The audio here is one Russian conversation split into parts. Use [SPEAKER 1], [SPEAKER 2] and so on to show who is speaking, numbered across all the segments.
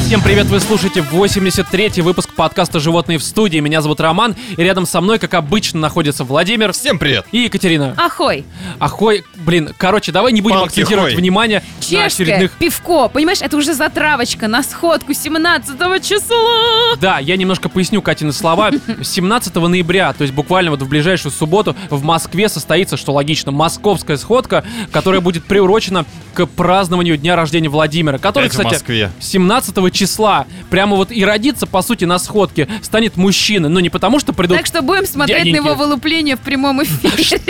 [SPEAKER 1] Всем привет, вы слушаете 83-й выпуск подкаста «Животные в студии». Меня зовут Роман, и рядом со мной, как обычно, находятся Владимир
[SPEAKER 2] Всем привет!
[SPEAKER 1] и Екатерина.
[SPEAKER 3] Ахой,
[SPEAKER 1] Ахой, блин, короче, давай не будем
[SPEAKER 2] Палки
[SPEAKER 1] акцентировать
[SPEAKER 2] хой.
[SPEAKER 1] внимание на
[SPEAKER 3] чешское
[SPEAKER 1] очередных...
[SPEAKER 3] пивко, понимаешь, это уже затравочка на сходку 17 числа.
[SPEAKER 1] Да, я немножко поясню Катины слова. 17 ноября, то есть буквально вот в ближайшую субботу в Москве состоится, что логично, московская сходка, которая будет приурочена к празднованию дня рождения Владимира, который,
[SPEAKER 2] Опять в
[SPEAKER 1] кстати,
[SPEAKER 2] Москве.
[SPEAKER 1] 17 числа прямо вот и родится, по сути, на сходке, станет мужчина. Но не потому, что придут...
[SPEAKER 3] Так что будем смотреть
[SPEAKER 1] дяденьки.
[SPEAKER 3] на его вылупление в прямом эфире.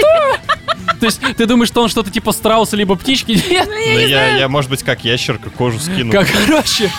[SPEAKER 1] То есть ты думаешь, что он что-то типа страуса либо птички? Нет.
[SPEAKER 2] Ну, я, я, может быть, как ящерка кожу скину.
[SPEAKER 1] Как, короче,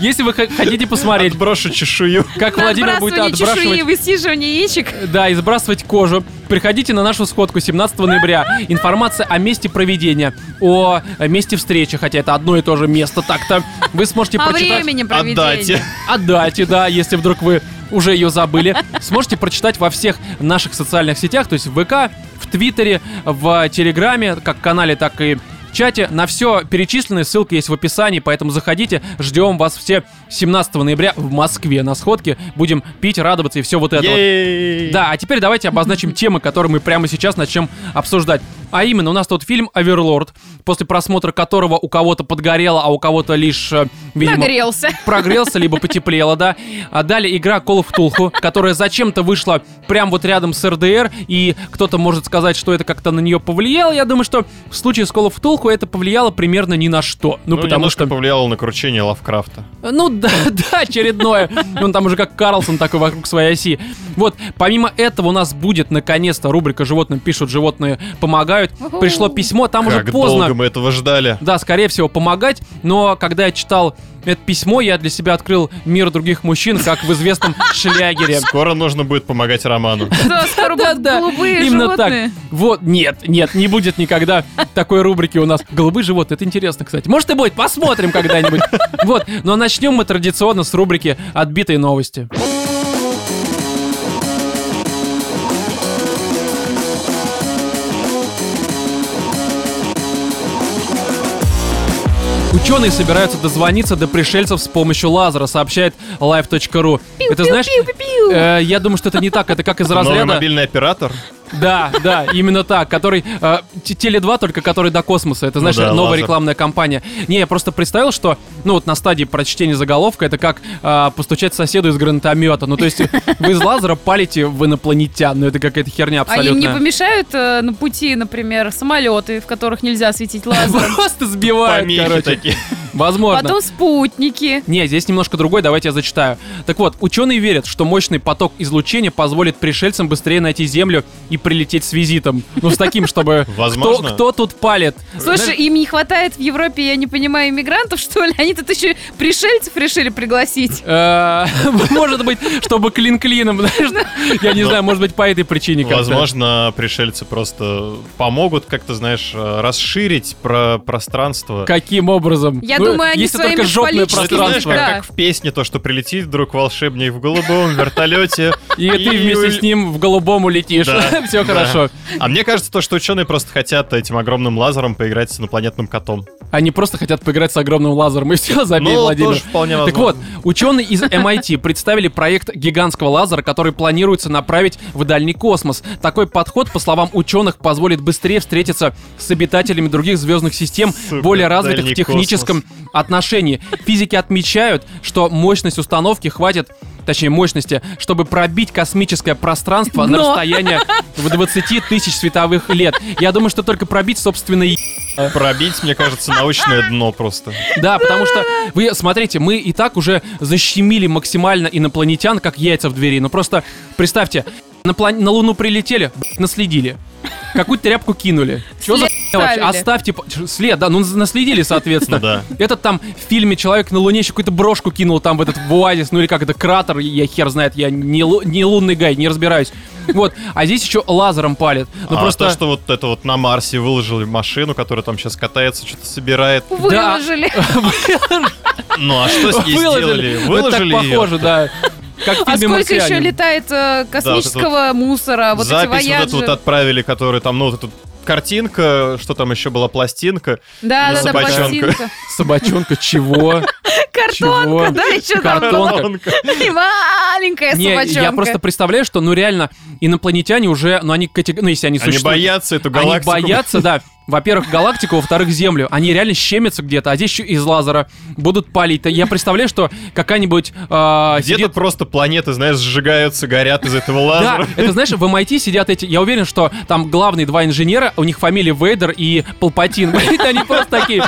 [SPEAKER 1] если вы хо- хотите посмотреть,
[SPEAKER 2] Отброшу чешую.
[SPEAKER 1] как Владимир будет
[SPEAKER 3] Отбрасывание чешуи,
[SPEAKER 1] отбрасывать...
[SPEAKER 3] высиживание яичек.
[SPEAKER 1] Да, и сбрасывать кожу. Приходите на нашу сходку 17 ноября. Информация о месте проведения, о э, месте встречи, хотя это одно и то же место так-то. Вы сможете
[SPEAKER 3] А
[SPEAKER 1] прочитать...
[SPEAKER 3] времени
[SPEAKER 2] Отдайте.
[SPEAKER 3] проведения.
[SPEAKER 1] О дате, да, если вдруг вы уже ее забыли. Сможете прочитать во всех наших социальных сетях, то есть в ВК, в Твиттере, в Телеграме, как канале, так и чате. На все перечисленные ссылки есть в описании, поэтому заходите. Ждем вас все 17 ноября в Москве на сходке. Будем пить, радоваться и все вот это вот.
[SPEAKER 2] Ей!
[SPEAKER 1] Да, а теперь давайте обозначим темы, которые мы прямо сейчас начнем обсуждать. А именно, у нас тут фильм «Оверлорд», после просмотра которого у кого-то подгорело, а у кого-то лишь, э, видимо,
[SPEAKER 3] Нагрелся.
[SPEAKER 1] прогрелся, либо потеплело, да. А далее игра Call of Cthulhu, которая зачем-то вышла прям вот рядом с РДР, и кто-то может сказать, что это как-то на нее повлияло. Я думаю, что в случае с Call of Cthulhu это повлияло примерно ни на что. Ну,
[SPEAKER 2] Ну,
[SPEAKER 1] потому что...
[SPEAKER 2] немножко повлияло на кручение Лавкрафта.
[SPEAKER 1] Ну да, да, очередное. Он там уже как Карлсон такой вокруг своей оси. Вот, помимо этого у нас будет наконец-то рубрика «Животным пишут, животные помогают».
[SPEAKER 3] Уху.
[SPEAKER 1] Пришло письмо, там уже
[SPEAKER 2] Как
[SPEAKER 1] А поздно.
[SPEAKER 2] долго мы этого ждали.
[SPEAKER 1] Да, скорее всего, помогать. Но когда я читал это письмо, я для себя открыл мир других мужчин, как в известном шлягере.
[SPEAKER 2] Скоро нужно будет помогать Роману.
[SPEAKER 3] Да, скоро будут голубые
[SPEAKER 1] Именно так.
[SPEAKER 3] животные.
[SPEAKER 1] Вот, нет, нет, не будет никогда такой рубрики у нас. Голубые животные, это интересно, кстати. Может и будет, посмотрим когда-нибудь. Вот, но начнем мы традиционно с рубрики «Отбитые новости». Ученые собираются дозвониться до пришельцев с помощью лазера, сообщает live.ru. Это знаешь,
[SPEAKER 3] Пиу-пиу-пиу.
[SPEAKER 1] э, я думаю, что это не так, это как из
[SPEAKER 2] Новый
[SPEAKER 1] разряда...
[SPEAKER 2] мобильный оператор.
[SPEAKER 1] Да, да, именно так, который э, Т- Теле2, только который до космоса. Это значит
[SPEAKER 2] Ну да,
[SPEAKER 1] новая
[SPEAKER 2] лазер.
[SPEAKER 1] рекламная кампания. Не, я просто представил, что ну вот на стадии прочтения заголовка это как э, постучать соседу из гранатомета. Ну то есть вы из лазера палите в инопланетян, ну это какая-то херня
[SPEAKER 3] А им не
[SPEAKER 1] абсолютно.
[SPEAKER 3] помешают э, на пути, например, самолеты, в которых нельзя светить лазером?
[SPEAKER 1] Просто сбивают,
[SPEAKER 2] Помехи
[SPEAKER 1] короче.
[SPEAKER 2] такие.
[SPEAKER 1] Возможно.
[SPEAKER 3] Потом спутники.
[SPEAKER 1] Не, здесь немножко другой, давайте я зачитаю. Так вот, ученые верят, что мощный поток излучения позволит пришельцам быстрее найти Землю и прилететь с визитом. Ну, с таким, чтобы... кто-
[SPEAKER 2] Возможно.
[SPEAKER 1] Кто, тут палит?
[SPEAKER 3] Слушай, им не хватает в Европе, я не понимаю, иммигрантов, что ли? Они тут еще пришельцев решили пригласить.
[SPEAKER 1] Э, Может быть, чтобы клин клином, знаешь, я не
[SPEAKER 2] Ну,
[SPEAKER 1] знаю, может быть, по этой причине как-то.
[SPEAKER 2] Возможно, пришельцы просто помогут как-то, знаешь, э, расширить про пространство.
[SPEAKER 1] Каким образом?
[SPEAKER 3] Я
[SPEAKER 1] Ну,
[SPEAKER 3] думаю, они
[SPEAKER 1] если
[SPEAKER 3] своими
[SPEAKER 1] только жопное
[SPEAKER 3] политическими-
[SPEAKER 2] Ну, это знаешь,
[SPEAKER 1] пространство.
[SPEAKER 2] как,
[SPEAKER 3] Да.
[SPEAKER 2] как в песне то, что прилетит вдруг волшебник в голубом вертолете.
[SPEAKER 1] И ты вместе с ним в голубом улетишь.
[SPEAKER 2] Да,
[SPEAKER 1] Все
[SPEAKER 2] да.
[SPEAKER 1] хорошо.
[SPEAKER 2] А мне кажется, то, что ученые просто хотят этим огромным лазером поиграть с инопланетным котом.
[SPEAKER 1] Они просто хотят поиграть с огромным лазером, и все, забей,
[SPEAKER 2] Ну,
[SPEAKER 1] Владимир.
[SPEAKER 2] тоже вполне
[SPEAKER 1] так
[SPEAKER 2] возможно.
[SPEAKER 1] вот, ученые из MIT представили проект гигантского лазера, который планируется направить в дальний космос. Такой подход, по словам ученых, позволит быстрее встретиться с обитателями других звездных систем,
[SPEAKER 2] Сука,
[SPEAKER 1] более развитых в
[SPEAKER 2] дальний
[SPEAKER 1] техническом отношении. Физики отмечают, что мощность установки хватит точнее мощности, чтобы пробить космическое пространство на
[SPEAKER 3] Но.
[SPEAKER 1] расстояние в 20 тысяч световых лет. Я думаю, что только пробить, собственно, и
[SPEAKER 2] Пробить, мне кажется, научное дно просто.
[SPEAKER 1] да, потому что вы смотрите, мы и так уже защемили максимально инопланетян, как яйца в двери. Ну просто представьте, на, план- на Луну прилетели, б***ь, наследили. Какую-то тряпку кинули. Чё за
[SPEAKER 3] След
[SPEAKER 1] х**ня вообще?
[SPEAKER 3] оставили.
[SPEAKER 1] Оставьте по- ч- след, да, ну наследили, соответственно.
[SPEAKER 2] Ну да.
[SPEAKER 1] Этот там в фильме человек на Луне еще какую-то брошку кинул там в этот в оазис, ну или как это, кратер, я хер знает, я не, лу- не лунный гай, не разбираюсь. Вот, а здесь еще лазером палит. Ну
[SPEAKER 2] а
[SPEAKER 1] просто...
[SPEAKER 2] то, что вот это вот на Марсе выложили машину, которая там сейчас катается, что-то собирает.
[SPEAKER 3] Выложили.
[SPEAKER 2] Ну а что с ней сделали? Выложили
[SPEAKER 1] Ну, Это так
[SPEAKER 2] ее.
[SPEAKER 1] похоже, да. Как в
[SPEAKER 3] А
[SPEAKER 1] фильме
[SPEAKER 3] сколько
[SPEAKER 1] «Марсианин».
[SPEAKER 3] еще летает э, космического мусора, А вот эти
[SPEAKER 2] Запись вот эту вот
[SPEAKER 3] вояджи?
[SPEAKER 2] отправили, которую там, ну вот эту картинка, что там еще была, пластинка.
[SPEAKER 3] Да, да, да,
[SPEAKER 2] собачонка.
[SPEAKER 3] пластинка.
[SPEAKER 1] Собачонка, чего?
[SPEAKER 3] Картонка,
[SPEAKER 1] Чего?
[SPEAKER 3] да, еще там
[SPEAKER 1] Картонка.
[SPEAKER 3] и маленькая
[SPEAKER 1] Не,
[SPEAKER 3] собачонка.
[SPEAKER 1] я просто представляю, что, ну, реально, инопланетяне уже, ну, они, катего- ну, если они
[SPEAKER 2] Они
[SPEAKER 1] существуют,
[SPEAKER 2] боятся эту
[SPEAKER 1] Они
[SPEAKER 2] галактику.
[SPEAKER 1] боятся, да. Во-первых, галактику, во-вторых, Землю. Они реально щемятся где-то, а здесь еще из лазера будут палить. Я представляю, что какая-нибудь а,
[SPEAKER 2] Где-то
[SPEAKER 1] сидит-
[SPEAKER 2] просто планеты, знаешь, сжигаются, горят из этого
[SPEAKER 1] Да,
[SPEAKER 2] лазера.
[SPEAKER 1] это знаешь, в MIT сидят эти... Я уверен, что там главные два инженера, у них фамилии Вейдер и Палпатин. Блин, они просто такие,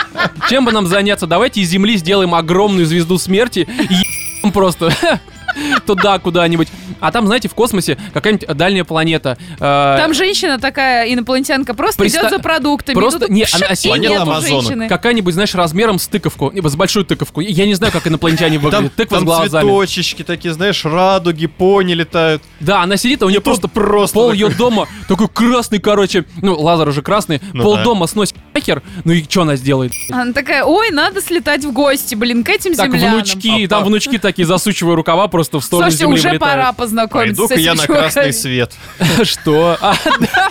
[SPEAKER 1] чем бы нам заняться? Давайте из Земли сделаем огромную звезду смерти и ебем просто туда куда-нибудь. А там, знаете, в космосе какая-нибудь дальняя планета. э,
[SPEAKER 3] Там женщина такая, инопланетянка, просто
[SPEAKER 1] Приста-
[SPEAKER 3] идет за продуктами.
[SPEAKER 1] просто-
[SPEAKER 3] Тут
[SPEAKER 1] не,
[SPEAKER 3] пш,
[SPEAKER 1] она
[SPEAKER 3] и
[SPEAKER 1] сидела
[SPEAKER 3] нету
[SPEAKER 2] на Амазонах.
[SPEAKER 3] женщины.
[SPEAKER 1] Какая-нибудь, знаешь, размером с тыковку, либо с большую тыковку. Я не знаю, как инопланетяне
[SPEAKER 2] Там,
[SPEAKER 1] выглядят. Тыква с
[SPEAKER 2] там
[SPEAKER 1] глазами.
[SPEAKER 2] цветочечки такие, знаешь, радуги, пони летают.
[SPEAKER 1] Да, она сидит, а у нее
[SPEAKER 2] тут
[SPEAKER 1] просто,
[SPEAKER 2] просто
[SPEAKER 1] пол
[SPEAKER 2] такой-
[SPEAKER 1] ее дома такой красный, короче. Ну, лазер уже красный.
[SPEAKER 2] Ну
[SPEAKER 1] пол
[SPEAKER 2] да.
[SPEAKER 1] дома сносит нахер. Ну и что она сделает?
[SPEAKER 3] Она такая, ой, надо слетать в гости, блин, к этим
[SPEAKER 1] Так,
[SPEAKER 3] землянам.
[SPEAKER 1] внучки,
[SPEAKER 2] А
[SPEAKER 1] там
[SPEAKER 2] пап-
[SPEAKER 1] внучки такие, засучивая рукава, просто в сторону
[SPEAKER 3] Слушайте,
[SPEAKER 1] земли
[SPEAKER 3] уже пора
[SPEAKER 1] вылетают.
[SPEAKER 3] познакомиться с
[SPEAKER 2] Пойду-ка
[SPEAKER 3] этим
[SPEAKER 2] я на
[SPEAKER 3] чуваком.
[SPEAKER 2] красный свет.
[SPEAKER 1] Что? А, да.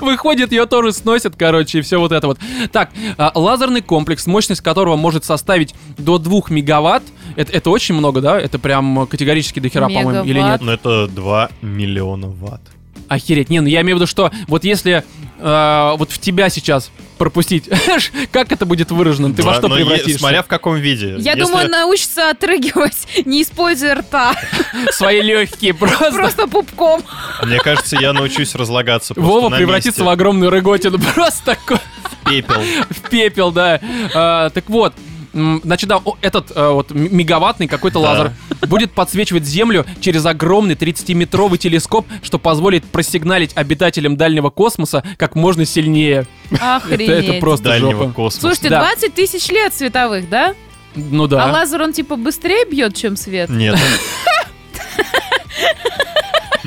[SPEAKER 1] Выходит, ее тоже сносят, короче, и все вот это вот. Так, а, лазерный комплекс, мощность которого может составить до 2 мегаватт. Это, это очень много, да? Это прям категорически до хера, по-моему, или нет?
[SPEAKER 3] Мегаватт.
[SPEAKER 2] Но это 2 миллиона ватт.
[SPEAKER 1] Охереть. Не, ну я имею в виду, что вот если э, вот в тебя сейчас пропустить, как это будет выражено? Ты во
[SPEAKER 2] Да,
[SPEAKER 1] что
[SPEAKER 2] но е-
[SPEAKER 1] превратишься?
[SPEAKER 2] Смотря в каком виде.
[SPEAKER 3] Я
[SPEAKER 2] Если-
[SPEAKER 3] думаю, он научится отрыгивать, не используя рта,
[SPEAKER 1] Свои легкие просто.
[SPEAKER 3] просто пупком.
[SPEAKER 2] Мне кажется, я научусь разлагаться просто
[SPEAKER 1] Вова
[SPEAKER 2] на
[SPEAKER 1] превратится в
[SPEAKER 2] месте.
[SPEAKER 1] огромную рыготину. Просто такой
[SPEAKER 2] пепел.
[SPEAKER 1] в пепел, да. А, Так вот. м, Значит, да, о, этот э, вот м- мегаваттный какой-то
[SPEAKER 2] Да.
[SPEAKER 1] лазер будет подсвечивать Землю через огромный 30-метровый телескоп, что позволит просигналить обитателям дальнего космоса как можно сильнее. Это,
[SPEAKER 3] Охренеть.
[SPEAKER 1] это просто
[SPEAKER 2] Дальнего
[SPEAKER 1] жопа.
[SPEAKER 2] космоса.
[SPEAKER 3] Слушайте,
[SPEAKER 1] Да.
[SPEAKER 3] 20 тысяч лет световых, да?
[SPEAKER 1] Ну
[SPEAKER 3] А
[SPEAKER 1] да.
[SPEAKER 3] лазер, он типа быстрее бьет, чем свет?
[SPEAKER 2] Нет.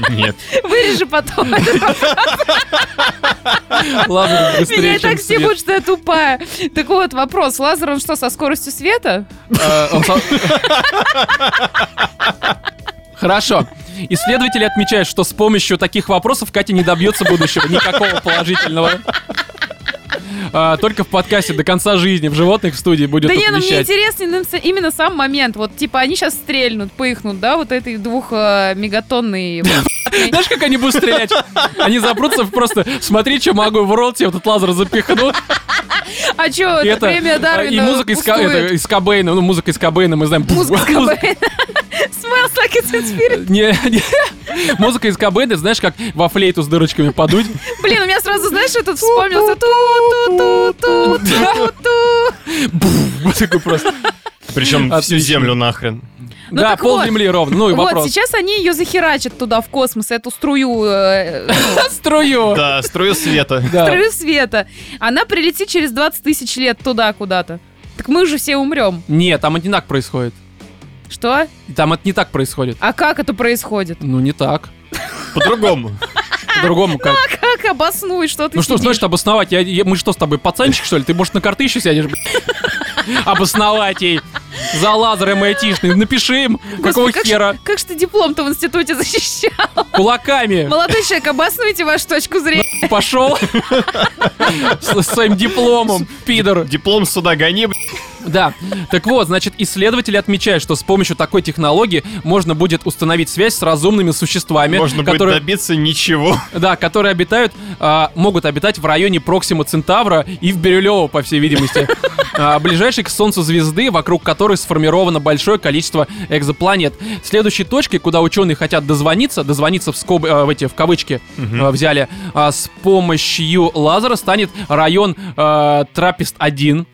[SPEAKER 2] Нет.
[SPEAKER 3] Вырежи потом. Меня
[SPEAKER 1] Лазер быстрее,
[SPEAKER 3] и
[SPEAKER 1] чем
[SPEAKER 3] так
[SPEAKER 1] свет.
[SPEAKER 3] стебут, что я тупая. Так вот, вопрос. Лазер, он что, со скоростью света?
[SPEAKER 1] Э, он со- Хорошо. Исследователи отмечают, что с помощью таких вопросов Катя не добьется будущего. Никакого положительного. А, только в подкасте до конца жизни в животных в студии будет
[SPEAKER 3] Да не, ну мне
[SPEAKER 1] вещать.
[SPEAKER 3] интересен ин- именно сам момент. Вот, типа, они сейчас стрельнут, пыхнут, да, вот этой э, двухмегатонной...
[SPEAKER 1] Знаешь, как они будут стрелять? Они запрутся в просто «Смотри, что могу в рот, тебе вот этот лазер запихну».
[SPEAKER 3] А чё,
[SPEAKER 1] И
[SPEAKER 3] это
[SPEAKER 1] это,
[SPEAKER 3] премия
[SPEAKER 1] э, и
[SPEAKER 3] Дарвина
[SPEAKER 1] музыка из, Ка-
[SPEAKER 3] пустует.
[SPEAKER 1] это, из Кобейна. Ну, музыка из Кобейна, мы знаем.
[SPEAKER 3] Музыка из Кобейна. Smells like it's in spirit.
[SPEAKER 1] Не, не. Музыка из Кобейна, знаешь, как во флейту с дырочками подуть.
[SPEAKER 3] Блин, у меня сразу, знаешь, этот вспомнился. Ту-ту-ту-ту-ту-ту.
[SPEAKER 1] Вот такой просто.
[SPEAKER 2] Причем всю
[SPEAKER 1] Отлично.
[SPEAKER 2] землю нахрен.
[SPEAKER 3] Ну
[SPEAKER 1] да,
[SPEAKER 3] так
[SPEAKER 1] пол
[SPEAKER 3] вот.
[SPEAKER 1] земли ровно. Ну и
[SPEAKER 3] Вот,
[SPEAKER 1] вопрос.
[SPEAKER 3] сейчас они ее захерачат туда, в космос, эту струю, э, ну,
[SPEAKER 1] Струю.
[SPEAKER 2] Да, струю света.
[SPEAKER 1] Да.
[SPEAKER 3] струю света. Она прилетит через 20 тысяч лет туда куда-то. Так мы же все умрем.
[SPEAKER 1] Не, там это не так происходит.
[SPEAKER 3] Что?
[SPEAKER 1] Там это не так происходит.
[SPEAKER 3] А как это происходит?
[SPEAKER 1] Ну, не так.
[SPEAKER 2] По-другому.
[SPEAKER 1] По-другому как.
[SPEAKER 3] Как обоснуй, что А, ну, ты
[SPEAKER 1] Ну что ж,
[SPEAKER 3] сидишь?
[SPEAKER 1] значит, обосновать? Я- я- мы что с тобой, пацанчик, что ли? Ты, может, на карты еще сядешь, блядь? Обосновать ей. За лазер айтишный. Напиши им, какого
[SPEAKER 3] Господи, как ж-
[SPEAKER 1] хера.
[SPEAKER 3] Как же ты диплом-то в институте защищал?
[SPEAKER 1] Кулаками.
[SPEAKER 3] Молодой человек, обоснуйте вашу точку зрения.
[SPEAKER 1] Пошел. С своим дипломом, пидор.
[SPEAKER 2] Диплом сюда гони, б***ь.
[SPEAKER 1] Да. Так вот, значит, исследователи отмечают, что с помощью такой технологии можно будет установить связь с разумными существами,
[SPEAKER 2] можно будет
[SPEAKER 1] которые
[SPEAKER 2] добиться ничего.
[SPEAKER 1] Да, которые обитают, а, могут обитать в районе Проксима Центавра и в Бирюлево, по всей видимости. А, ближайшей к Солнцу звезды, вокруг которой сформировано большое количество экзопланет. Следующей точкой, куда ученые хотят дозвониться, дозвониться в, скоб, э, в эти, в кавычки э, взяли, а, с помощью лазера станет район Трапест-1.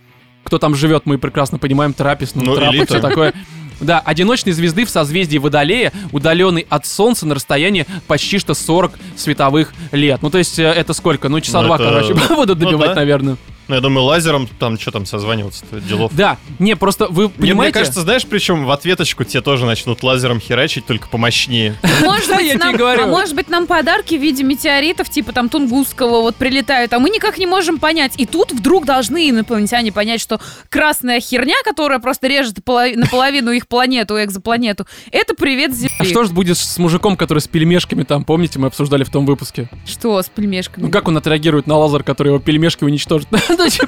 [SPEAKER 1] Кто там живет, мы прекрасно понимаем, Трапест, ну,
[SPEAKER 2] Ну,
[SPEAKER 1] Трапест,
[SPEAKER 2] элита.
[SPEAKER 1] всё такое. Да, одиночной звезды в созвездии Водолея, удаленной от Солнца на расстоянии почти что 40 световых лет. Ну, то есть, э, это сколько? Ну, часа
[SPEAKER 2] Ну,
[SPEAKER 1] два,
[SPEAKER 2] это-
[SPEAKER 1] короче, будут
[SPEAKER 2] Ну,
[SPEAKER 1] добивать,
[SPEAKER 2] да.
[SPEAKER 1] наверное.
[SPEAKER 2] Ну, я думаю, лазером там что там созваниваться-то, делов.
[SPEAKER 1] Да, не, просто вы
[SPEAKER 2] Мне- Мне
[SPEAKER 1] понимаете...
[SPEAKER 2] кажется, знаешь, причем в ответочку тебе тоже начнут лазером херачить, только помощнее.
[SPEAKER 3] Может
[SPEAKER 1] я
[SPEAKER 3] быть,
[SPEAKER 1] тебе
[SPEAKER 3] нам,
[SPEAKER 1] говорю?
[SPEAKER 3] а может быть, нам подарки в виде метеоритов, типа там Тунгусского, вот прилетают, а мы никак не можем понять. И тут вдруг должны инопланетяне понять, что красная херня, которая просто режет поло- наполовину их планету, экзопланету, это привет Земли.
[SPEAKER 1] а что же будет с мужиком, который с пельмешками там, помните, мы обсуждали в том выпуске?
[SPEAKER 3] Что с
[SPEAKER 1] Ну,
[SPEAKER 3] пельмешками?
[SPEAKER 1] как он отреагирует на лазер, который его пельмешки уничтожит? Ну, типа,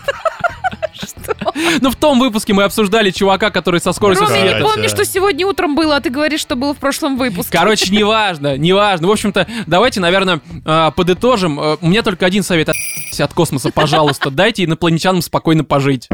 [SPEAKER 1] Ну, в том выпуске мы обсуждали чувака, который со скоростью
[SPEAKER 2] Рома,
[SPEAKER 1] света...
[SPEAKER 3] Роме,
[SPEAKER 2] Кстати.
[SPEAKER 3] помни, что сегодня утром было, а ты говоришь, что было в прошлом выпуске.
[SPEAKER 1] Короче, неважно, неважно. В общем-то, давайте, наверное, э, подытожим. Э, У меня только один совет. Отъебитесь от космоса, пожалуйста. Дайте инопланетянам спокойно пожить.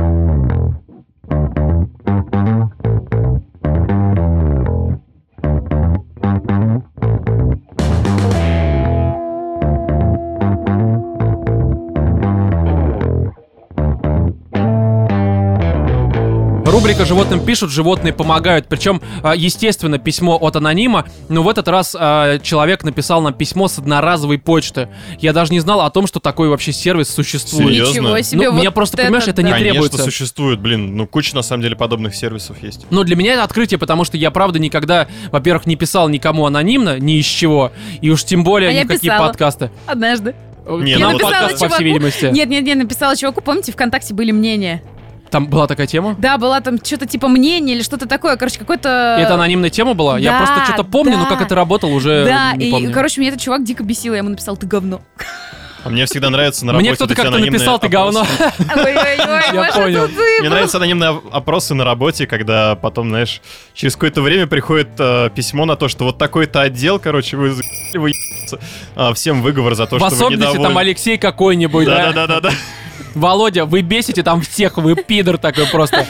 [SPEAKER 1] Рубрика «Животным пишут, животные помогают». Причем, а, естественно, письмо от анонима, но в этот раз а, человек написал нам письмо с одноразовой почты. Я даже не знал о том, что такой вообще сервис существует.
[SPEAKER 2] Серьёзно?
[SPEAKER 3] Ничего
[SPEAKER 2] серьезно.
[SPEAKER 3] себе.
[SPEAKER 1] Ну,
[SPEAKER 3] вот
[SPEAKER 1] меня просто, понимаешь, это не
[SPEAKER 3] да.
[SPEAKER 1] требует.
[SPEAKER 2] Конечно,
[SPEAKER 1] требуется.
[SPEAKER 2] существует, блин, ну куча на самом деле подобных сервисов есть.
[SPEAKER 1] Но для меня это открытие, потому что я, правда, никогда, во-первых, не писал никому анонимно, ни из чего, и уж тем более
[SPEAKER 3] А я
[SPEAKER 1] ни в какие
[SPEAKER 3] писала.
[SPEAKER 1] подкасты.
[SPEAKER 3] Однажды.
[SPEAKER 2] Не,
[SPEAKER 1] К нам
[SPEAKER 2] ну вот
[SPEAKER 1] подкаст,
[SPEAKER 2] написала
[SPEAKER 1] по всей
[SPEAKER 3] чуваку.
[SPEAKER 1] видимости.
[SPEAKER 3] Нет, нет, нет, написала чуваку, помните, ВКонтакте были мнения.
[SPEAKER 1] Там была такая тема?
[SPEAKER 3] Да, была там что-то типа мнение или что-то такое. Короче, какой-то...
[SPEAKER 1] И Это анонимная тема была? я
[SPEAKER 3] Э, да,
[SPEAKER 1] просто что-то помню, но как
[SPEAKER 3] да.
[SPEAKER 1] это работало, уже
[SPEAKER 3] Да,
[SPEAKER 1] Э, не
[SPEAKER 3] и,
[SPEAKER 1] помню.
[SPEAKER 3] короче, мне этот чувак дико бесил, я ему написал, ты говно.
[SPEAKER 2] А мне всегда нравится на работе...
[SPEAKER 1] Мне кто-то
[SPEAKER 2] вот эти
[SPEAKER 1] как-то
[SPEAKER 2] анонимные
[SPEAKER 1] написал, ты
[SPEAKER 2] опросы.
[SPEAKER 1] говно.
[SPEAKER 3] Ой-ой-ой,
[SPEAKER 1] Я
[SPEAKER 3] Маша,
[SPEAKER 1] понял.
[SPEAKER 3] тут ты
[SPEAKER 2] Мне нравятся анонимные оп- опросы на работе, когда потом, знаешь, через какое-то время приходит э, письмо на то, что вот такой-то отдел, короче, вы, за- вы ебаться. А, всем выговор за то,
[SPEAKER 1] В
[SPEAKER 2] что вы
[SPEAKER 1] особенности
[SPEAKER 2] недовольны.
[SPEAKER 1] там Алексей какой-нибудь, да?
[SPEAKER 2] Да-да-да-да.
[SPEAKER 1] Володя, вы бесите там всех, вы пидор такой просто.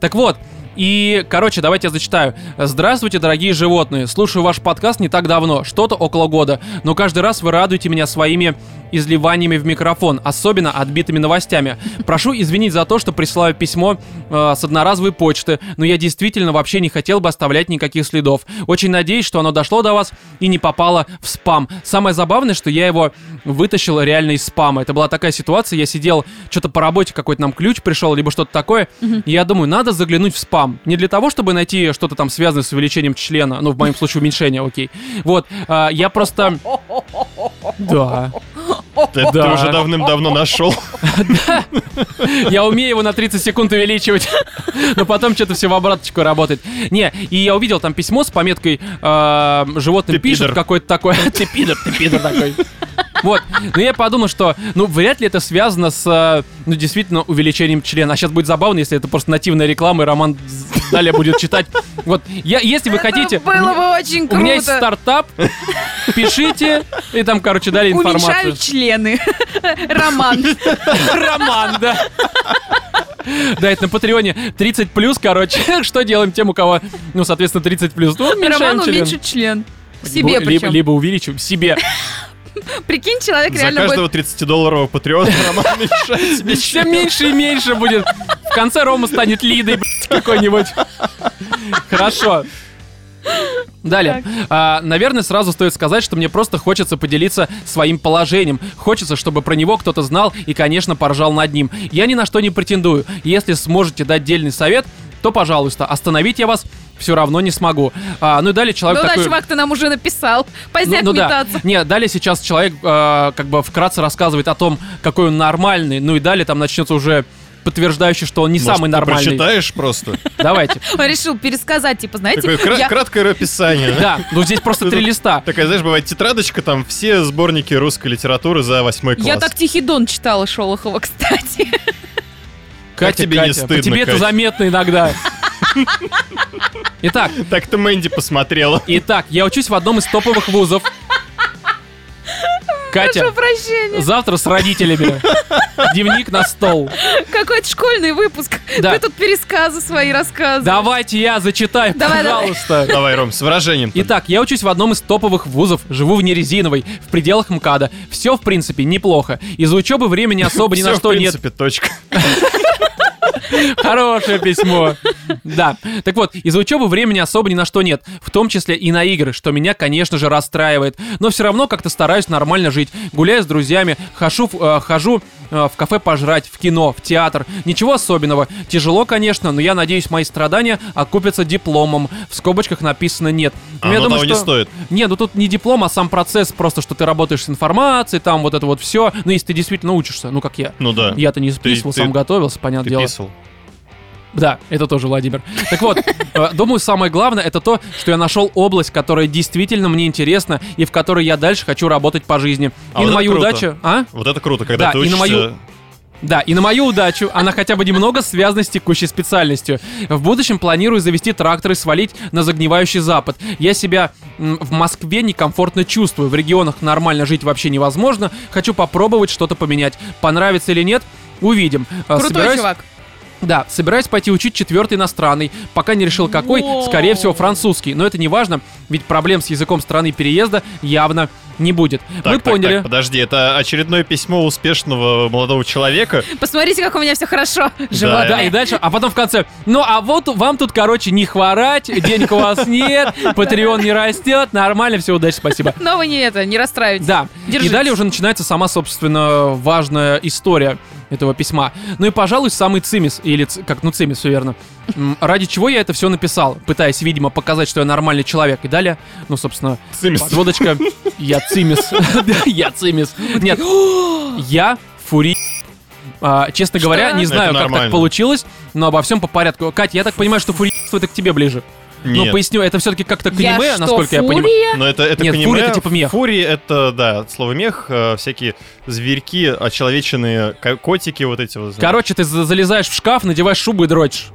[SPEAKER 1] Так вот, и, короче, давайте я зачитаю. Здравствуйте, дорогие животные. Слушаю ваш подкаст не так давно, что-то около года. Но каждый раз вы радуете меня своими изливаниями в микрофон, особенно отбитыми новостями. Прошу извинить за то, что присылаю письмо э, с одноразовой почты, но я действительно вообще не хотел бы оставлять никаких следов. Очень надеюсь, что оно дошло до вас и не попало в спам. Самое забавное, что я его вытащил реально из спама. Это была такая ситуация, я сидел что-то по работе, какой-то нам ключ пришел, либо что-то такое, и я думаю, надо заглянуть в спам. Не для того, чтобы найти что-то там связанное с увеличением члена, ну, в моем случае уменьшение, окей. Вот, а, я просто... Да.
[SPEAKER 2] Это
[SPEAKER 1] Да.
[SPEAKER 2] ты уже давным-давно нашел.
[SPEAKER 1] Я умею его на 30 секунд увеличивать, но потом что-то все в обраточку работает. Не, и я увидел там письмо с пометкой э, «Животным
[SPEAKER 2] Ты
[SPEAKER 1] пишет
[SPEAKER 2] пидор.
[SPEAKER 1] какой-то такой». Ты пидор, ты пидор такой. Вот, но я подумал, что, ну, вряд ли это связано с, э, ну, действительно, увеличением члена. А сейчас будет забавно, если это просто нативная реклама, и Роман далее будет читать. Вот, я, если вы хотите...
[SPEAKER 3] было бы очень
[SPEAKER 1] У
[SPEAKER 3] круто.
[SPEAKER 1] меня есть стартап, пишите, и там, короче, дали информацию.
[SPEAKER 3] Уменьшаю члены. Роман.
[SPEAKER 1] Роман, да. Да, это на Патреоне 30 плюс, короче. Что делаем тем, у кого, ну, соответственно, 30 плюс? Ну,
[SPEAKER 3] Роман
[SPEAKER 1] уменьшаем член.
[SPEAKER 3] уменьшит член. Себе
[SPEAKER 1] Либо- Либо,
[SPEAKER 3] причем.
[SPEAKER 1] либо увеличим себе.
[SPEAKER 3] Прикинь, человек
[SPEAKER 2] За
[SPEAKER 3] реально
[SPEAKER 2] каждого
[SPEAKER 3] будет...
[SPEAKER 2] 30-долларового патриота Роман мешает себе
[SPEAKER 1] Все меньше и меньше будет. В конце Рома станет Лидой, блядь, какой-нибудь. Хорошо. Далее. А, наверное, сразу стоит сказать, что мне просто хочется поделиться своим положением. Хочется, чтобы про него кто-то знал и, конечно, поржал над ним. Я ни на что не претендую. Если сможете дать дельный совет, то, пожалуйста, остановить я вас все равно не смогу. А, ну и далее
[SPEAKER 3] Ну
[SPEAKER 1] человек
[SPEAKER 3] да,
[SPEAKER 1] такой...
[SPEAKER 3] чувак, ты нам уже написал.
[SPEAKER 1] Ну,
[SPEAKER 3] Поздняк
[SPEAKER 1] ну да.
[SPEAKER 3] метаться.
[SPEAKER 1] Не, далее сейчас человек э, как бы вкратце рассказывает о том, какой он нормальный, ну и далее там начнется уже подтверждающий, что он не
[SPEAKER 2] Может,
[SPEAKER 1] самый
[SPEAKER 2] ты
[SPEAKER 1] нормальный.
[SPEAKER 2] прочитаешь просто?
[SPEAKER 1] Давайте.
[SPEAKER 3] Он решил пересказать, типа, знаете,
[SPEAKER 2] Такое кра-
[SPEAKER 3] я-
[SPEAKER 2] краткое описание. да?
[SPEAKER 1] Да, ну здесь просто три листа.
[SPEAKER 2] Такая, знаешь, бывает тетрадочка, там все сборники русской литературы за восьмой класс.
[SPEAKER 3] я так Тихий Дон читала Шолохова, кстати.
[SPEAKER 1] Катя,
[SPEAKER 2] тебе не
[SPEAKER 1] Катя, по
[SPEAKER 2] стыдно,
[SPEAKER 1] тебе это
[SPEAKER 2] Кать?
[SPEAKER 1] заметно иногда. Итак,
[SPEAKER 2] Так ты Мэнди посмотрела.
[SPEAKER 1] итак, я учусь в одном из топовых вузов. Катя,
[SPEAKER 3] Прошу прощения.
[SPEAKER 1] завтра с родителями. Дневник на стол.
[SPEAKER 3] Какой-то школьный выпуск.
[SPEAKER 1] Да.
[SPEAKER 3] Вы тут пересказы свои рассказываете.
[SPEAKER 1] Давайте я зачитаю,
[SPEAKER 3] Давай, давай.
[SPEAKER 1] пожалуйста.
[SPEAKER 2] Давай, Ром, с выражением.
[SPEAKER 1] Итак, я учусь в одном из топовых вузов, живу в нерезиновой, в пределах МКАДа. Все, в принципе, неплохо. Из-за учебы времени особо ни на
[SPEAKER 2] Всё,
[SPEAKER 1] что
[SPEAKER 2] в
[SPEAKER 1] нет.
[SPEAKER 2] принципе, точка.
[SPEAKER 1] Хорошее письмо. Да. Так вот, из-за учебы времени особо ни на что нет, в том числе и на игры, что меня, конечно же, расстраивает. Но все равно как-то стараюсь нормально жить. Гуляю с друзьями, хожу, в- э, хожу э, в кафе пожрать, в кино, в театр. Ничего особенного. Тяжело, конечно, но я надеюсь, мои страдания окупятся дипломом. В скобочках написано «нет». Но Ну, я
[SPEAKER 2] А Оно
[SPEAKER 1] думаю,
[SPEAKER 2] того не
[SPEAKER 1] что-
[SPEAKER 2] стоит.
[SPEAKER 1] не, ну тут не диплом, а сам процесс, просто что ты работаешь с информацией, там вот это вот все. Ну, если ты действительно учишься, ну как я.
[SPEAKER 2] Ну да.
[SPEAKER 1] Я-то не списывал,
[SPEAKER 2] ты-
[SPEAKER 1] сам готовился, понятное
[SPEAKER 2] Ты
[SPEAKER 1] дело.
[SPEAKER 2] писал.
[SPEAKER 1] Да, это тоже Владимир. Так вот, э, думаю, самое главное это то, что я нашел область, которая действительно мне интересна и в которой я дальше хочу работать по жизни.
[SPEAKER 2] А
[SPEAKER 1] и
[SPEAKER 2] вот
[SPEAKER 1] на
[SPEAKER 2] это
[SPEAKER 1] мою
[SPEAKER 2] круто.
[SPEAKER 1] удачу, а?
[SPEAKER 2] Вот это круто,
[SPEAKER 1] Да,
[SPEAKER 2] когда ты
[SPEAKER 1] и на
[SPEAKER 2] учишься...
[SPEAKER 1] мою- Да, и на мою удачу она хотя бы немного связана с текущей специальностью. В будущем планирую завести трактор и свалить на загнивающий запад. Я себя м, в Москве некомфортно чувствую. В регионах нормально жить вообще невозможно. Хочу попробовать что-то поменять. Понравится или нет, увидим. Э,
[SPEAKER 3] Крутой
[SPEAKER 1] собираюсь-
[SPEAKER 3] чувак.
[SPEAKER 1] да, собираюсь пойти учить четвертый иностранный. Пока не решил какой,
[SPEAKER 3] Воу.
[SPEAKER 1] скорее всего французский. Но это не важно, ведь проблем с языком страны переезда явно не будет.
[SPEAKER 2] Так,
[SPEAKER 1] Мы
[SPEAKER 2] так,
[SPEAKER 1] поняли.
[SPEAKER 2] так, подожди, это очередное письмо успешного молодого человека.
[SPEAKER 3] Посмотрите, как у меня все хорошо. Живот.
[SPEAKER 1] Да, и дальше, а потом в конце, ну а вот вам тут, короче, не хворать, денег у вас нет, Патреон не растет, нормально, все, удачи, спасибо.
[SPEAKER 3] Но вы не это, не расстраивайтесь.
[SPEAKER 1] Да, и
[SPEAKER 3] Держитесь.
[SPEAKER 1] далее уже начинается сама, собственно, важная история этого письма. Ну и, пожалуй, самый цимис, или ц- как, ну цимис, все верно. М, Ради чего я это все написал, пытаясь, видимо, показать, что я нормальный человек. И далее, ну, собственно,
[SPEAKER 2] Цимис.
[SPEAKER 1] подводочка, я цимис, Да, я цимис. Нет, я фури... А, честно говоря, не
[SPEAKER 2] Это
[SPEAKER 1] знаю, как так
[SPEAKER 2] нормально.
[SPEAKER 1] получилось, но обо всем по порядку. Катя, я так понимаю, что фурийство это к тебе ближе. Ну,
[SPEAKER 2] Нет.
[SPEAKER 1] поясню, это все-таки как-то к
[SPEAKER 3] Я
[SPEAKER 1] аниме,
[SPEAKER 3] что,
[SPEAKER 1] насколько я
[SPEAKER 3] фурия?
[SPEAKER 1] понимаю.
[SPEAKER 2] Но это, это
[SPEAKER 1] Нет,
[SPEAKER 2] к
[SPEAKER 1] фури
[SPEAKER 2] аниме.
[SPEAKER 1] это типа мех.
[SPEAKER 2] Фури это, да, от слова мех, э, всякие зверьки, очеловеченные ко- котики вот эти вот. знаешь.
[SPEAKER 1] Короче, ты за- залезаешь в шкаф, надеваешь шубу и дрочишь.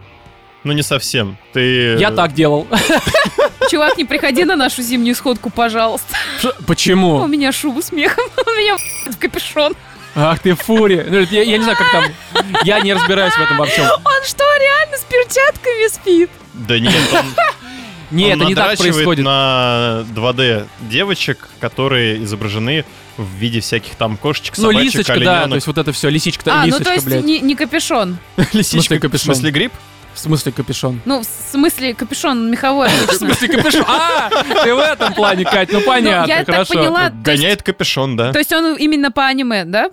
[SPEAKER 2] Ну не совсем. Ты...
[SPEAKER 1] Я так делал.
[SPEAKER 3] Чувак, не приходи на нашу зимнюю сходку, пожалуйста.
[SPEAKER 1] Ш-
[SPEAKER 3] У
[SPEAKER 1] Почему?
[SPEAKER 3] меня шуба смехом, у меня в капюшон.
[SPEAKER 1] Ах ты фури. Ну, Я я не знаю, как там. Я не разбираюсь в этом во всем.
[SPEAKER 3] Он что, реально с перчатками спит?
[SPEAKER 2] Да нет, он-
[SPEAKER 1] Не,
[SPEAKER 2] он
[SPEAKER 1] это не так
[SPEAKER 2] надрачивает
[SPEAKER 1] происходит.
[SPEAKER 2] на 2D девочек, которые изображены в виде всяких там кошечек,
[SPEAKER 1] Ну,
[SPEAKER 2] собачек,
[SPEAKER 1] лисочка, да,
[SPEAKER 2] оленёнок.
[SPEAKER 1] то есть вот это все, лисичка,
[SPEAKER 3] А, ну то
[SPEAKER 1] лисочка,
[SPEAKER 3] есть
[SPEAKER 1] блядь.
[SPEAKER 3] не, не капюшон.
[SPEAKER 1] смысле,
[SPEAKER 2] Лисичка, в
[SPEAKER 1] капюшон?
[SPEAKER 2] смысле гриб?
[SPEAKER 1] В смысле капюшон?
[SPEAKER 3] Ну, в смысле, капюшон меховой
[SPEAKER 1] В
[SPEAKER 3] обычно.
[SPEAKER 1] смысле капюшон? А, ты в этом плане, Кать, ну понятно,
[SPEAKER 3] я так
[SPEAKER 1] хорошо.
[SPEAKER 3] поняла. А, то есть-
[SPEAKER 2] Гоняет капюшон, да.
[SPEAKER 3] То есть он именно по аниме, да?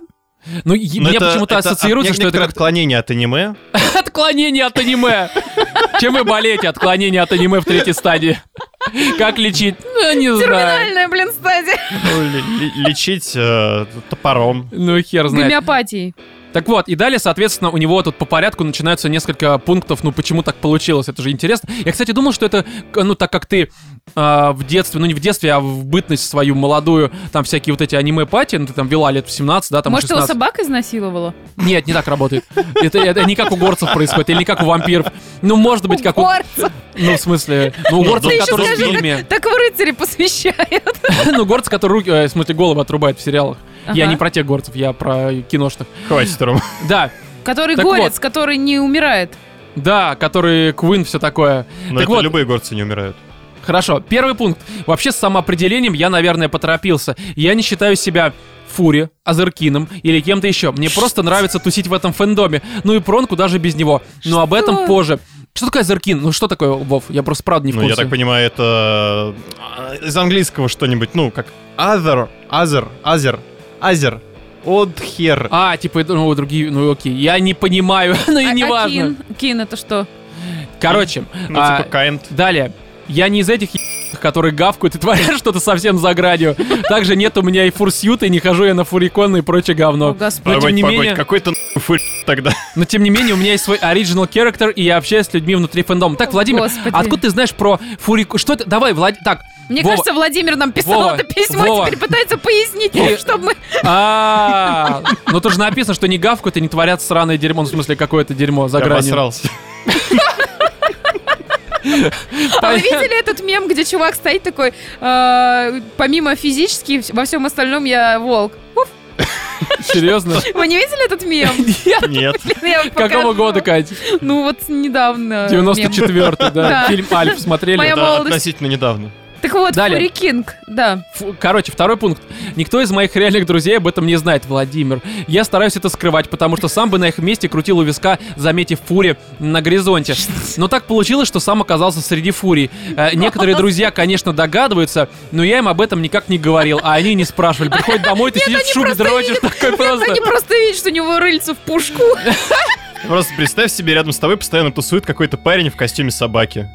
[SPEAKER 1] Ну, е-
[SPEAKER 2] Но
[SPEAKER 1] мне
[SPEAKER 2] это-
[SPEAKER 1] почему-то
[SPEAKER 2] это
[SPEAKER 1] ассоциируется,
[SPEAKER 2] от-
[SPEAKER 1] что это
[SPEAKER 2] некоторое
[SPEAKER 1] как
[SPEAKER 2] отклонение от аниме.
[SPEAKER 1] отклонение от аниме. Чем вы болеете? Отклонение от аниме в третьей стадии. Как лечить? Ну, не знаю.
[SPEAKER 3] Терминальная, блин, стадия.
[SPEAKER 2] Ну, ли- ли- Лечить э, топором.
[SPEAKER 1] Ну, хер знает.
[SPEAKER 3] Гомеопатией.
[SPEAKER 1] Так вот, и далее, соответственно, у него тут по порядку начинаются несколько пунктов, ну почему так получилось, это же интересно. Я, кстати, думал, что это, к- ну так как ты а, в детстве, ну не в детстве, а в бытность свою молодую, там всякие вот эти аниме-пати, ну ты там вела лет в 17, да, там
[SPEAKER 3] Может, его
[SPEAKER 1] 16.
[SPEAKER 3] собака изнасиловала?
[SPEAKER 1] Нет, не так работает. Это, это не как у горцев происходит, или не как у вампиров. Ну, может быть, как у...
[SPEAKER 3] Горца.
[SPEAKER 1] Ну, в смысле, ну, у горцев,
[SPEAKER 2] Ты
[SPEAKER 3] еще
[SPEAKER 1] которые в
[SPEAKER 3] скажи,
[SPEAKER 1] фильме.
[SPEAKER 3] Так в рыцаре посвящают.
[SPEAKER 1] Ну, горцы, которые руки, э, в смысле, головы отрубают в сериалах. Я
[SPEAKER 3] Ага.
[SPEAKER 1] не про тех горцев, я про киношных.
[SPEAKER 2] Хватит, Ром.
[SPEAKER 1] Да,
[SPEAKER 3] Который
[SPEAKER 1] Так
[SPEAKER 3] горец,
[SPEAKER 1] вот.
[SPEAKER 3] который не умирает.
[SPEAKER 1] да, которые Квин, все такое.
[SPEAKER 2] Но
[SPEAKER 1] так
[SPEAKER 2] Ну, это
[SPEAKER 1] вот,
[SPEAKER 2] любые горцы не умирают.
[SPEAKER 1] Хорошо, первый пункт. Вообще с самоопределением я, наверное, поторопился. Я не считаю себя Фури, Азеркином или кем-то еще. Мне просто нравится тусить в этом фэндоме. Ну и Пронку даже без него. Но об этом
[SPEAKER 3] Что?
[SPEAKER 1] позже. Что такое Азеркин? Ну что такое, Вов? Я просто правда не в
[SPEAKER 2] Ну,
[SPEAKER 1] курсе.
[SPEAKER 2] я так понимаю, это а, из английского что-нибудь, ну, как other, other, other, other, odd hair.
[SPEAKER 1] А, типа, ну, другие, ну окей, я не понимаю, ну и
[SPEAKER 3] А-
[SPEAKER 1] не
[SPEAKER 3] а
[SPEAKER 1] важно.
[SPEAKER 3] Кин? Кин это что?
[SPEAKER 1] Короче,
[SPEAKER 2] Ну,
[SPEAKER 1] а,
[SPEAKER 2] типа kind.
[SPEAKER 1] далее. Я не из этих ебаных, которые гавкают и творят что-то совсем за гранью. Также нет у меня и фурсьюта, и не хожу я на фурикон и прочее говно.
[SPEAKER 3] О, Господи.
[SPEAKER 1] но тем
[SPEAKER 2] Погодь,
[SPEAKER 1] не
[SPEAKER 2] погодь,
[SPEAKER 1] менее-
[SPEAKER 2] какой то фурь тогда.
[SPEAKER 1] Но тем не менее, у меня есть свой оригинал character, и я общаюсь с людьми внутри фэндома. Так, Владимир,
[SPEAKER 3] Господи.
[SPEAKER 1] откуда ты знаешь про фурику? Что это? Давай, Влад... Так,
[SPEAKER 3] Мне
[SPEAKER 1] Вова.
[SPEAKER 3] кажется, Владимир нам писал
[SPEAKER 1] Вова,
[SPEAKER 3] это письмо
[SPEAKER 1] Вова.
[SPEAKER 3] и теперь пытается пояснить,
[SPEAKER 1] Вова.
[SPEAKER 3] чтобы мы...
[SPEAKER 1] а Ну тут же написано, что не гавкают и не творят сраное дерьмо, ну, в смысле, какое-то дерьмо за
[SPEAKER 2] Я
[SPEAKER 1] гранью.
[SPEAKER 2] обосрался.
[SPEAKER 3] А вы видели этот мем, где чувак стоит такой, э, помимо физически, во всем остальном я волк? Уф.
[SPEAKER 1] Серьезно?
[SPEAKER 3] Вы не видели этот мем?
[SPEAKER 2] Нет.
[SPEAKER 3] Я вам
[SPEAKER 1] Какого
[SPEAKER 3] покажу.
[SPEAKER 1] года, Кать?
[SPEAKER 3] Ну вот недавно. мем.
[SPEAKER 1] 94-й, да.
[SPEAKER 3] Да.
[SPEAKER 1] Фильм Альф смотрели.
[SPEAKER 3] Моя
[SPEAKER 2] Да,
[SPEAKER 3] молодость.
[SPEAKER 2] относительно недавно.
[SPEAKER 3] Так вот,
[SPEAKER 1] Далее.
[SPEAKER 3] Фури Кинг, да.
[SPEAKER 1] Фу, Короче, второй пункт. Никто из моих реальных друзей об этом не знает, Владимир. Я стараюсь это скрывать, потому что сам бы на их месте крутил у виска, заметив фури на горизонте. Но так получилось, что сам оказался среди фурий. Э, Некоторые друзья, конечно, догадываются, но я им об этом никак не говорил, а они не спрашивали. Приходит домой, ты сидишь в шубе, дрочишь, такой просто.
[SPEAKER 3] Они просто видят, что у него рыльца в пушку.
[SPEAKER 2] Просто представь себе, рядом с тобой постоянно тусует какой-то парень в костюме собаки.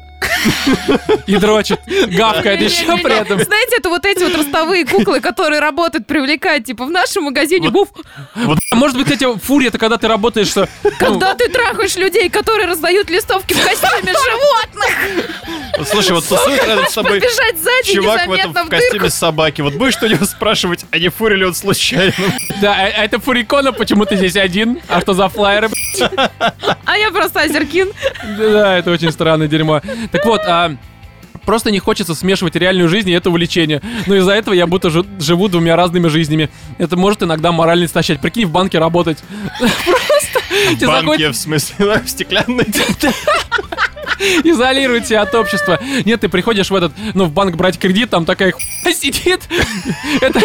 [SPEAKER 1] И дрочит, гавкает еще
[SPEAKER 3] Не-не-не-не.
[SPEAKER 1] при этом.
[SPEAKER 3] Знаете, это вот эти вот ростовые куклы, которые работают, привлекают, типа, в нашем магазине, буф,
[SPEAKER 1] А Может быть, кстати, фурия это когда ты работаешь... что, ну,
[SPEAKER 3] когда ты трахаешь людей, которые раздают листовки в костюме животных,
[SPEAKER 2] Вот Слушай, вот тусует рядом с тобой
[SPEAKER 3] побежать сзади
[SPEAKER 2] чувак в этом
[SPEAKER 3] незаметно
[SPEAKER 2] в
[SPEAKER 3] в дырку.
[SPEAKER 2] костюме собаки. Вот будешь что у него спрашивать, а не фурил ли он случайно?
[SPEAKER 1] Да, а а это фурикона, почему ты здесь один? А что за флайеры?
[SPEAKER 3] А я просто Азеркин.
[SPEAKER 1] Да, это очень странное дерьмо. Так вот, а просто не хочется смешивать реальную жизнь и это увлечение. Но из-за этого я будто жи- живу двумя разными жизнями. Это может иногда морально истощать. Прикинь, в банке работать. Просто тебе
[SPEAKER 2] Банки,
[SPEAKER 1] заходит-
[SPEAKER 2] в смысле, в стеклянной.
[SPEAKER 1] изолирует тебя от общества. Нет, ты приходишь в этот, ну, в банк брать кредит, там такая хуйня сидит. Это,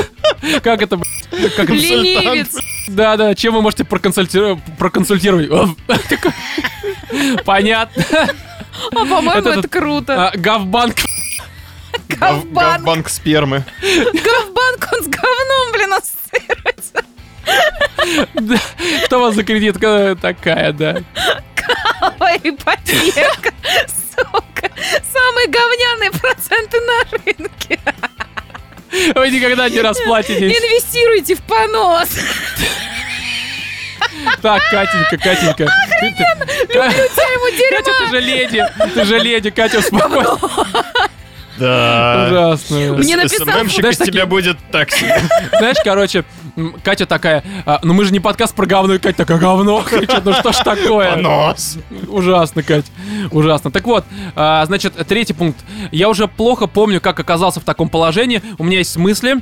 [SPEAKER 1] как это, блядь, как это,
[SPEAKER 3] Ленивец.
[SPEAKER 1] да, да, чем вы можете проконсульти- проконсультировать? Оф. Такой. Понятно.
[SPEAKER 3] А, по-моему,
[SPEAKER 1] Это
[SPEAKER 3] это,
[SPEAKER 1] тут-
[SPEAKER 3] круто.
[SPEAKER 1] А, Гавбанк.
[SPEAKER 2] Гав-
[SPEAKER 3] Гавбанк.
[SPEAKER 2] Гавбанк спермы.
[SPEAKER 3] Гавбанк, он с говном, блин, ассоциируется.
[SPEAKER 1] Да. Кто у вас за кредитка такая, да?
[SPEAKER 3] Ой, ипотека, сука. Самые говняные проценты на рынке.
[SPEAKER 1] Вы никогда не
[SPEAKER 2] А
[SPEAKER 1] расплатитесь.
[SPEAKER 3] Инвестируйте в понос.
[SPEAKER 1] Так, Катенька, Катенька. Ты- ты-
[SPEAKER 3] Я его
[SPEAKER 1] Катя, ты
[SPEAKER 3] дерьмо.
[SPEAKER 1] же леди. Ты же леди, Катя, успокойся.
[SPEAKER 2] Да.
[SPEAKER 1] Ужасно.
[SPEAKER 3] Мне написал-
[SPEAKER 2] СММщик
[SPEAKER 1] Знаешь,
[SPEAKER 2] из тебя
[SPEAKER 1] такие-
[SPEAKER 2] будет так себе.
[SPEAKER 1] Знаешь, короче, м, Катя такая, «А, ну мы же не подкаст про говно, и Катя такая, говно, кричит, ну что ж такое?
[SPEAKER 2] Понос.
[SPEAKER 1] Ужасно, Кать, ужасно. Так вот, а, значит, третий пункт. Я уже плохо помню, как оказался в таком положении, у меня есть мысли,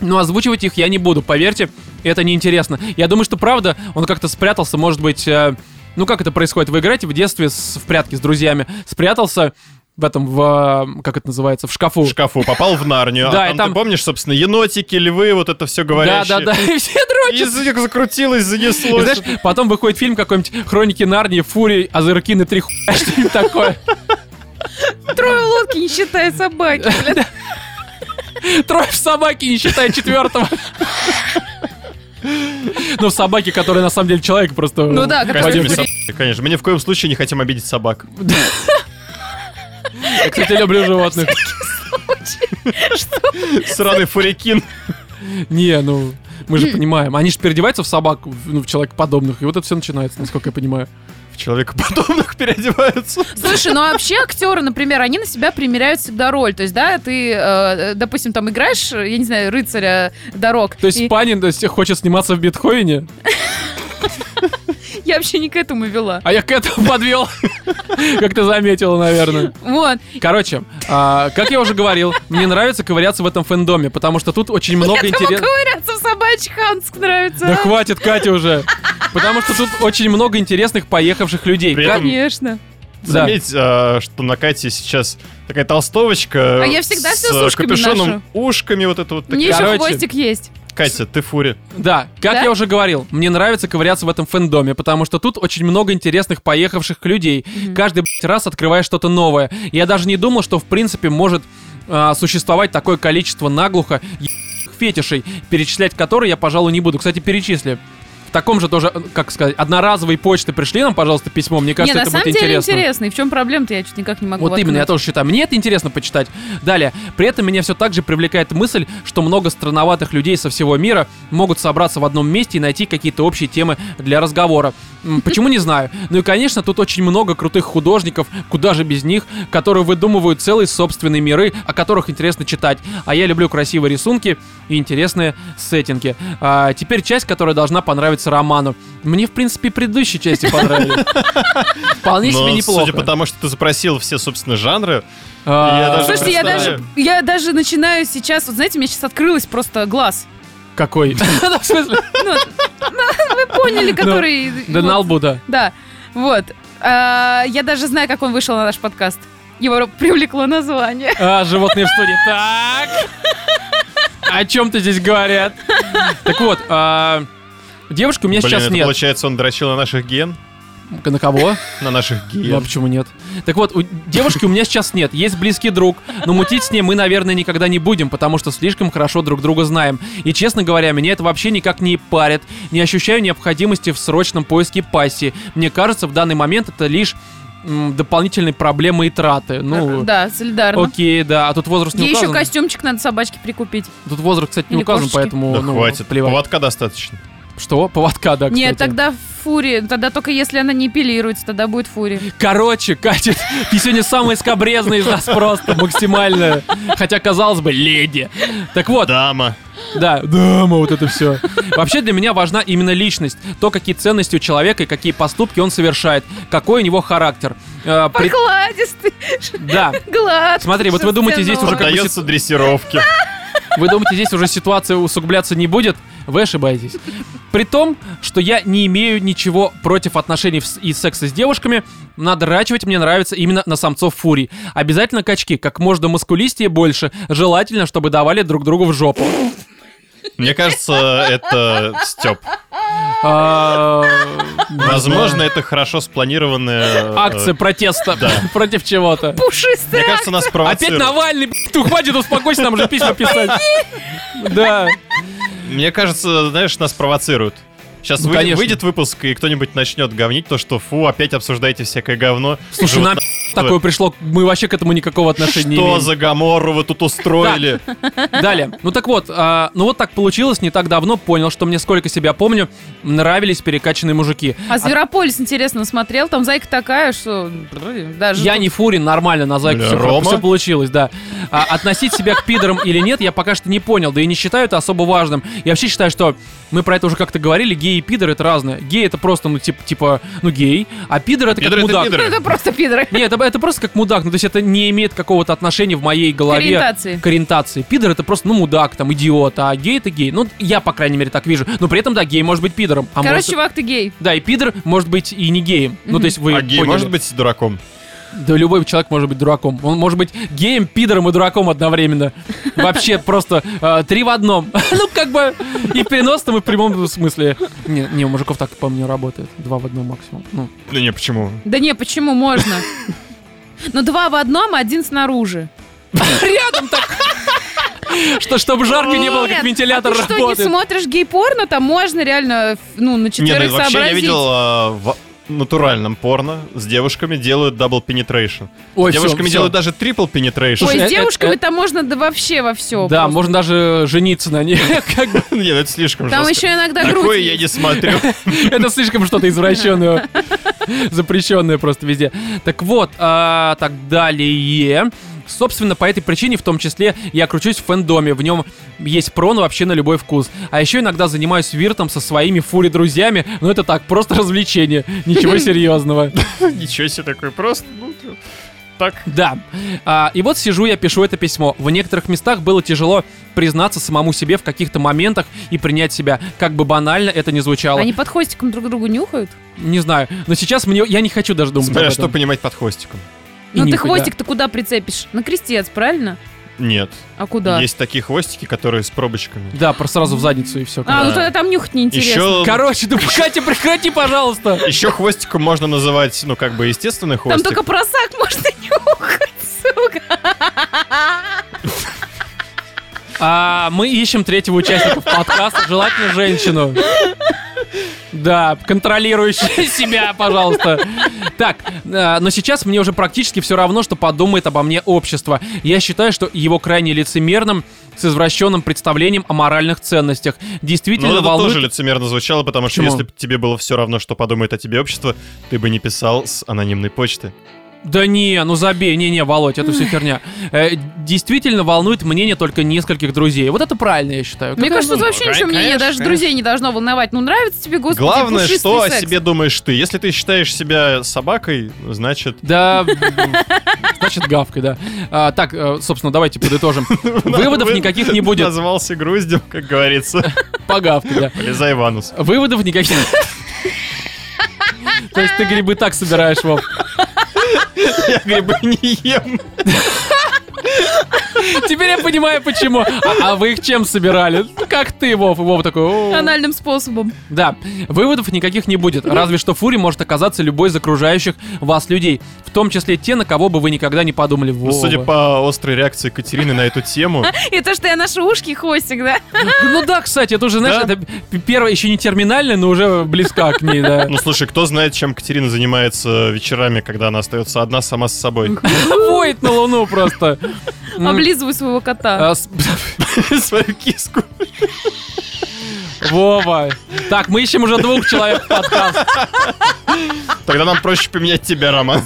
[SPEAKER 1] но озвучивать их я не буду, поверьте, это неинтересно. Я думаю, что правда, он как-то спрятался, может быть, э, ну как это происходит? Вы играете в детстве с- в прятки с друзьями, спрятался в этом, в, э, как это называется, в шкафу.
[SPEAKER 2] В шкафу попал в Нарнию.
[SPEAKER 1] Да,
[SPEAKER 2] а
[SPEAKER 1] и
[SPEAKER 2] там,
[SPEAKER 1] там-
[SPEAKER 2] ты помнишь, собственно, енотики, львы, вот это все
[SPEAKER 1] да,
[SPEAKER 2] говорящее.
[SPEAKER 1] да, да, и все дрочат.
[SPEAKER 2] Язык закрутилось,
[SPEAKER 1] И
[SPEAKER 2] занеслось.
[SPEAKER 1] знаешь, потом выходит фильм какой-нибудь «Хроники Нарнии», «Фури», «Азыркины три хуя», что-нибудь такое.
[SPEAKER 3] Трое лодки, не считая собаки. блин.
[SPEAKER 1] Трое в собаке, не считая четвертого. Ну, в собаке, которая на самом деле человек просто...
[SPEAKER 3] Ну да,
[SPEAKER 2] В
[SPEAKER 3] как
[SPEAKER 2] костюме
[SPEAKER 3] раз-
[SPEAKER 2] собаки, конечно. Мы ни в коем случае не хотим обидеть собак.
[SPEAKER 1] Я, кстати, люблю животных.
[SPEAKER 2] Сраный фурикин.
[SPEAKER 1] Не, ну... Мы же понимаем. Они же переодеваются в собак, в- ну, в человекоподобных. И вот это все начинается, насколько я понимаю.
[SPEAKER 2] В человекоподобных переодеваются.
[SPEAKER 3] Слушай, ну вообще актеры, например, они на себя примеряют всегда роль. То есть, да, ты, э, допустим, там играешь, я не знаю, рыцаря дорог.
[SPEAKER 1] То есть
[SPEAKER 3] И
[SPEAKER 1] Панин то есть, хочет сниматься в Бетховене,
[SPEAKER 3] Я вообще не к этому вела.
[SPEAKER 1] а я к этому подвел. Как ты заметила, наверное.
[SPEAKER 3] Вот.
[SPEAKER 1] Короче, а, как я уже говорил, мне нравится ковыряться в этом фэндоме, потому что тут очень много
[SPEAKER 3] Этому
[SPEAKER 1] интересного.
[SPEAKER 3] ковыряться в собачьих Ханск нравится.
[SPEAKER 1] Да
[SPEAKER 3] а?
[SPEAKER 1] хватит, Катя, уже. Потому что тут очень много интересных поехавших людей.
[SPEAKER 2] При
[SPEAKER 1] Ка-
[SPEAKER 2] этом-
[SPEAKER 3] Конечно.
[SPEAKER 1] Да.
[SPEAKER 2] Заметь, а, что на Кате сейчас такая толстовочка.
[SPEAKER 3] А я всегда
[SPEAKER 2] с
[SPEAKER 3] всё с ушками
[SPEAKER 2] капюшоном,
[SPEAKER 3] ношу.
[SPEAKER 2] ушками вот это вот. такая.
[SPEAKER 3] Мне еще
[SPEAKER 1] Короче.
[SPEAKER 3] хвостик есть.
[SPEAKER 2] Катя, ты фури.
[SPEAKER 1] Да, как
[SPEAKER 3] Да?
[SPEAKER 1] я уже говорил, мне нравится ковыряться в этом фэндоме, потому что тут очень много интересных поехавших людей. Каждый блядь, раз открываешь что-то новое. Я даже не думал, что в принципе может а, существовать такое количество наглухо ебаных фетишей, перечислять которые я, пожалуй, не буду. Кстати, перечисли. В таком же тоже, э, как сказать, одноразовой почты пришли нам, пожалуйста, письмо. Мне
[SPEAKER 3] Не,
[SPEAKER 1] кажется,
[SPEAKER 3] на
[SPEAKER 1] это
[SPEAKER 3] самом
[SPEAKER 1] будет
[SPEAKER 3] деле
[SPEAKER 1] интересно.
[SPEAKER 3] интересно. И в чем проблема-то я чуть никак не могу
[SPEAKER 1] Вот именно, я
[SPEAKER 3] воткнуть.
[SPEAKER 1] тоже считаю. Мне это интересно почитать. Далее. При этом меня все так же привлекает мысль, что много странноватых людей со всего мира могут собраться в одном месте и найти какие-то общие темы для разговора. М, Почему, не знаю. Ну и, конечно, тут очень много крутых художников, куда же без них, которые выдумывают целые собственные миры, о которых интересно читать. А я люблю красивые рисунки и интересные сеттинги. А, теперь часть, которая должна понравиться Роману. Мне, в принципе, предыдущие части понравились. Вполне себе
[SPEAKER 2] Но
[SPEAKER 1] Ну, неплохо.
[SPEAKER 2] судя по тому, что ты запросил все, собственно, жанры,
[SPEAKER 1] А,
[SPEAKER 2] я даже
[SPEAKER 3] Слушайте, я даже,
[SPEAKER 2] Представляю.
[SPEAKER 3] я даже начинаю сейчас, вот знаете, у меня сейчас открылось просто глаз.
[SPEAKER 1] Какой? Да, в смысле?
[SPEAKER 3] Ну, вы поняли, который...
[SPEAKER 1] Да
[SPEAKER 3] вот.
[SPEAKER 1] на лбу, да.
[SPEAKER 3] Да, вот. А, Я даже знаю, как он вышел на наш подкаст. Его привлекло название.
[SPEAKER 1] А, животные в студии. Так. О чем-то здесь говорят. Так вот, а, девушки у меня
[SPEAKER 2] блин,
[SPEAKER 1] сейчас
[SPEAKER 2] это
[SPEAKER 1] нет.
[SPEAKER 2] получается, он дрочил на наших ген,
[SPEAKER 1] На кого?
[SPEAKER 2] на наших
[SPEAKER 1] Ну, а
[SPEAKER 2] ген.
[SPEAKER 1] почему нет? Так вот, у девушки у меня сейчас нет. Есть близкий друг, но мутить с ней мы, наверное, никогда не будем, потому что слишком хорошо друг друга знаем. И, честно говоря, меня это вообще никак не парит. Не ощущаю необходимости в срочном поиске пассии. Мне кажется, в данный момент это лишь м, дополнительные проблемы и траты. Ну,
[SPEAKER 3] Да, солидарно.
[SPEAKER 1] окей, да. А тут возраст не
[SPEAKER 3] Ей еще
[SPEAKER 1] указан.
[SPEAKER 3] костюмчик надо собачке прикупить.
[SPEAKER 1] Тут возраст, кстати, не
[SPEAKER 3] Или
[SPEAKER 1] указан,
[SPEAKER 3] кошечки.
[SPEAKER 1] поэтому
[SPEAKER 2] Да
[SPEAKER 1] ну,
[SPEAKER 2] хватит,
[SPEAKER 1] плевать.
[SPEAKER 2] поводка достаточно.
[SPEAKER 1] Что? Поводка, да,
[SPEAKER 3] Нет,
[SPEAKER 1] кстати.
[SPEAKER 3] тогда фури. Тогда только если она не эпилируется, тогда будет фури.
[SPEAKER 1] Короче, Катя, ты сегодня самая скобрезная из нас просто, максимально. Хотя, казалось бы, леди. Так вот,
[SPEAKER 2] Дама.
[SPEAKER 1] Да, дама, вот это все. Вообще для меня важна именно личность. То, какие ценности у человека и какие поступки он совершает. Какой у него характер. Э, при-
[SPEAKER 3] Покладистый,
[SPEAKER 1] Да.
[SPEAKER 3] гладкий.
[SPEAKER 1] Смотри, вот вы думаете, здесь уже как бы
[SPEAKER 2] Поддается дрессировке.
[SPEAKER 1] Вы думаете, здесь уже ситуация усугубляться не будет? Вы ошибаетесь. При том, что я не имею ничего против отношений в с- и секса с девушками, надрачивать мне нравится именно на самцов фурий. Обязательно качки, как можно маскулистее больше, желательно, чтобы давали друг другу в жопу.
[SPEAKER 2] Мне кажется, это Степ.
[SPEAKER 1] А,
[SPEAKER 2] Возможно, это хорошо спланированная... э,
[SPEAKER 1] Акция протеста против чего-то.
[SPEAKER 2] Мне
[SPEAKER 3] Пушистый.
[SPEAKER 2] кажется, нас
[SPEAKER 1] Опять
[SPEAKER 2] провоцируют.
[SPEAKER 1] Навальный, блядь, ну хватит, успокойся, нам же письма писать. Да.
[SPEAKER 2] Мне кажется, знаешь, нас провоцируют. Сейчас
[SPEAKER 1] Ну,
[SPEAKER 2] выйдет,
[SPEAKER 1] конечно.
[SPEAKER 2] выйдет выпуск, и кто-нибудь начнет говнить то, что фу, опять обсуждаете всякое говно.
[SPEAKER 1] Слушай,
[SPEAKER 2] Живот-
[SPEAKER 1] нам такое пришло, мы вообще к этому никакого отношения не
[SPEAKER 2] Что
[SPEAKER 1] имеем.
[SPEAKER 2] за гамору вы тут устроили?
[SPEAKER 1] Далее. Ну так вот, а, ну вот так получилось, не так давно понял, что мне сколько себя помню, нравились перекачанные мужики.
[SPEAKER 3] А Зверополис, интересно, смотрел? Там зайка такая, что... Даже
[SPEAKER 1] Я не фурин, нормально, на зайку
[SPEAKER 2] Бля,
[SPEAKER 1] все,
[SPEAKER 2] Рома?
[SPEAKER 1] получилось, да. А относить себя к пидорам или нет, я пока что не понял, да и не считаю это особо важным. Я вообще считаю, что мы про это уже как-то говорили, геи и пидоры это разное. Гей это просто, ну, типа, типа, ну, гей, а пидор это
[SPEAKER 2] Пидоры
[SPEAKER 1] как
[SPEAKER 2] это
[SPEAKER 1] мудак.
[SPEAKER 2] пидоры.
[SPEAKER 3] Это просто пидоры.
[SPEAKER 1] Нет, это, это просто как мудак, ну то есть это не имеет какого-то отношения в моей
[SPEAKER 3] К
[SPEAKER 1] голове
[SPEAKER 3] ориентации.
[SPEAKER 1] к ориентации. Пидор это просто, ну, мудак, там, идиот, а гей это гей. Ну, я, по крайней мере, так вижу. Но при этом, да, гей может быть пидором. А
[SPEAKER 3] Короче,
[SPEAKER 1] может...
[SPEAKER 3] чувак, ты гей.
[SPEAKER 1] Да, и пидор может быть и не геем. Ну, то есть вы
[SPEAKER 2] А гей
[SPEAKER 1] поняли.
[SPEAKER 2] может быть дураком?
[SPEAKER 1] Да любой человек может быть дураком. Он может быть геем, пидором и дураком одновременно. Вообще просто э, три в одном. Ну, как бы и в переносном, и в прямом смысле. Не, не, у мужиков так, по-моему, не работает. Два в одном максимум. Ну,
[SPEAKER 2] Да не, почему?
[SPEAKER 3] Да не, почему можно? Но два в одном, а один снаружи.
[SPEAKER 1] рядом так. Что, чтобы жарко не было, как
[SPEAKER 3] Нет,
[SPEAKER 1] вентилятор
[SPEAKER 3] а ты что,
[SPEAKER 1] работает.
[SPEAKER 3] не смотришь гей-порно? Там можно реально, ну, на
[SPEAKER 2] Не, ну
[SPEAKER 3] четверых
[SPEAKER 2] и вообще я
[SPEAKER 3] сообразить.
[SPEAKER 2] видел а, в натуральном порно с девушками делают дабл penetration.
[SPEAKER 1] Ой,
[SPEAKER 2] С девушками
[SPEAKER 1] всё, всё.
[SPEAKER 2] делают даже трипл penetration.
[SPEAKER 1] Слушай,
[SPEAKER 3] Ой,
[SPEAKER 1] э, э,
[SPEAKER 3] с девушками
[SPEAKER 1] э.
[SPEAKER 3] там можно да вообще во все.
[SPEAKER 1] Да, можно даже жениться на ней. Как бы
[SPEAKER 2] Не, ну это слишком
[SPEAKER 3] Там
[SPEAKER 2] жестко.
[SPEAKER 3] еще иногда
[SPEAKER 2] Такое я
[SPEAKER 3] грудь.
[SPEAKER 2] не смотрю.
[SPEAKER 1] Это слишком что-то извращенное, запрещенное просто везде. Так вот, а, так далее. Собственно, по этой причине, в том числе, я кручусь в фэндоме. В нем есть проно вообще на любой вкус. А еще иногда занимаюсь виртом со своими фури-друзьями. Но это так, просто развлечение. Ничего серьезного.
[SPEAKER 2] Ничего себе такое просто. ну, Так.
[SPEAKER 1] Да. А, и вот сижу я, пишу это письмо. В некоторых местах было тяжело признаться самому себе в каких-то моментах и принять себя. Как бы банально это не звучало.
[SPEAKER 3] Они под хвостиком друг другу нюхают?
[SPEAKER 1] Не знаю. Но сейчас мне... Я не хочу даже думать
[SPEAKER 2] Смотря
[SPEAKER 1] об этом.
[SPEAKER 2] что понимать под хвостиком.
[SPEAKER 1] И
[SPEAKER 3] Ну ты
[SPEAKER 1] нюхать, да.
[SPEAKER 3] хвостик-то куда прицепишь? На крестец, правильно?
[SPEAKER 2] Нет.
[SPEAKER 3] А куда?
[SPEAKER 2] Есть такие хвостики, которые с пробочками.
[SPEAKER 1] Да, про сразу в задницу и все.
[SPEAKER 3] А, ну
[SPEAKER 2] Да.
[SPEAKER 3] тогда там нюхать неинтересно.
[SPEAKER 2] Еще,
[SPEAKER 1] Короче, да Катя, прекрати, пожалуйста.
[SPEAKER 2] еще хвостиком можно называть, ну, как бы, естественный
[SPEAKER 3] Там
[SPEAKER 2] хвостик.
[SPEAKER 3] только просак можно нюхать,
[SPEAKER 1] Ну,
[SPEAKER 3] сука.
[SPEAKER 1] А, мы ищем третьего участника в подкаст, желательно женщину. Да, контролирующая себя, пожалуйста. Так, э, но сейчас мне уже практически все равно, что подумает обо мне общество. Я считаю, что его крайне лицемерным, с извращенным представлением о моральных ценностях.
[SPEAKER 2] Ну,
[SPEAKER 1] Действительно
[SPEAKER 2] это
[SPEAKER 1] волнует...
[SPEAKER 2] тоже лицемерно звучало, потому что
[SPEAKER 1] Почему?
[SPEAKER 2] если бы тебе было все равно, что подумает о тебе общество, ты бы не писал с анонимной почты.
[SPEAKER 1] Да не, ну забей, не-не, Володь, это все херня. Э, действительно волнует мнение только нескольких друзей. Вот это правильно, я считаю.
[SPEAKER 3] Мне
[SPEAKER 1] Какая
[SPEAKER 3] кажется, тут
[SPEAKER 1] разница?
[SPEAKER 3] вообще ничего мнения,
[SPEAKER 2] конечно,
[SPEAKER 3] даже
[SPEAKER 2] конечно.
[SPEAKER 3] друзей не должно волновать. Ну нравится тебе, господи,
[SPEAKER 2] Главное,
[SPEAKER 3] пушистый
[SPEAKER 2] что о
[SPEAKER 3] секс.
[SPEAKER 2] себе думаешь ты. Если ты считаешь себя собакой, значит...
[SPEAKER 1] Да, значит, гавкой, да. А, так, э, собственно, давайте подытожим. Выводов
[SPEAKER 2] Вы-
[SPEAKER 1] никаких не будет.
[SPEAKER 2] Назвался груздем, как говорится.
[SPEAKER 1] По гавке, да.
[SPEAKER 2] Полезай в анус.
[SPEAKER 1] Выводов никаких. То есть ты грибы так собираешь, Вов.
[SPEAKER 2] Я грибы не ем.
[SPEAKER 1] Теперь я понимаю, почему. А, а вы их чем собирали? Как ты, Вов? И Вов такой... «О».
[SPEAKER 3] Анальным способом.
[SPEAKER 1] Да, выводов никаких не будет, разве что фури может оказаться любой из окружающих вас людей, в том числе те, на кого бы вы никогда не подумали.
[SPEAKER 2] Ну,
[SPEAKER 1] Вова.
[SPEAKER 2] судя по острой реакции Катерины на эту тему,
[SPEAKER 3] И то, что я наши ушки и хвостик, да?
[SPEAKER 1] Ну да, кстати, это уже, знаешь,
[SPEAKER 2] Да.
[SPEAKER 1] это п- первая, еще не терминальная, но уже близка к ней, да.
[SPEAKER 2] ну слушай, кто знает, чем Катерина занимается вечерами, когда она остается одна сама с собой.
[SPEAKER 1] Воет на луну просто.
[SPEAKER 3] А,
[SPEAKER 1] М,
[SPEAKER 3] Облизываю своего кота.
[SPEAKER 1] Ну. а, с-
[SPEAKER 2] Свою киску.
[SPEAKER 1] Вова. Так, мы ищем уже двух человек в подкаст.
[SPEAKER 2] Тогда нам проще поменять тебя, Роман.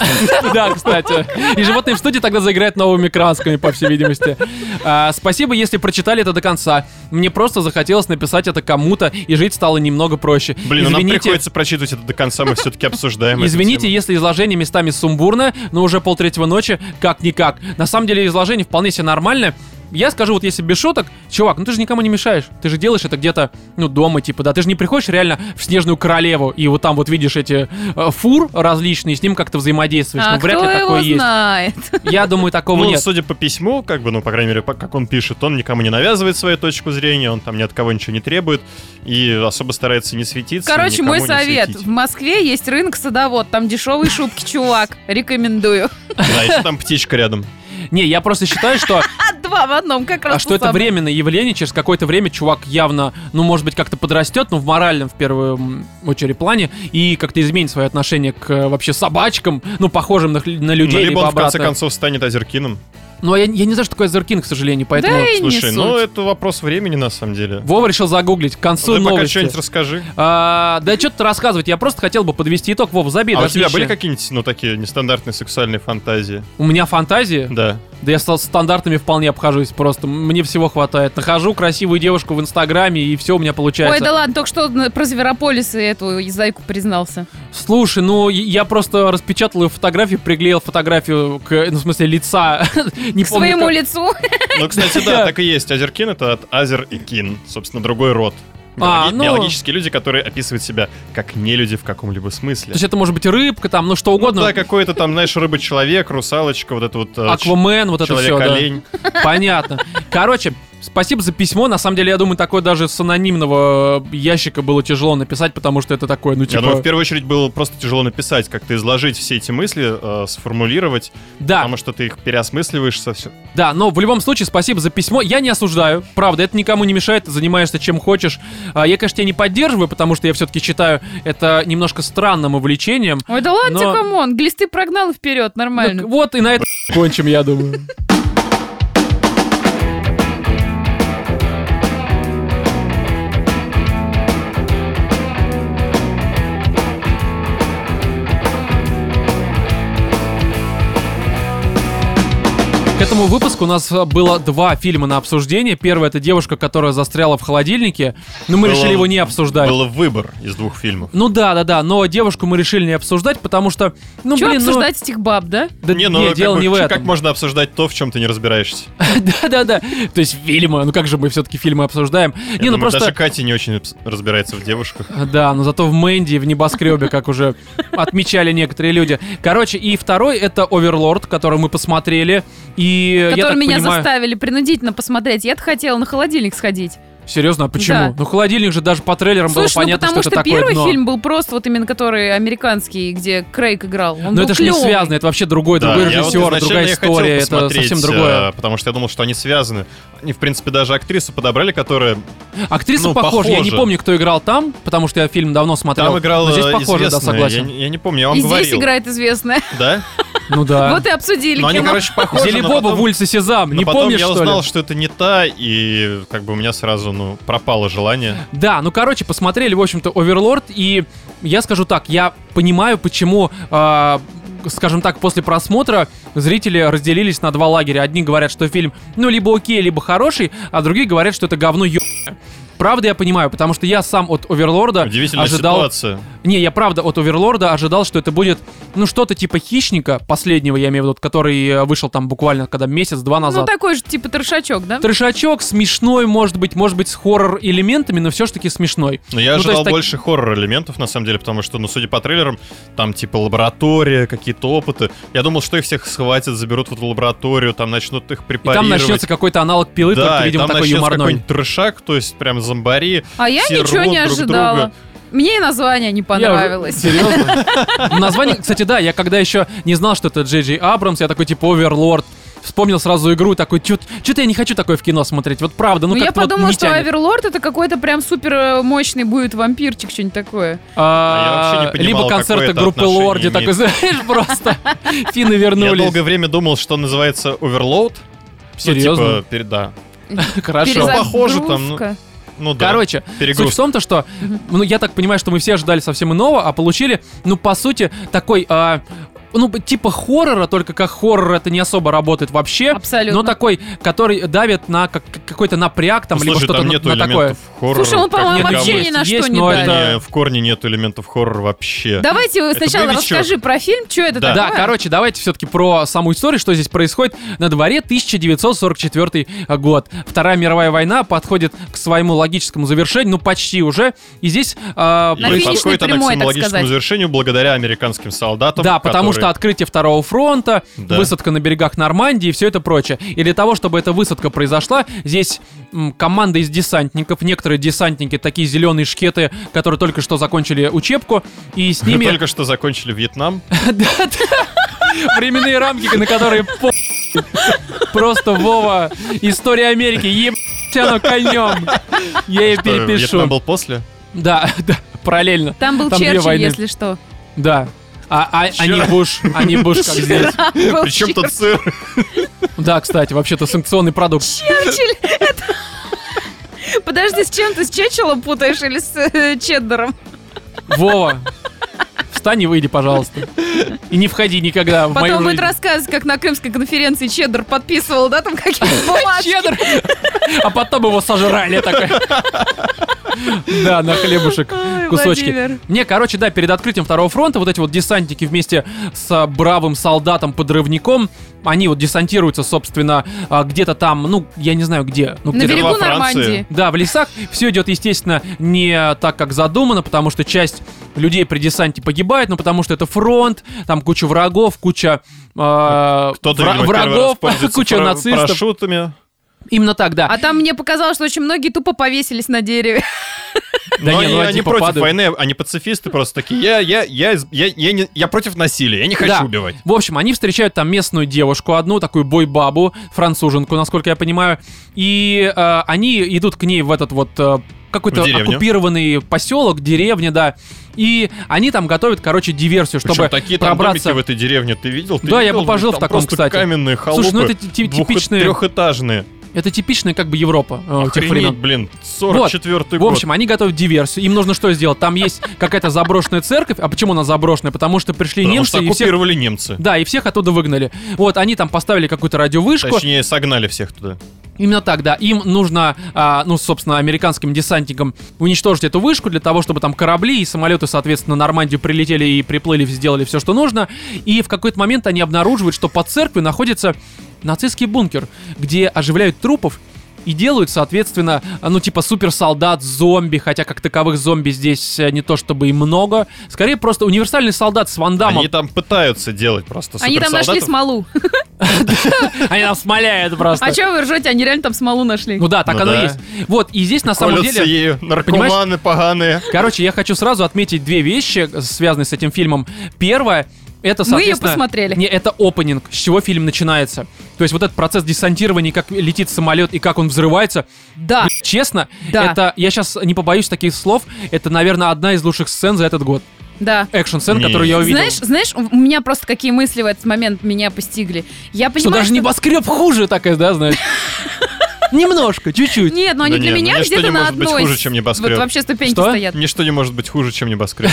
[SPEAKER 1] Да, кстати. И животные в студии тогда заиграют новыми красками, по всей видимости. А, спасибо, если прочитали это до конца. Мне просто захотелось написать это кому-то, и жить стало немного проще.
[SPEAKER 2] Блин, ну нам
[SPEAKER 1] Извините-
[SPEAKER 2] приходится прочитывать это до конца, мы все-таки обсуждаем. эту
[SPEAKER 1] Извините,
[SPEAKER 2] тему.
[SPEAKER 1] если изложение местами сумбурное, но уже полтретьего ночи, как-никак. На самом деле изложение вполне себе нормальное. Я скажу, вот если без шуток, чувак, ну ты же никому не мешаешь. Ты же делаешь это где-то, ну, дома, типа, да. Ты же не приходишь реально в Снежную Королеву, и вот там вот видишь эти э, фур различные, и с ним как-то взаимодействуешь.
[SPEAKER 3] А
[SPEAKER 1] ну, вряд
[SPEAKER 3] кто
[SPEAKER 1] ли такое
[SPEAKER 3] его
[SPEAKER 1] есть.
[SPEAKER 3] знает?
[SPEAKER 1] Я думаю, такого
[SPEAKER 2] Ну,
[SPEAKER 1] нет.
[SPEAKER 2] судя по письму, как бы, ну, по крайней мере, по- как он пишет, он никому не навязывает свою точку зрения, он там ни от кого ничего не требует и особо старается не светиться.
[SPEAKER 3] Короче,
[SPEAKER 2] никому
[SPEAKER 3] мой
[SPEAKER 2] не
[SPEAKER 3] совет.
[SPEAKER 2] светить.
[SPEAKER 3] В Москве есть рынок садовод. Там дешевые шубки, чувак. Рекомендую.
[SPEAKER 2] Да, еще там птичка рядом.
[SPEAKER 1] Не, я просто считаю, что
[SPEAKER 3] А два в одном как раз.
[SPEAKER 1] А что
[SPEAKER 3] то
[SPEAKER 1] это
[SPEAKER 3] самое.
[SPEAKER 1] временное явление, через какое-то время чувак явно, ну, может быть, как-то подрастет, ну, в моральном, в первом очередь, плане, и как-то изменит свое отношение к э, вообще собачкам, ну, похожим на, хл- на людей,
[SPEAKER 2] ну, либо
[SPEAKER 1] либо
[SPEAKER 2] он, в конце
[SPEAKER 1] обратно.
[SPEAKER 2] концов, станет озеркиным.
[SPEAKER 1] Но я, я не знаю, что такое Зеркин, к сожалению, поэтому...
[SPEAKER 3] Да и не
[SPEAKER 2] Слушай, ну,
[SPEAKER 3] суть.
[SPEAKER 2] это вопрос времени, на самом деле.
[SPEAKER 1] Вова решил загуглить к концу
[SPEAKER 2] Ты пока
[SPEAKER 1] новости.
[SPEAKER 2] что-нибудь расскажи.
[SPEAKER 1] А, да что тут рассказывать, я просто хотел бы подвести итог, Вова, забей.
[SPEAKER 2] а у
[SPEAKER 1] дожди
[SPEAKER 2] тебя
[SPEAKER 1] еще.
[SPEAKER 2] были какие-нибудь, ну, такие нестандартные сексуальные фантазии?
[SPEAKER 1] У меня фантазии,
[SPEAKER 2] Да.
[SPEAKER 1] да я со стандартами вполне обхожусь просто, мне всего хватает. Нахожу красивую девушку в Инстаграме, и все у меня получается.
[SPEAKER 3] Ой, да ладно, только что на- про Зверополис и эту и зайку признался.
[SPEAKER 1] Слушай, ну я- я просто распечатал ее фотографию, приклеил фотографию к, ну, в смысле, лица. Не
[SPEAKER 3] К своему
[SPEAKER 1] как.
[SPEAKER 3] лицу.
[SPEAKER 2] Ну, кстати, да, так и есть. Азеркин — это от азер и кин, собственно, другой род.
[SPEAKER 1] А,
[SPEAKER 2] Биологи-
[SPEAKER 1] ну.
[SPEAKER 2] Биологические люди, которые описывают себя как нелюди в каком-либо
[SPEAKER 1] То
[SPEAKER 2] смысле.
[SPEAKER 1] есть это может быть рыбка, там, ну что угодно.
[SPEAKER 2] Да, какой-то там, знаешь, рыба-человек, русалочка, вот это вот... э, ч-
[SPEAKER 1] Аквамен, вот это все, да.
[SPEAKER 2] Человек-олень.
[SPEAKER 1] Понятно. Короче, спасибо за письмо. На самом деле, я думаю, такое даже с анонимного э, ящика было тяжело написать, потому что это такое, ну
[SPEAKER 2] Я думаю,
[SPEAKER 1] типа...
[SPEAKER 2] в первую очередь было просто тяжело написать, как-то изложить все эти мысли, э, сформулировать,
[SPEAKER 1] Да,
[SPEAKER 2] потому что ты их переосмысливаешь совсем.
[SPEAKER 1] да, но в любом случае, спасибо за письмо. Я не осуждаю, правда, это никому не мешает, ты занимаешься чем хочешь. А, Я, конечно, тебя не поддерживаю, потому что я все-таки считаю это немножко странным увлечением.
[SPEAKER 3] Ой, да ладно,
[SPEAKER 1] Но-
[SPEAKER 3] камон, глисты прогнал и вперед,
[SPEAKER 1] Ну,
[SPEAKER 3] нормально.
[SPEAKER 1] вот и на этом кончим, я думаю. К этому выпуску у нас э, было два фильма на обсуждение. Первый это девушка, которая застряла в холодильнике, но мы
[SPEAKER 2] Было-
[SPEAKER 1] решили его не обсуждать.
[SPEAKER 2] Был выбор из двух фильмов.
[SPEAKER 1] Ну да, да, да, но девушку мы решили не обсуждать, потому что, ну
[SPEAKER 3] Че
[SPEAKER 1] блин, ну-
[SPEAKER 3] обсуждать этих баб, да?
[SPEAKER 1] да,
[SPEAKER 2] не, ну,
[SPEAKER 1] не,
[SPEAKER 2] как
[SPEAKER 1] дело
[SPEAKER 2] бы,
[SPEAKER 1] не в
[SPEAKER 2] чё-
[SPEAKER 1] этом. А,
[SPEAKER 2] Как можно обсуждать то, в чем ты не разбираешься?
[SPEAKER 1] Да-да-да. То есть фильмы. Ну как же мы все-таки фильмы обсуждаем?
[SPEAKER 2] Я
[SPEAKER 1] Не, ну
[SPEAKER 2] думаю, Даже
[SPEAKER 1] просто...
[SPEAKER 2] Катя не очень обс- разбирается в девушках.
[SPEAKER 1] Да, но зато в Мэнди, и в небоскребе, как уже отмечали некоторые люди. Короче, и второй это Оверлорд, который мы посмотрели. И я
[SPEAKER 3] Которые
[SPEAKER 1] так
[SPEAKER 3] меня
[SPEAKER 1] понимаю-
[SPEAKER 3] заставили принудительно посмотреть. Я-то хотела на холодильник сходить.
[SPEAKER 1] Серьезно, а почему?
[SPEAKER 3] Да.
[SPEAKER 1] Ну холодильник же даже по трейлерам
[SPEAKER 3] Слушай,
[SPEAKER 1] было
[SPEAKER 3] ну
[SPEAKER 1] понятно,
[SPEAKER 3] потому
[SPEAKER 1] что
[SPEAKER 3] что,
[SPEAKER 1] это такое
[SPEAKER 3] первый
[SPEAKER 1] дно.
[SPEAKER 3] фильм был просто вот именно который американский, где Крейг играл. Он
[SPEAKER 1] но
[SPEAKER 3] был
[SPEAKER 1] это же не
[SPEAKER 3] клёвый.
[SPEAKER 1] связано, это вообще другой, другой
[SPEAKER 2] я вот
[SPEAKER 1] режиссер,
[SPEAKER 2] изначально
[SPEAKER 1] другая
[SPEAKER 2] я хотел
[SPEAKER 1] история, это
[SPEAKER 2] посмотреть,
[SPEAKER 1] совсем другое.
[SPEAKER 2] э, Потому что я думал, что они связаны. Они, в принципе, даже актрису подобрали, которая...
[SPEAKER 1] Актриса
[SPEAKER 2] ну,
[SPEAKER 1] похожа, я не
[SPEAKER 2] похоже.
[SPEAKER 1] помню, кто играл там, потому что я фильм давно смотрел.
[SPEAKER 2] Там играла
[SPEAKER 1] но Ну, здесь похоже, да,
[SPEAKER 2] известная, Я,
[SPEAKER 1] согласен.
[SPEAKER 2] не- я не помню, я вам
[SPEAKER 3] И
[SPEAKER 2] говорил.
[SPEAKER 3] здесь играет известная.
[SPEAKER 2] Да?
[SPEAKER 1] Ну да.
[SPEAKER 3] Вот и обсудили
[SPEAKER 2] Но они,
[SPEAKER 3] кино.
[SPEAKER 2] короче, похожи.
[SPEAKER 1] Зели
[SPEAKER 2] но
[SPEAKER 1] Боба
[SPEAKER 2] потом-
[SPEAKER 1] в улице Сезам,
[SPEAKER 2] но
[SPEAKER 1] не
[SPEAKER 2] потом
[SPEAKER 1] помнишь,
[SPEAKER 2] я
[SPEAKER 1] что ли?
[SPEAKER 2] узнал, что это не та, и как бы у меня сразу, ну, пропало желание.
[SPEAKER 1] Да, ну короче, посмотрели, в общем-то, Оверлорд, и я скажу так, я понимаю, почему, э, скажем так, после просмотра зрители разделились на два лагеря. Одни говорят, что фильм, ну, либо окей, либо хороший, а другие говорят, что это говно ё... Правда, я понимаю, потому что я сам от Оверлорда
[SPEAKER 2] Удивительная
[SPEAKER 1] ожидал...
[SPEAKER 2] ситуация.
[SPEAKER 1] Не, я правда от Оверлорда ожидал, что это будет, ну, что-то типа Хищника, последнего, я имею в виду, который э, вышел там буквально когда месяц-два
[SPEAKER 3] Ну,
[SPEAKER 1] назад.
[SPEAKER 3] такой же, типа, трешачок, да?
[SPEAKER 1] Трешачок смешной, может быть, может быть, с хоррор-элементами, но все-таки смешной.
[SPEAKER 2] Но я
[SPEAKER 1] Ну, то
[SPEAKER 2] ожидал
[SPEAKER 1] есть так-
[SPEAKER 2] больше хоррор-элементов, на самом деле, потому что, ну, судя по трейлерам, там, типа, лаборатория, какие-то опыты. Я думал, что их всех схватят, заберут в эту лабораторию, там начнут их
[SPEAKER 1] И там
[SPEAKER 2] препарировать.
[SPEAKER 1] начнется какой-то аналог пилы,
[SPEAKER 2] да,
[SPEAKER 1] только,
[SPEAKER 2] и
[SPEAKER 1] видимо,
[SPEAKER 2] там
[SPEAKER 1] такой
[SPEAKER 2] начнется
[SPEAKER 1] юморной.
[SPEAKER 2] какой-нибудь трешак, то есть прям зомбари.
[SPEAKER 3] А я
[SPEAKER 2] все
[SPEAKER 3] ничего
[SPEAKER 2] рвут
[SPEAKER 3] не
[SPEAKER 2] друг
[SPEAKER 3] ожидала.
[SPEAKER 2] друга.
[SPEAKER 3] Мне и название не понравилось.
[SPEAKER 1] Серьезно? Ну, Название, кстати, да, я когда еще не знал, что это Джей Джей Абрамс, я такой типа Оверлорд. Вспомнил сразу игру, и такой, что-то я не хочу такое в кино смотреть. Вот правда, ну
[SPEAKER 3] Ну, я
[SPEAKER 1] как-то вот
[SPEAKER 3] подумала,
[SPEAKER 1] не
[SPEAKER 3] что
[SPEAKER 1] тянет.
[SPEAKER 3] Оверлорд это какой-то прям супер мощный будет вампирчик, что-нибудь такое.
[SPEAKER 1] А,
[SPEAKER 2] А я вообще не
[SPEAKER 1] либо
[SPEAKER 2] понимал,
[SPEAKER 1] концерты
[SPEAKER 2] какое это
[SPEAKER 1] группы
[SPEAKER 2] отношение
[SPEAKER 1] Лорди,
[SPEAKER 2] имеет.
[SPEAKER 1] такой, знаешь, просто финны
[SPEAKER 2] Я
[SPEAKER 1] вернулись.
[SPEAKER 2] долгое время думал, что называется оверлоуд. Ну,
[SPEAKER 1] Серьезно?
[SPEAKER 2] типа, пере- да.
[SPEAKER 1] Хорошо.
[SPEAKER 2] Перезагрузка. Похоже там, ну,
[SPEAKER 3] Перезагрузка.
[SPEAKER 2] Ну да.
[SPEAKER 1] Короче,
[SPEAKER 2] перегруз.
[SPEAKER 1] суть в том-то, что, ну, я так понимаю, что мы все ожидали совсем иного, а получили, ну, по сути, такой, а, ну, типа хоррора, только как хоррор это не особо работает вообще.
[SPEAKER 3] Абсолютно.
[SPEAKER 1] Но такой, который давит на как- какой-то напряг там,
[SPEAKER 2] Ну,
[SPEAKER 1] либо
[SPEAKER 2] слушай,
[SPEAKER 1] что-то
[SPEAKER 2] там
[SPEAKER 1] на,
[SPEAKER 2] нету
[SPEAKER 1] на такое.
[SPEAKER 2] элементов хоррора.
[SPEAKER 3] Слушай, он,
[SPEAKER 2] как
[SPEAKER 3] по-моему,
[SPEAKER 2] таковых.
[SPEAKER 1] никому.
[SPEAKER 3] вообще ни на
[SPEAKER 1] Есть,
[SPEAKER 3] что не
[SPEAKER 1] но это-
[SPEAKER 3] дали.
[SPEAKER 2] Не, в корне нету элементов хоррора вообще.
[SPEAKER 3] Давайте вы
[SPEAKER 2] Это
[SPEAKER 3] сначала
[SPEAKER 2] боевичок.
[SPEAKER 3] расскажи про фильм, что это
[SPEAKER 2] Да.
[SPEAKER 1] Да,
[SPEAKER 3] такое.
[SPEAKER 1] короче, давайте все-таки про саму историю, что здесь происходит. На дворе 1944 а, год. Вторая мировая война подходит к своему логическому завершению, ну почти уже. И здесь... а,
[SPEAKER 2] И
[SPEAKER 3] На
[SPEAKER 1] проис-
[SPEAKER 3] финишной
[SPEAKER 2] подходит она к
[SPEAKER 3] прямой, так
[SPEAKER 2] своему логическому
[SPEAKER 3] сказать.
[SPEAKER 2] завершению благодаря американским солдатам.
[SPEAKER 1] Да, потому что
[SPEAKER 2] которые-
[SPEAKER 1] открытие второго фронта,
[SPEAKER 2] Да.
[SPEAKER 1] высадка на берегах Нормандии и все это прочее. И для того, чтобы эта высадка произошла, здесь м, команда из десантников, некоторые десантники, такие зеленые шкеты, которые только что закончили учебку, и с
[SPEAKER 2] Мы
[SPEAKER 1] ними
[SPEAKER 2] только что закончили Вьетнам. Э,
[SPEAKER 1] временные рамки, на которые по- Просто, Вова, история Америки, ебать оно конем. Я ее
[SPEAKER 2] Что, Вьетнам
[SPEAKER 1] перепишу.
[SPEAKER 2] был после.
[SPEAKER 1] Да, да, параллельно.
[SPEAKER 3] Там был
[SPEAKER 1] Там две
[SPEAKER 3] Черчилль,
[SPEAKER 1] войны.
[SPEAKER 3] если что.
[SPEAKER 1] Да. А, а, а не Буш, а не Буш, как здесь.
[SPEAKER 3] Вчера был
[SPEAKER 2] Причем тут сыр.
[SPEAKER 1] Да, кстати, вообще-то санкционный продукт.
[SPEAKER 3] Черчилль. Это- Подожди, с чем ты с Черчиллом путаешь или с э, Чеддером?
[SPEAKER 1] Вова, встань и выйди, пожалуйста. И не входи никогда в мою
[SPEAKER 3] Потом будет
[SPEAKER 1] жизнь.
[SPEAKER 3] рассказывать, как на крымской конференции Чеддер подписывал, да, там какие-то бумажки.
[SPEAKER 1] Чеддер. А потом его сожрали такой. Да, на хлебушек
[SPEAKER 3] Ой,
[SPEAKER 1] кусочки.
[SPEAKER 3] Владимир.
[SPEAKER 1] Мне, короче, да, перед открытием второго фронта вот эти вот десантники вместе с а, бравым солдатом-подрывником, они вот десантируются, собственно, а, где-то там, ну, я не знаю где. Ну,
[SPEAKER 3] На
[SPEAKER 1] где-то
[SPEAKER 3] берегу
[SPEAKER 2] во Франции.
[SPEAKER 3] Нормандии.
[SPEAKER 1] Да, в лесах все идет, естественно, не так, как задумано, потому что часть людей при десанте погибает, но потому что это фронт, там куча врагов, куча э, вра-
[SPEAKER 2] Кто-то, видимо, первый раз
[SPEAKER 1] врагов,
[SPEAKER 2] пользуется
[SPEAKER 1] куча
[SPEAKER 2] пара-
[SPEAKER 1] нацистов.
[SPEAKER 2] парашютами.
[SPEAKER 1] Именно так, да.
[SPEAKER 3] А там мне показалось, что очень многие тупо повесились на дереве.
[SPEAKER 1] Да
[SPEAKER 2] Но
[SPEAKER 1] не,
[SPEAKER 2] они,
[SPEAKER 1] ну,
[SPEAKER 2] они
[SPEAKER 1] типа,
[SPEAKER 2] против
[SPEAKER 1] падают.
[SPEAKER 2] войны, они пацифисты просто такие. Я, я, я, из- я, я, не- я против насилия, я не хочу
[SPEAKER 1] Да.
[SPEAKER 2] убивать.
[SPEAKER 1] В общем, они встречают там местную девушку одну, такую бойбабу, француженку, насколько я понимаю, и э, они идут к ней в этот вот э, какой-то
[SPEAKER 2] В деревню.
[SPEAKER 1] оккупированный поселок, деревня, да, и они там готовят, короче, диверсию, чтобы
[SPEAKER 2] Причем такие там
[SPEAKER 1] пробраться.
[SPEAKER 2] домики в этой деревне ты видел? Ты
[SPEAKER 1] Да, я
[SPEAKER 2] видел?
[SPEAKER 1] бы пожил в
[SPEAKER 2] Там
[SPEAKER 1] таком,
[SPEAKER 2] просто
[SPEAKER 1] кстати.
[SPEAKER 2] каменные халупы.
[SPEAKER 1] Слушай, ну это ти- ти-
[SPEAKER 2] двух-
[SPEAKER 1] типичные-
[SPEAKER 2] Трехэтажные.
[SPEAKER 1] Это типичная как бы Европа э, тех
[SPEAKER 2] Охренеть,
[SPEAKER 1] времен.
[SPEAKER 2] блин. 44-й
[SPEAKER 1] В
[SPEAKER 2] год.
[SPEAKER 1] общем, они готовят диверсию. Им нужно что сделать? Там есть какая-то заброшенная церковь. А почему она заброшенная? Потому что пришли
[SPEAKER 2] Потому
[SPEAKER 1] немцы
[SPEAKER 2] что
[SPEAKER 1] и всех...
[SPEAKER 2] оккупировали немцы.
[SPEAKER 1] Да, и всех оттуда выгнали. Вот, они там поставили какую-то радиовышку.
[SPEAKER 2] Точнее, согнали всех туда.
[SPEAKER 1] Именно так, да. Им нужно, а, ну, собственно, американским десантникам уничтожить эту вышку для того, чтобы там корабли и самолеты, соответственно, на Нормандию прилетели и приплыли, сделали все, что нужно. И в какой-то момент они обнаруживают, что под церковью находится нацистский бункер, где оживляют трупов и делают, соответственно, а, ну, типа суперсолдат, зомби, хотя как таковых зомби здесь э, не то чтобы и много. Скорее, просто универсальный солдат с вандамом.
[SPEAKER 2] Они там пытаются делать просто
[SPEAKER 3] Они там нашли
[SPEAKER 2] суперсолдатов.
[SPEAKER 3] смолу.
[SPEAKER 1] Они там смоляют просто.
[SPEAKER 3] А чего вы ржете? Они реально там смолу нашли.
[SPEAKER 1] Ну да, так
[SPEAKER 2] Ну
[SPEAKER 1] оно
[SPEAKER 2] да.
[SPEAKER 1] и есть. Вот, и здесь на самом
[SPEAKER 2] Колются
[SPEAKER 1] деле...
[SPEAKER 2] ею наркоманы поганые.
[SPEAKER 1] Короче, я хочу сразу отметить две вещи, связанные с этим фильмом. Первое, это,
[SPEAKER 3] Мы её
[SPEAKER 1] соответственно...
[SPEAKER 3] посмотрели.
[SPEAKER 1] Не, это опенинг, с чего фильм начинается. То есть вот этот процесс десантирования, как летит самолет и как он взрывается.
[SPEAKER 3] Да.
[SPEAKER 1] блин, Честно,
[SPEAKER 3] Да.
[SPEAKER 1] это, я сейчас не побоюсь таких слов, это, наверное, одна из лучших сцен за этот год.
[SPEAKER 3] Да.
[SPEAKER 1] Экшн-сцен,
[SPEAKER 2] Не.
[SPEAKER 1] которую я увидел.
[SPEAKER 3] Знаешь, знаешь, у у меня просто какие мысли в этот момент меня постигли. Я
[SPEAKER 1] что
[SPEAKER 3] понимаю,
[SPEAKER 1] даже
[SPEAKER 3] что-
[SPEAKER 1] небоскреб хуже такая, да, знаешь? Немножко, чуть-чуть.
[SPEAKER 3] Нет, но они
[SPEAKER 2] Да
[SPEAKER 3] для
[SPEAKER 2] не,
[SPEAKER 3] меня
[SPEAKER 2] ну ничто
[SPEAKER 3] где-то
[SPEAKER 2] не
[SPEAKER 3] на
[SPEAKER 2] может быть
[SPEAKER 3] одной.
[SPEAKER 2] хуже, чем небоскреб.
[SPEAKER 3] Вот вообще ступеньки
[SPEAKER 1] Что?
[SPEAKER 3] стоят.
[SPEAKER 2] Ничто не может быть хуже, чем небоскреб.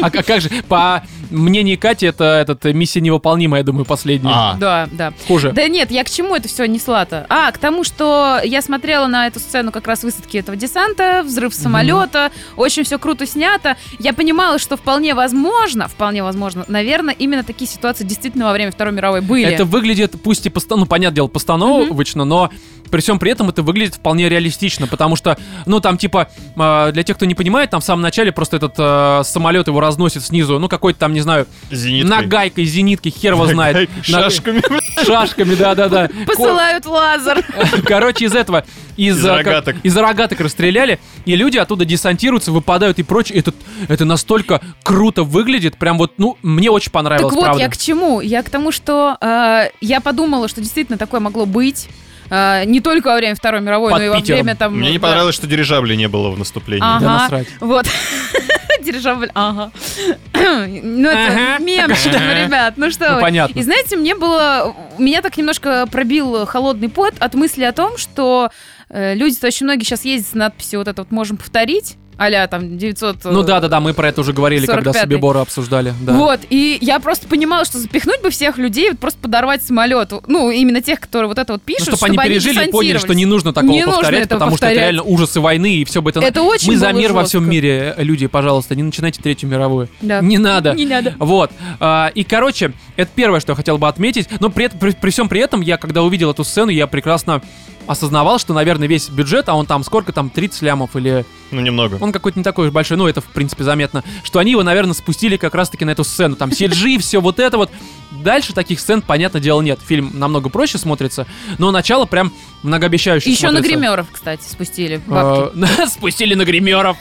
[SPEAKER 1] А к- как же, по мнению Кати, это этот, э, миссия невыполнимая, я думаю, последняя.
[SPEAKER 2] А,
[SPEAKER 3] Да, да.
[SPEAKER 1] Хуже.
[SPEAKER 3] Да нет, я к чему это все несла-то? А, к тому, что я смотрела на эту сцену как раз высадки этого десанта, взрыв самолета, очень все круто снято. Я понимала, что вполне возможно, вполне возможно, наверное, именно такие ситуации действительно во время Второй мировой были.
[SPEAKER 1] Это выглядит, пусть и постанов, ну, понятное дело, постановочно, но при всем при этом это выглядит вполне реалистично, потому что, ну, там, типа, э, для тех, кто не понимает, там в самом начале просто этот э, самолет его разносит снизу, ну, какой-то там, не знаю,
[SPEAKER 2] зениткой.
[SPEAKER 1] нагайкой, зениткой, хер его знает.
[SPEAKER 2] Нагайкой,
[SPEAKER 1] Наг-
[SPEAKER 2] Шашками, блядь,
[SPEAKER 1] Шашками, да-да-да.
[SPEAKER 3] Посылают лазер.
[SPEAKER 1] Короче, из этого, из,
[SPEAKER 2] Из
[SPEAKER 1] э,
[SPEAKER 2] рогаток.
[SPEAKER 1] как- из рогаток расстреляли, и люди оттуда десантируются, выпадают и прочее. Это, это настолько круто выглядит, прям вот, ну, мне очень понравилось,
[SPEAKER 3] Так вот,
[SPEAKER 1] правда.
[SPEAKER 3] я к чему? Я к тому, что э, я подумала, что действительно такое могло быть. Э, не только во время Второй мировой,
[SPEAKER 1] Под
[SPEAKER 3] но и во
[SPEAKER 1] Питером.
[SPEAKER 3] время там... э,
[SPEAKER 2] Мне не
[SPEAKER 3] да.
[SPEAKER 2] понравилось, что дирижабли не было в наступлении.
[SPEAKER 1] Да
[SPEAKER 3] Ага.
[SPEAKER 1] насрать.
[SPEAKER 3] Вот. Дирижабль, ага. Ну, это
[SPEAKER 1] Ага.
[SPEAKER 3] мем, что, ребят, ну что
[SPEAKER 1] Ну,
[SPEAKER 3] вы.
[SPEAKER 1] понятно.
[SPEAKER 3] И знаете, мне было... Меня так немножко пробил холодный пот от мысли о том, что э, люди-то очень многие сейчас ездят с надписью вот это вот «можем повторить», а там 900... э,
[SPEAKER 1] Ну да, да, да, мы про это уже говорили, когда
[SPEAKER 3] 45-й.
[SPEAKER 1] себе Бора обсуждали. Да.
[SPEAKER 3] Вот, и я просто понимала, что запихнуть бы всех людей, вот просто подорвать самолет. Ну, именно тех, которые вот это вот
[SPEAKER 1] Ну,
[SPEAKER 3] пишут,
[SPEAKER 1] чтобы они пережили и поняли, что не нужно такого
[SPEAKER 3] Не нужно
[SPEAKER 1] повторять,
[SPEAKER 3] этого
[SPEAKER 1] потому что это
[SPEAKER 3] повторять.
[SPEAKER 1] реально ужасы войны и все бы это.
[SPEAKER 3] Это очень
[SPEAKER 1] Мы за
[SPEAKER 3] было
[SPEAKER 1] мир во всем
[SPEAKER 3] жестко.
[SPEAKER 1] мире, э, люди, пожалуйста, не начинайте третью мировую.
[SPEAKER 3] Да.
[SPEAKER 1] Не надо.
[SPEAKER 3] Не надо.
[SPEAKER 1] Вот. А, И, короче, это первое, что я хотел бы отметить. Но при, эт- при, при всем при этом, я когда увидел эту сцену, я прекрасно осознавал, что, наверное, весь бюджет, а он там сколько там, 30 лямов или...
[SPEAKER 2] Ну, немного.
[SPEAKER 1] Он какой-то не такой уж большой, ну это, в принципе, заметно. Что они его, наверное, спустили как раз-таки на эту сцену. Там CG, все вот это вот. Дальше таких сцен, понятное дело, нет. Фильм намного проще смотрится, но начало прям многообещающе
[SPEAKER 3] Еще на
[SPEAKER 1] смотрится.
[SPEAKER 3] гримеров, кстати, спустили бабки.
[SPEAKER 1] Э, на- Спустили на гримеров.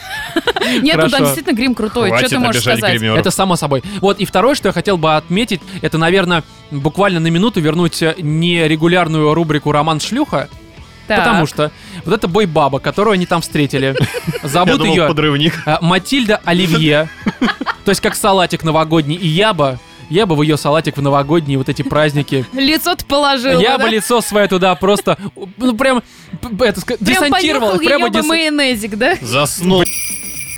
[SPEAKER 3] Нет, ну да,
[SPEAKER 1] хорошо.
[SPEAKER 3] действительно грим крутой. Что
[SPEAKER 2] Хватит
[SPEAKER 3] ты можешь
[SPEAKER 2] обижать
[SPEAKER 3] сказать?
[SPEAKER 2] гримеров.
[SPEAKER 1] Это само собой. Вот, и второе, что я хотел бы отметить, это, наверное, буквально на минуту вернуть э, нерегулярную рубрику «Роман шлюха»,
[SPEAKER 3] Так.
[SPEAKER 1] потому что вот это бой баба, которую они там встретили.
[SPEAKER 2] Я
[SPEAKER 1] Зовут
[SPEAKER 2] думал,
[SPEAKER 1] ее
[SPEAKER 2] подрывник.
[SPEAKER 1] э, Матильда Оливье, то есть как салатик новогодний, и я бы, я бы в ее салатик в новогодние вот эти праздники.
[SPEAKER 3] Лицо ты положил.
[SPEAKER 1] Я
[SPEAKER 3] да?
[SPEAKER 1] бы лицо свое туда просто, ну прям, п- это, ска-
[SPEAKER 3] Прям
[SPEAKER 1] десантировал.
[SPEAKER 3] понюхал
[SPEAKER 1] прямо
[SPEAKER 3] ее бы
[SPEAKER 1] дес-
[SPEAKER 3] майонезик, да?
[SPEAKER 2] Заснул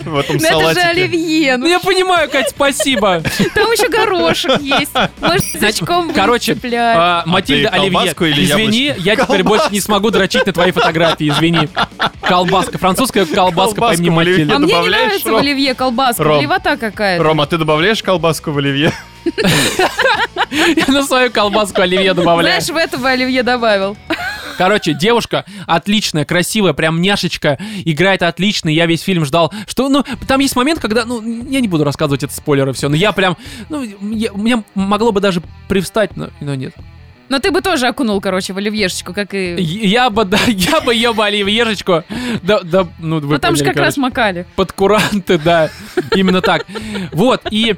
[SPEAKER 2] в этом
[SPEAKER 3] Ну это же
[SPEAKER 2] салатике.
[SPEAKER 3] оливье,
[SPEAKER 1] Ну
[SPEAKER 3] ну
[SPEAKER 1] я понимаю, Кать, спасибо.
[SPEAKER 3] там еще горошек есть. Может, язычком
[SPEAKER 1] Короче,
[SPEAKER 3] цеплять.
[SPEAKER 1] а, Матильда
[SPEAKER 2] А ты
[SPEAKER 1] Оливье,
[SPEAKER 2] колбаску или
[SPEAKER 1] извини,
[SPEAKER 2] яблочко?
[SPEAKER 1] я теперь
[SPEAKER 2] Колбаску.
[SPEAKER 1] больше не смогу дрочить на твоей фотографии, извини. Колбаска, французская колбаска,
[SPEAKER 2] Колбаску
[SPEAKER 1] пойми
[SPEAKER 2] в оливье.
[SPEAKER 1] Матильда.
[SPEAKER 3] А мне не
[SPEAKER 2] добавляешь,
[SPEAKER 3] нравится в
[SPEAKER 2] Ром?
[SPEAKER 3] оливье колбаска,
[SPEAKER 2] Ром.
[SPEAKER 3] левота какая-то.
[SPEAKER 2] Рома, ты добавляешь колбаску в оливье?
[SPEAKER 1] Я на свою колбаску Оливье добавляю.
[SPEAKER 3] Знаешь, в этого оливье добавил.
[SPEAKER 1] Короче, девушка отличная, красивая, прям няшечка, играет отлично, и я весь фильм ждал, что, ну, там есть момент, когда, ну, я не буду рассказывать это спойлеры все, но я прям, ну, я- у меня могло бы даже привстать, но, но нет.
[SPEAKER 3] Но ты бы тоже окунул, короче, в оливьешечку, как и...
[SPEAKER 1] Я бы, да, я бы ее бы Оливьешечку, да, да, ну, вы
[SPEAKER 3] Ну там же
[SPEAKER 1] поняли,
[SPEAKER 3] как раз
[SPEAKER 1] короче.
[SPEAKER 3] макали.
[SPEAKER 1] под куранты, да, именно так. Вот, и...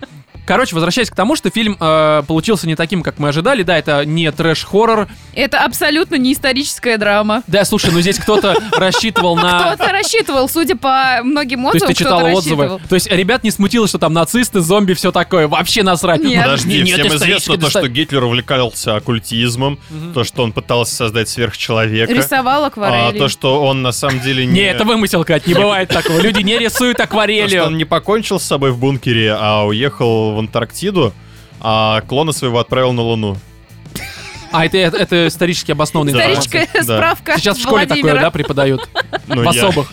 [SPEAKER 1] Короче, возвращаясь к тому, что фильм э, получился не таким, как мы ожидали. Да, это не трэш-хоррор.
[SPEAKER 3] Это абсолютно не историческая драма.
[SPEAKER 1] Да, слушай, ну здесь кто-то рассчитывал на...
[SPEAKER 3] Ну, Кто-то рассчитывал, судя по многим
[SPEAKER 1] А. То есть
[SPEAKER 3] отзывам,
[SPEAKER 1] ты читал
[SPEAKER 3] кто-то
[SPEAKER 1] отзывы.
[SPEAKER 3] рассчитывал.
[SPEAKER 1] То есть ребят не смутило, что там нацисты, зомби, все такое. Вообще насрать.
[SPEAKER 3] Нет.
[SPEAKER 2] Подожди,
[SPEAKER 1] Нет,
[SPEAKER 2] всем
[SPEAKER 1] исторически
[SPEAKER 2] известно то,
[SPEAKER 1] доста-
[SPEAKER 2] что Гитлер увлекался оккультизмом, то, что он пытался создать сверхчеловека,
[SPEAKER 3] Рисовал
[SPEAKER 2] а,
[SPEAKER 3] акварели.
[SPEAKER 2] то, что он на самом деле не...
[SPEAKER 1] Не, это вымысел, Кать, не бывает такого. Люди не рисуют
[SPEAKER 2] то, что он
[SPEAKER 1] акварелью.
[SPEAKER 2] не покончил с собой в бункере, а уехал в Антарктиду, а клона своего отправил на Луну.
[SPEAKER 1] А это, это, это исторически обоснованная
[SPEAKER 2] Да.
[SPEAKER 1] информация.
[SPEAKER 3] Историческая
[SPEAKER 2] Да.
[SPEAKER 3] справка
[SPEAKER 1] Сейчас в школе такое,
[SPEAKER 3] Владимира. А
[SPEAKER 1] да, преподают?
[SPEAKER 2] Ну,
[SPEAKER 1] В
[SPEAKER 2] я-
[SPEAKER 1] особых.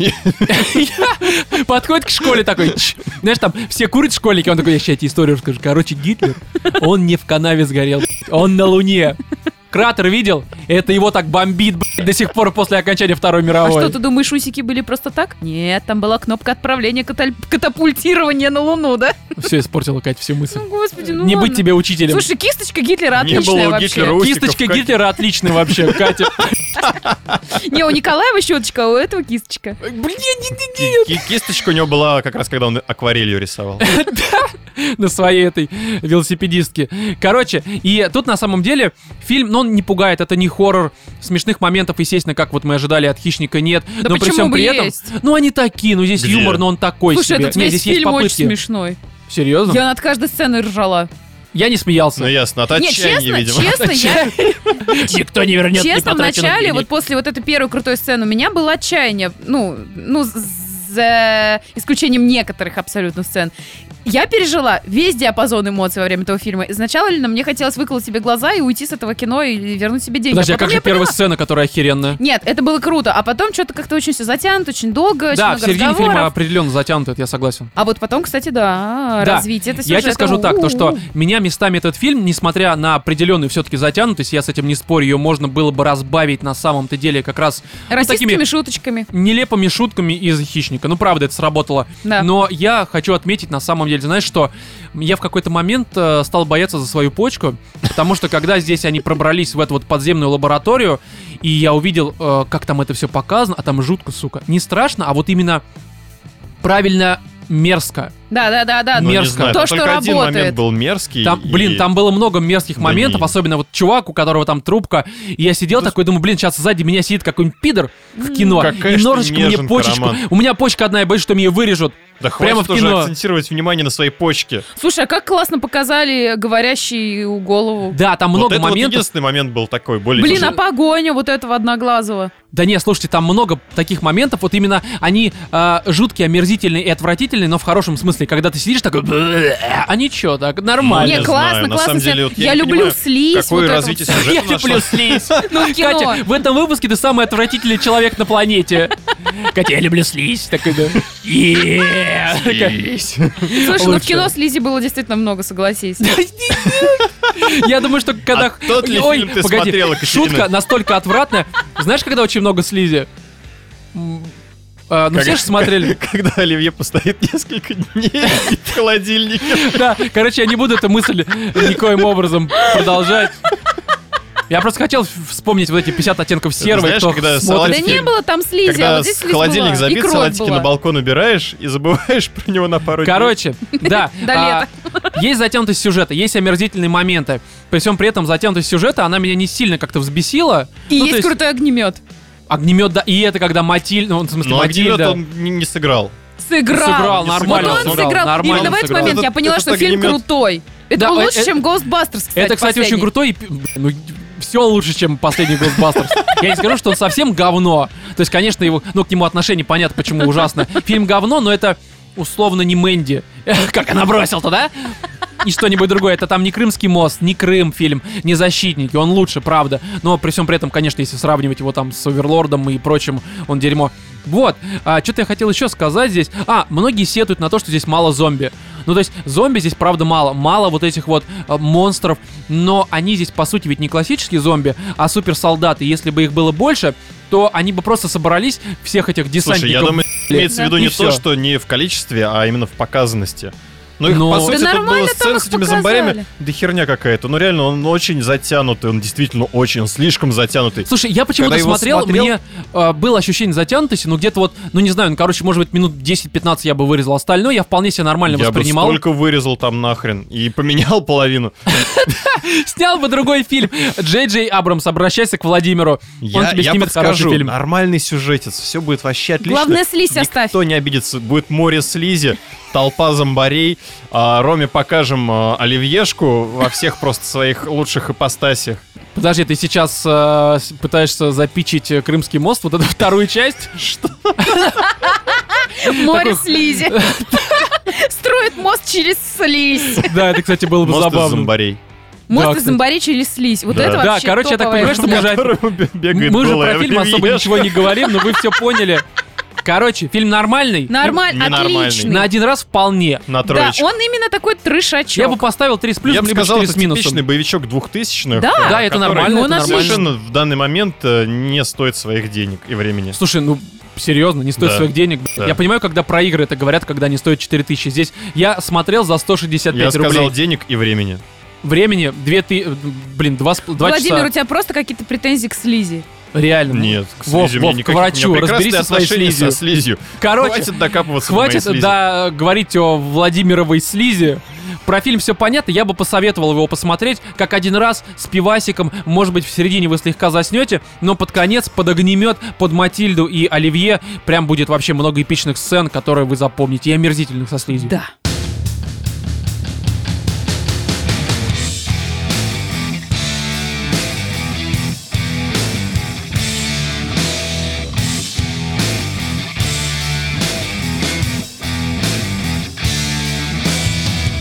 [SPEAKER 1] Подходит к школе такой, «Чш». знаешь, там все курят в школьники, он такой, я сейчас тебе историю расскажу. Короче, Гитлер, он не в канаве сгорел, он на Луне. Кратер видел? Это его так бомбит, блядь, до сих пор после окончания Второй
[SPEAKER 3] А
[SPEAKER 1] мировой.
[SPEAKER 3] что, ты думаешь, усики были просто так? Нет, там была кнопка отправления каталь- катапультирования на Луну, да?
[SPEAKER 1] Все испортила, Кать, всю мысль.
[SPEAKER 3] Ну, господи, ну
[SPEAKER 1] не
[SPEAKER 3] ладно.
[SPEAKER 1] быть тебе учителем.
[SPEAKER 3] Слушай, кисточка Гитлера
[SPEAKER 2] Не было
[SPEAKER 3] отличная
[SPEAKER 2] у
[SPEAKER 3] вообще.
[SPEAKER 2] Гитлера усиков,
[SPEAKER 1] Кисточка
[SPEAKER 2] Кать.
[SPEAKER 1] Гитлера отличная вообще, Катя.
[SPEAKER 3] Не, у Николаева щеточка, а у этого кисточка.
[SPEAKER 1] Блин,
[SPEAKER 2] Ки- ки- Кисточка у него была как раз, когда он акварелью рисовал.
[SPEAKER 1] на своей этой велосипедистке. Короче, и тут на самом деле фильм, ну, он не пугает, это не хоррор. Смешных моментов, естественно, как вот мы ожидали от «Хищника» нет.
[SPEAKER 3] Да
[SPEAKER 1] но при
[SPEAKER 3] почему
[SPEAKER 1] всем
[SPEAKER 3] бы
[SPEAKER 1] при этом,
[SPEAKER 3] есть?
[SPEAKER 1] ну, они такие, ну, здесь
[SPEAKER 2] Где?
[SPEAKER 1] юмор, но он такой
[SPEAKER 3] Слушай,
[SPEAKER 1] себе.
[SPEAKER 3] этот
[SPEAKER 1] Не,
[SPEAKER 3] весь
[SPEAKER 1] здесь есть
[SPEAKER 3] фильм очень
[SPEAKER 1] попытки.
[SPEAKER 3] смешной.
[SPEAKER 1] Серьезно?
[SPEAKER 3] Я над каждой сценой ржала.
[SPEAKER 1] Я не смеялся.
[SPEAKER 2] Ну ясно, от
[SPEAKER 3] Нет,
[SPEAKER 2] отчаяния,
[SPEAKER 3] честно,
[SPEAKER 2] видимо.
[SPEAKER 3] честно, я,
[SPEAKER 1] Никто не вернет
[SPEAKER 3] честно, в начале, вот после вот этой первой крутой сцены, у меня было отчаяние, ну, ну, за исключением некоторых абсолютно сцен. Я пережила весь диапазон эмоций во время этого фильма. Изначально мне хотелось выколоть себе глаза и уйти с этого кино и вернуть себе деньги.
[SPEAKER 1] Подожди, а
[SPEAKER 3] потом
[SPEAKER 1] как же
[SPEAKER 3] я
[SPEAKER 1] первая
[SPEAKER 3] поняла-
[SPEAKER 1] сцена, которая охеренная?
[SPEAKER 3] Нет, это было круто, а потом что-то как-то очень все затянуто, очень долго, очень
[SPEAKER 1] Да, в
[SPEAKER 3] много
[SPEAKER 1] середине фильма
[SPEAKER 3] разговоров.
[SPEAKER 1] определенно затянуто, это я согласен.
[SPEAKER 3] А вот потом, кстати, да,
[SPEAKER 1] Да.
[SPEAKER 3] развитие это
[SPEAKER 1] Я тебе скажу так, то что ну, меня местами этот фильм, несмотря на определенную все-таки затянутость, я с этим не спорю, ее можно было бы разбавить на самом-то деле как раз ну,
[SPEAKER 3] Расистскими
[SPEAKER 1] такими
[SPEAKER 3] шуточками.
[SPEAKER 1] нелепыми шутками из «Хищника». Ну, правда, это сработало.
[SPEAKER 3] Да.
[SPEAKER 1] Но я хочу отметить, на самом деле, знаешь что? Я в какой-то момент э, стал бояться за свою почку, потому что когда здесь они пробрались в эту вот подземную лабораторию, и я увидел, э, как там это все показано, а там жутко, сука. Не страшно, а вот именно правильно мерзко.
[SPEAKER 3] Да, да, да, да.
[SPEAKER 2] Ну, не
[SPEAKER 1] мерзко.
[SPEAKER 2] знаю,
[SPEAKER 3] То,
[SPEAKER 2] там
[SPEAKER 3] что
[SPEAKER 2] только один
[SPEAKER 3] работает.
[SPEAKER 2] момент был мерзкий.
[SPEAKER 1] Там,
[SPEAKER 2] и-
[SPEAKER 1] блин, там было много мерзких
[SPEAKER 2] Да
[SPEAKER 1] моментов,
[SPEAKER 2] не.
[SPEAKER 1] особенно вот чувак, у которого там трубка. И я сидел такой, думаю, блин, сейчас сзади меня сидит какой-нибудь пидор в кино.
[SPEAKER 2] Какая
[SPEAKER 1] и
[SPEAKER 2] ж ты
[SPEAKER 1] ножичком мне
[SPEAKER 2] неженка,
[SPEAKER 1] почечку.
[SPEAKER 2] Роман.
[SPEAKER 1] У меня почка одна, я боюсь, что мне ее вырежут.
[SPEAKER 2] Да
[SPEAKER 1] прямо
[SPEAKER 2] хватит
[SPEAKER 1] в
[SPEAKER 2] уже
[SPEAKER 1] кино.
[SPEAKER 2] акцентировать внимание на своей почке.
[SPEAKER 3] Слушай, а как классно показали говорящую голову.
[SPEAKER 1] Да, там
[SPEAKER 2] вот
[SPEAKER 1] много
[SPEAKER 2] это вот
[SPEAKER 1] моментов.
[SPEAKER 2] единственный момент был такой, более...
[SPEAKER 3] Блин,
[SPEAKER 2] тяжелый.
[SPEAKER 3] а погоня вот этого одноглазого.
[SPEAKER 1] Да не, слушайте, там много таких моментов. Вот именно они э, жуткие, омерзительные и отвратительные, но в хорошем смысле. Когда ты сидишь такой... «Бэ-э-э», А ничего, так
[SPEAKER 2] Ну,
[SPEAKER 1] нормально.
[SPEAKER 3] Нет,
[SPEAKER 2] не
[SPEAKER 3] классно,
[SPEAKER 2] знаю, на
[SPEAKER 3] классно,
[SPEAKER 2] самом
[SPEAKER 3] Свет.
[SPEAKER 2] деле, вот
[SPEAKER 3] Я
[SPEAKER 2] не
[SPEAKER 3] люблю
[SPEAKER 2] понимаю,
[SPEAKER 3] слизь, вот
[SPEAKER 2] Какое
[SPEAKER 3] это
[SPEAKER 2] развитие
[SPEAKER 3] вот.
[SPEAKER 1] Я
[SPEAKER 2] сюжета
[SPEAKER 1] люблю
[SPEAKER 2] нашло.
[SPEAKER 1] слизь.
[SPEAKER 3] Ну, в кино.
[SPEAKER 1] Катя, в этом выпуске ты самый отвратительный человек на планете. Катя, я люблю слизь. Такой, да. «Е-е-е». Такая,
[SPEAKER 2] Слизь.
[SPEAKER 3] Слушай, ну в
[SPEAKER 1] лучше.
[SPEAKER 3] кино слизи было действительно много, согласись.
[SPEAKER 1] Я думаю, что когда...
[SPEAKER 2] А тот ли
[SPEAKER 1] Ой,
[SPEAKER 2] фильм ты
[SPEAKER 1] погоди,
[SPEAKER 2] смотрела, Екатерина?
[SPEAKER 1] шутка настолько отвратная. Знаешь, когда очень много слизи? М, а, Ну
[SPEAKER 2] Как-
[SPEAKER 1] все же смотрели.
[SPEAKER 2] Когда Оливье постоит несколько дней в холодильнике.
[SPEAKER 1] Да, короче, я не буду эту мысль никоим образом продолжать. Я просто хотел в- вспомнить вот эти 50 оттенков серого, и
[SPEAKER 2] Знаешь,
[SPEAKER 1] кто
[SPEAKER 2] когда
[SPEAKER 1] смотрит.
[SPEAKER 3] Да
[SPEAKER 2] фильм.
[SPEAKER 3] не было там слизи, а
[SPEAKER 2] Когда
[SPEAKER 3] вот здесь слизь была.
[SPEAKER 2] холодильник
[SPEAKER 3] И
[SPEAKER 2] забит,
[SPEAKER 3] кровь
[SPEAKER 2] салатики
[SPEAKER 3] была.
[SPEAKER 2] на балкон убираешь и забываешь про него на пару дней.
[SPEAKER 1] Короче, да.
[SPEAKER 3] До
[SPEAKER 1] а, Есть затянутость сюжета, есть омерзительные моменты. При всем при этом затянутость сюжета, она меня не сильно как-то взбесила.
[SPEAKER 3] И
[SPEAKER 1] Ну, то
[SPEAKER 3] есть крутой огнемет.
[SPEAKER 1] Огнемет, да, и это когда Матиль, ну, в смысле,
[SPEAKER 2] Но
[SPEAKER 1] Матильда.
[SPEAKER 2] огнемет а он не не сыграл.
[SPEAKER 3] Сыграл.
[SPEAKER 1] Сыграл, нормально
[SPEAKER 3] Вот он
[SPEAKER 1] сыграл,
[SPEAKER 3] сыграл.
[SPEAKER 1] нормально
[SPEAKER 3] Именно в этот
[SPEAKER 1] сыграл.
[SPEAKER 3] момент я
[SPEAKER 2] Этот-
[SPEAKER 3] поняла, что
[SPEAKER 2] этот
[SPEAKER 3] фильм
[SPEAKER 2] огнемет-
[SPEAKER 3] крутой. Это
[SPEAKER 1] Да,
[SPEAKER 3] он
[SPEAKER 1] э-
[SPEAKER 3] лучше,
[SPEAKER 1] э-
[SPEAKER 3] чем Ghostbusters, кстати,
[SPEAKER 1] Это, кстати, очень
[SPEAKER 3] последний.
[SPEAKER 1] крутой. и пи- Ну, все лучше, чем последний Ghostbusters. Я не скажу, что он совсем говно. То есть, конечно, его, ну, к нему отношение понятно, почему ужасно. Фильм говно, но это условно не Мэнди. Эх, Как она бросила-то, да? И что-нибудь другое. Это там не Крымский мост, не Крым фильм, не Защитники. Он лучше, правда. Но при всем при этом, конечно, если сравнивать его там с Оверлордом и прочим, он дерьмо. Вот. А, что-то я хотел еще сказать здесь. А, многие сетуют на то, что здесь мало зомби. Ну, то есть зомби здесь, правда, мало. Мало вот этих вот э, монстров. Но они здесь, по сути, ведь не классические зомби, а суперсолдаты. Если бы их было больше, то они бы просто собрались всех этих десантников.
[SPEAKER 2] Слушай, я думаю,
[SPEAKER 1] блин,
[SPEAKER 2] имеется в виду
[SPEAKER 1] и
[SPEAKER 2] не
[SPEAKER 1] всё.
[SPEAKER 2] то, что не в количестве, а именно в показанности. Ну, их,
[SPEAKER 1] Но-
[SPEAKER 2] по сути,
[SPEAKER 3] Да
[SPEAKER 2] тут
[SPEAKER 3] нормально
[SPEAKER 2] было
[SPEAKER 3] там
[SPEAKER 2] сцен
[SPEAKER 3] их
[SPEAKER 2] с этими
[SPEAKER 3] показали.
[SPEAKER 2] зомбарями. Да херня какая-то. Ну, реально, он очень затянутый. Он действительно очень, он слишком затянутый.
[SPEAKER 1] Слушай, я почему-то
[SPEAKER 2] Когда его
[SPEAKER 1] смотрел,
[SPEAKER 2] смотрел-
[SPEAKER 1] мне э, было ощущение затянутости, но где-то вот, ну не знаю, ну, короче, может быть, минут 10-15 я бы вырезал. Остальное я вполне себе нормально
[SPEAKER 2] Я бы
[SPEAKER 1] воспринимал.
[SPEAKER 2] столько вырезал там нахрен и поменял половину.
[SPEAKER 1] Снял бы другой фильм. Джей Джей Абрамс, обращайся к Владимиру. Он
[SPEAKER 2] Я,
[SPEAKER 1] тебе
[SPEAKER 2] я
[SPEAKER 1] снимет хороший
[SPEAKER 2] подскажу,
[SPEAKER 1] фильм.
[SPEAKER 2] нормальный сюжетец, все будет вообще отлично.
[SPEAKER 3] Главное, слизь оставь.
[SPEAKER 2] Никто не обидится, будет море слизи, толпа зомбарей. А, Роме покажем а, оливьешку во всех просто своих лучших ипостасях.
[SPEAKER 1] Подожди, ты сейчас э, с- пытаешься запичить э, Крымский мост, вот эту вторую часть? Что?
[SPEAKER 3] Море
[SPEAKER 1] Такой-
[SPEAKER 3] слизи. Строит мост через слизь.
[SPEAKER 1] Да, это, кстати, было бы
[SPEAKER 2] Мост из
[SPEAKER 1] забавно.
[SPEAKER 2] зомбарей.
[SPEAKER 1] Да,
[SPEAKER 3] Мост из
[SPEAKER 1] кстати.
[SPEAKER 3] зомбарей через слизь. Вот
[SPEAKER 2] Да.
[SPEAKER 3] это
[SPEAKER 1] Да,
[SPEAKER 3] вообще
[SPEAKER 1] короче, я так
[SPEAKER 3] топовая
[SPEAKER 1] понимаю, что мы
[SPEAKER 3] херня.
[SPEAKER 1] уже-
[SPEAKER 2] Которому бе- бегает
[SPEAKER 1] Мы же
[SPEAKER 2] голая
[SPEAKER 1] про фильм особо
[SPEAKER 2] оливьешка.
[SPEAKER 1] ничего не говорим, но вы все поняли. Короче, фильм нормальный.
[SPEAKER 3] Нормально,
[SPEAKER 2] Ненормальный.
[SPEAKER 1] На
[SPEAKER 3] отличный.
[SPEAKER 1] один раз вполне.
[SPEAKER 2] На
[SPEAKER 3] Да,
[SPEAKER 2] троечку.
[SPEAKER 3] он именно такой трешачок.
[SPEAKER 1] Я бы поставил 3 с
[SPEAKER 2] Я
[SPEAKER 1] плюсом,
[SPEAKER 2] бы
[SPEAKER 1] либо
[SPEAKER 2] сказал,
[SPEAKER 1] 4
[SPEAKER 2] это
[SPEAKER 1] с минусом.
[SPEAKER 2] типичный боевичок двухтысячных.
[SPEAKER 3] Да.
[SPEAKER 2] э,
[SPEAKER 1] Да, это
[SPEAKER 2] который
[SPEAKER 1] нормально,
[SPEAKER 3] Ну,
[SPEAKER 1] это
[SPEAKER 3] у нас
[SPEAKER 1] нормально.
[SPEAKER 2] Совершенно в данный момент э, не стоит своих денег и времени.
[SPEAKER 1] Слушай, ну серьезно, не стоит
[SPEAKER 2] Да.
[SPEAKER 1] своих денег. блядь.
[SPEAKER 2] Да.
[SPEAKER 1] Я понимаю, когда про игры это говорят, когда они стоят 4000. Здесь я смотрел за 165
[SPEAKER 2] Я
[SPEAKER 1] рублей.
[SPEAKER 2] сказал денег и времени.
[SPEAKER 1] Времени 2 ты, блин, 2,
[SPEAKER 3] Владимир, у
[SPEAKER 1] часа.
[SPEAKER 3] тебя просто какие-то претензии к слизи.
[SPEAKER 1] Реально. ну.
[SPEAKER 2] Нет, к
[SPEAKER 1] Вов,
[SPEAKER 2] слизи у меня
[SPEAKER 1] Вов, к
[SPEAKER 2] никаких. У меня
[SPEAKER 1] врачу,
[SPEAKER 2] прекрасные
[SPEAKER 1] разберись со своей
[SPEAKER 2] отношения
[SPEAKER 1] слизью.
[SPEAKER 2] со слизью.
[SPEAKER 1] Короче,
[SPEAKER 2] Хватит докапываться до моей
[SPEAKER 1] Хватит,
[SPEAKER 2] слизи.
[SPEAKER 1] да, говорить о Владимировой слизи. Про фильм все понятно, я бы посоветовал его посмотреть, как один раз с пивасиком, может быть, в середине вы слегка заснете, но под конец, под огнемет, под Матильду и Оливье прям будет вообще много эпичных сцен, которые вы запомните, и омерзительных со слизью.
[SPEAKER 3] Да.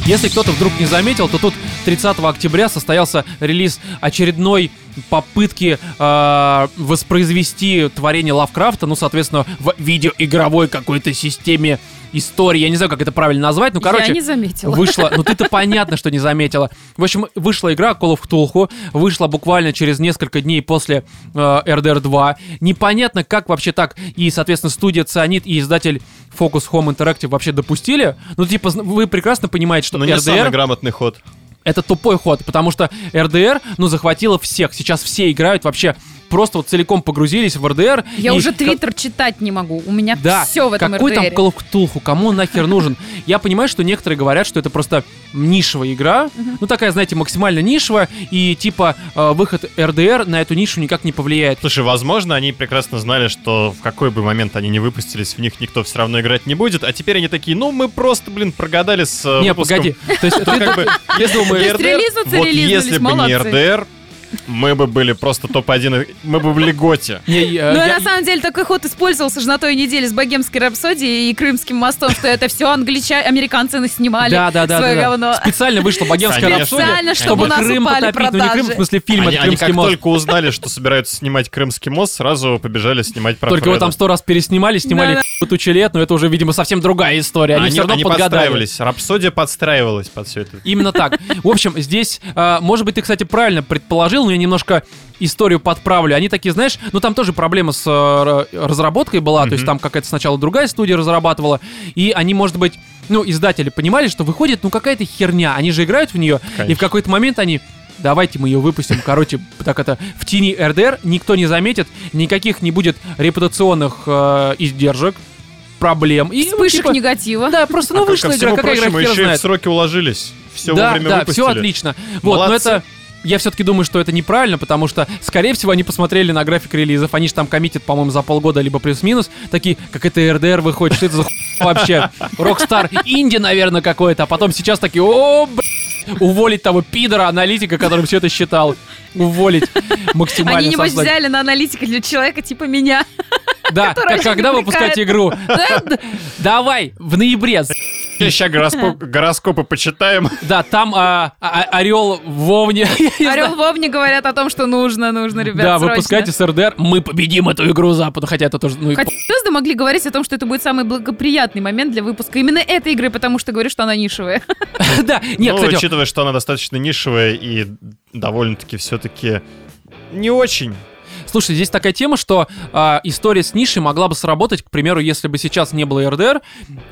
[SPEAKER 1] Если кто-то вдруг не заметил, то тут 30 октября состоялся релиз очередной попытки э, воспроизвести творение Лавкрафта, ну, соответственно, в видеоигровой какой-то системе истории. Я не знаю, как это правильно назвать, ну, короче...
[SPEAKER 3] Я не заметила.
[SPEAKER 1] Вышла, ну ты-то понятно, что не заметила. В общем, вышла игра Call of Cthulhu, вышла буквально через несколько дней после э, RDR 2. Непонятно, как вообще так и, соответственно, студия Цианид и издатель Focus Home Interactive вообще допустили. Ну, типа, зн- вы прекрасно понимаете, что
[SPEAKER 2] Но Ну, не самый
[SPEAKER 1] RDR
[SPEAKER 2] грамотный ход.
[SPEAKER 1] это тупой ход, потому что РДР, ну, захватила всех. Сейчас все играют вообще просто вот целиком погрузились в РДР.
[SPEAKER 3] Я
[SPEAKER 1] и
[SPEAKER 3] уже
[SPEAKER 1] ка-
[SPEAKER 3] твиттер читать не могу. У меня
[SPEAKER 1] да,
[SPEAKER 3] все в этом
[SPEAKER 1] какой там
[SPEAKER 3] RDR.
[SPEAKER 1] Call of Cthulhu? Кому он нахер нужен? Я понимаю, что некоторые говорят, что это просто нишевая игра. Ну, такая, знаете, максимально нишевая. И, типа, э, выход РДР на эту нишу никак не повлияет.
[SPEAKER 2] Слушай, возможно, они прекрасно знали, что в какой бы момент они не выпустились, в них никто все равно играть не будет, а теперь они такие, ну, мы просто, блин, прогадали с э,
[SPEAKER 1] не,
[SPEAKER 2] выпуском
[SPEAKER 1] погоди. То есть, ты
[SPEAKER 2] как бы,
[SPEAKER 1] если
[SPEAKER 3] есть
[SPEAKER 1] думаешь...
[SPEAKER 2] RDR,
[SPEAKER 3] релизаться
[SPEAKER 2] вот
[SPEAKER 3] релизнулись,
[SPEAKER 2] если бы не
[SPEAKER 3] молодцы.
[SPEAKER 2] РДР, мы бы были просто топ-1, и- мы бы в льготе.
[SPEAKER 1] Не, э,
[SPEAKER 3] Ну,
[SPEAKER 1] я-
[SPEAKER 3] на самом деле, такой ход использовался же на той неделе с богемской рапсодией и крымским мостом, что это все англича... американцы нас снимали
[SPEAKER 1] Да, да, да,
[SPEAKER 3] свое
[SPEAKER 1] да, да.
[SPEAKER 3] говно.
[SPEAKER 1] Специально вышла богемская
[SPEAKER 2] Конечно.
[SPEAKER 1] рапсодия,
[SPEAKER 3] Специально,
[SPEAKER 1] чтобы
[SPEAKER 3] чтобы у нас
[SPEAKER 1] Крым
[SPEAKER 3] упали
[SPEAKER 1] потопить. Ну, не Крым, в
[SPEAKER 3] продажи.
[SPEAKER 1] смысле, фильм,
[SPEAKER 2] Они,
[SPEAKER 1] это
[SPEAKER 2] они
[SPEAKER 1] Крымский
[SPEAKER 2] как
[SPEAKER 1] мост.
[SPEAKER 2] только узнали, что собираются снимать Крымский мост, сразу побежали снимать про
[SPEAKER 1] Только его
[SPEAKER 2] Фреда.
[SPEAKER 1] там сто раз переснимали, снимали
[SPEAKER 3] Да-да.
[SPEAKER 1] их тучи лет, но это уже, видимо, совсем другая история. Они,
[SPEAKER 2] Они,
[SPEAKER 1] все равно
[SPEAKER 2] они
[SPEAKER 1] подгадали. Ну,
[SPEAKER 2] подстраивались. Рапсодия подстраивалась под все это.
[SPEAKER 1] Именно так. В общем, здесь, э, может быть, ты, кстати, правильно предположил, но я немножко историю подправлю. Они такие, знаешь, ну там тоже проблема с э, р- разработкой была, то есть там какая-то сначала другая студия разрабатывала, и они, может быть, ну, издатели понимали, что выходит, ну, какая-то херня. Они же играют в нее, и в
[SPEAKER 2] Конечно.
[SPEAKER 1] какой-то момент они... Давайте мы ее выпустим, короче, так это в тени РДР никто не заметит, никаких не будет репутационных э, издержек, проблем. И, ну,
[SPEAKER 3] Вспышек
[SPEAKER 1] типа,
[SPEAKER 3] негатива.
[SPEAKER 1] Да, просто, ну,
[SPEAKER 2] А ко-
[SPEAKER 1] вышла
[SPEAKER 2] ко
[SPEAKER 1] игра,
[SPEAKER 2] всему
[SPEAKER 1] какая игра
[SPEAKER 2] прочему,
[SPEAKER 1] хер
[SPEAKER 2] еще и в
[SPEAKER 1] знает.
[SPEAKER 2] сроки уложились. Все
[SPEAKER 1] да,
[SPEAKER 2] вовремя
[SPEAKER 1] да,
[SPEAKER 2] выпустили.
[SPEAKER 1] все отлично. Вот, но
[SPEAKER 2] Молодцы.
[SPEAKER 1] это... Я все-таки думаю, что это неправильно, потому что, скорее всего, они посмотрели на график релизов, они же там коммитят, по-моему, за полгода, либо плюс-минус, такие, как это РДР выходит, что это за хуйня вообще? Рокстар Инди, наверное, какой-то, а потом сейчас такие, о, блядь, уволить того пидора, аналитика, который все это считал. Уволить максимально.
[SPEAKER 3] Они, небось,
[SPEAKER 1] создать.
[SPEAKER 3] взяли на аналитика для человека типа меня.
[SPEAKER 1] Да,
[SPEAKER 3] которого
[SPEAKER 1] как-
[SPEAKER 3] они
[SPEAKER 1] когда выпускать
[SPEAKER 3] привлекают.
[SPEAKER 1] игру? Да, д- Давай, в ноябре, с***.
[SPEAKER 2] Сейчас гороскопы почитаем.
[SPEAKER 1] Да, там а, а- орел вовне. Я не знаю.
[SPEAKER 3] Орел Вовне говорят о том, что нужно, нужно, ребят,
[SPEAKER 1] Да,
[SPEAKER 3] срочно.
[SPEAKER 1] выпускайте с РДР, мы победим эту игру Запада, хотя это тоже, ну, и
[SPEAKER 3] Хотя звезды могли говорить о том, что это будет самый благоприятный момент для выпуска именно этой игры, потому что говорю, что она нишевая.
[SPEAKER 1] п- да, нет,
[SPEAKER 2] ну,
[SPEAKER 1] кстати,
[SPEAKER 2] учитывая, что она достаточно нишевая и довольно-таки все-таки не очень.
[SPEAKER 1] слушай, здесь такая тема, что а, история с нишей могла бы сработать, к примеру, если бы сейчас не было РДР,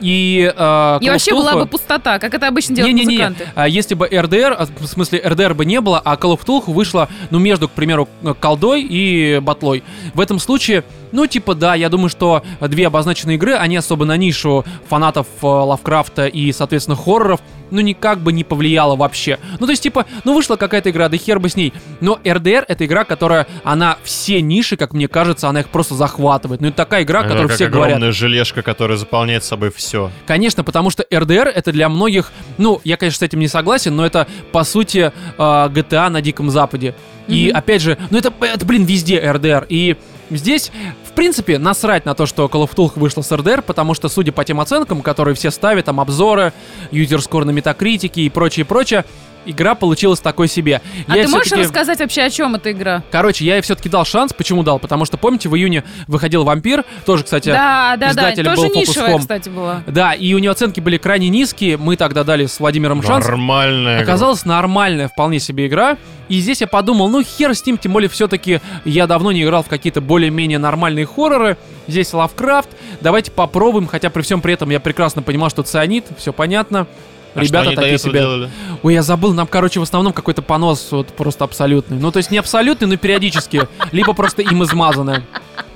[SPEAKER 1] и... а,
[SPEAKER 3] И
[SPEAKER 1] Call of
[SPEAKER 3] вообще была
[SPEAKER 1] Cthulhu-
[SPEAKER 3] бы пустота, как это обычно делают
[SPEAKER 1] Не-не-не,
[SPEAKER 3] музыканты.
[SPEAKER 1] а если бы РДР, а, в смысле РДР бы не было, а Call of Cthulhu вышла, ну, между, к примеру, э, колдой и батлой. В этом случае, ну, типа, да, я думаю, что две обозначенные игры, они особо на нишу фанатов э, Лавкрафта и, соответственно, хорроров, ну, никак бы не повлияло вообще. Ну, то есть, типа, ну, вышла какая-то игра, да хер бы с ней. Но РДР — это игра, которая, она все ниши, как мне кажется, она их просто захватывает. Ну, это такая игра, о
[SPEAKER 2] Она
[SPEAKER 1] которой
[SPEAKER 2] как
[SPEAKER 1] все
[SPEAKER 2] огромная
[SPEAKER 1] говорят.
[SPEAKER 2] желешка, которая заполняет собой все.
[SPEAKER 1] Конечно, потому что РДР это для многих, ну, я, конечно, с этим не согласен, но это, по сути, э, GTA на Диком Западе. И,
[SPEAKER 3] Мгм.
[SPEAKER 1] опять же, ну это, это, блин, везде РДР. И здесь, в принципе, насрать на то, что Call of Duty вышла с РДР, потому что, судя по тем оценкам, которые все ставят, там, обзоры, юзерскор на метакритике и прочее, прочее, игра получилась такой себе.
[SPEAKER 3] А
[SPEAKER 1] Я
[SPEAKER 3] ты можешь
[SPEAKER 1] всё-таки-
[SPEAKER 3] рассказать вообще, о чем эта игра?
[SPEAKER 1] Короче, я ей все-таки дал шанс. Почему дал? Потому что, помните, в июне выходил «Вампир», тоже, кстати...
[SPEAKER 3] Да, да, да,
[SPEAKER 1] издатель был
[SPEAKER 3] тоже
[SPEAKER 1] Focus
[SPEAKER 3] нишевая,
[SPEAKER 1] Home.
[SPEAKER 3] кстати, была.
[SPEAKER 1] Да, и у нее оценки были крайне низкие. Мы тогда дали с Владимиром шанс.
[SPEAKER 2] Нормальная. игра.
[SPEAKER 1] Оказалась нормальная вполне себе игра. И здесь я подумал, ну хер с ним, тем более все-таки я давно не играл в какие-то более-менее нормальные хорроры. Здесь Лавкрафт, давайте попробуем, хотя при всем при этом я прекрасно понимал, что цианид, все понятно.
[SPEAKER 2] А что
[SPEAKER 1] Ребята
[SPEAKER 2] они до
[SPEAKER 1] такие
[SPEAKER 2] этого
[SPEAKER 1] себе...
[SPEAKER 2] делали?
[SPEAKER 1] Ой, я забыл, нам, короче, в основном какой-то понос вот просто абсолютный. Ну, то есть не абсолютный, но периодически. Либо просто им измазанное.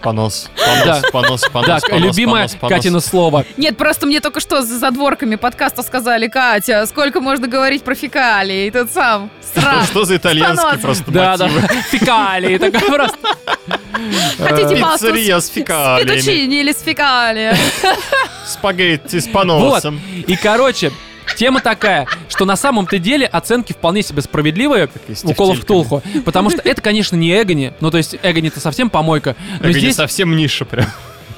[SPEAKER 2] Понос.
[SPEAKER 1] Да.
[SPEAKER 2] Понос, понос, понос,
[SPEAKER 1] Да,
[SPEAKER 2] понос,
[SPEAKER 1] любимое
[SPEAKER 2] понос, понос.
[SPEAKER 1] Катина слово.
[SPEAKER 3] Нет, просто мне только что за задворками подкаста сказали, Катя, сколько можно говорить про фекалии, и тот сам, сразу.
[SPEAKER 2] Что за итальянский
[SPEAKER 3] поносом.
[SPEAKER 2] просто
[SPEAKER 1] Да, да,
[SPEAKER 2] мотив?
[SPEAKER 1] фекалии, такая просто. э,
[SPEAKER 3] Хотите пасту
[SPEAKER 2] Пиццерия с
[SPEAKER 3] типа, «А, с
[SPEAKER 2] фекалиями.
[SPEAKER 3] петучини или с фекалиями?
[SPEAKER 2] Спагетти с
[SPEAKER 1] Вот.
[SPEAKER 2] поносом.
[SPEAKER 1] И, короче, тема такая, что на самом-то деле оценки вполне себе справедливые
[SPEAKER 2] Такие с
[SPEAKER 1] у Call of
[SPEAKER 2] тефтельками.
[SPEAKER 1] Cthulhu, потому что это, конечно, не Эгони, ну, то есть Эгони это совсем помойка, но
[SPEAKER 2] Эгони
[SPEAKER 1] здесь...
[SPEAKER 2] совсем ниша прям.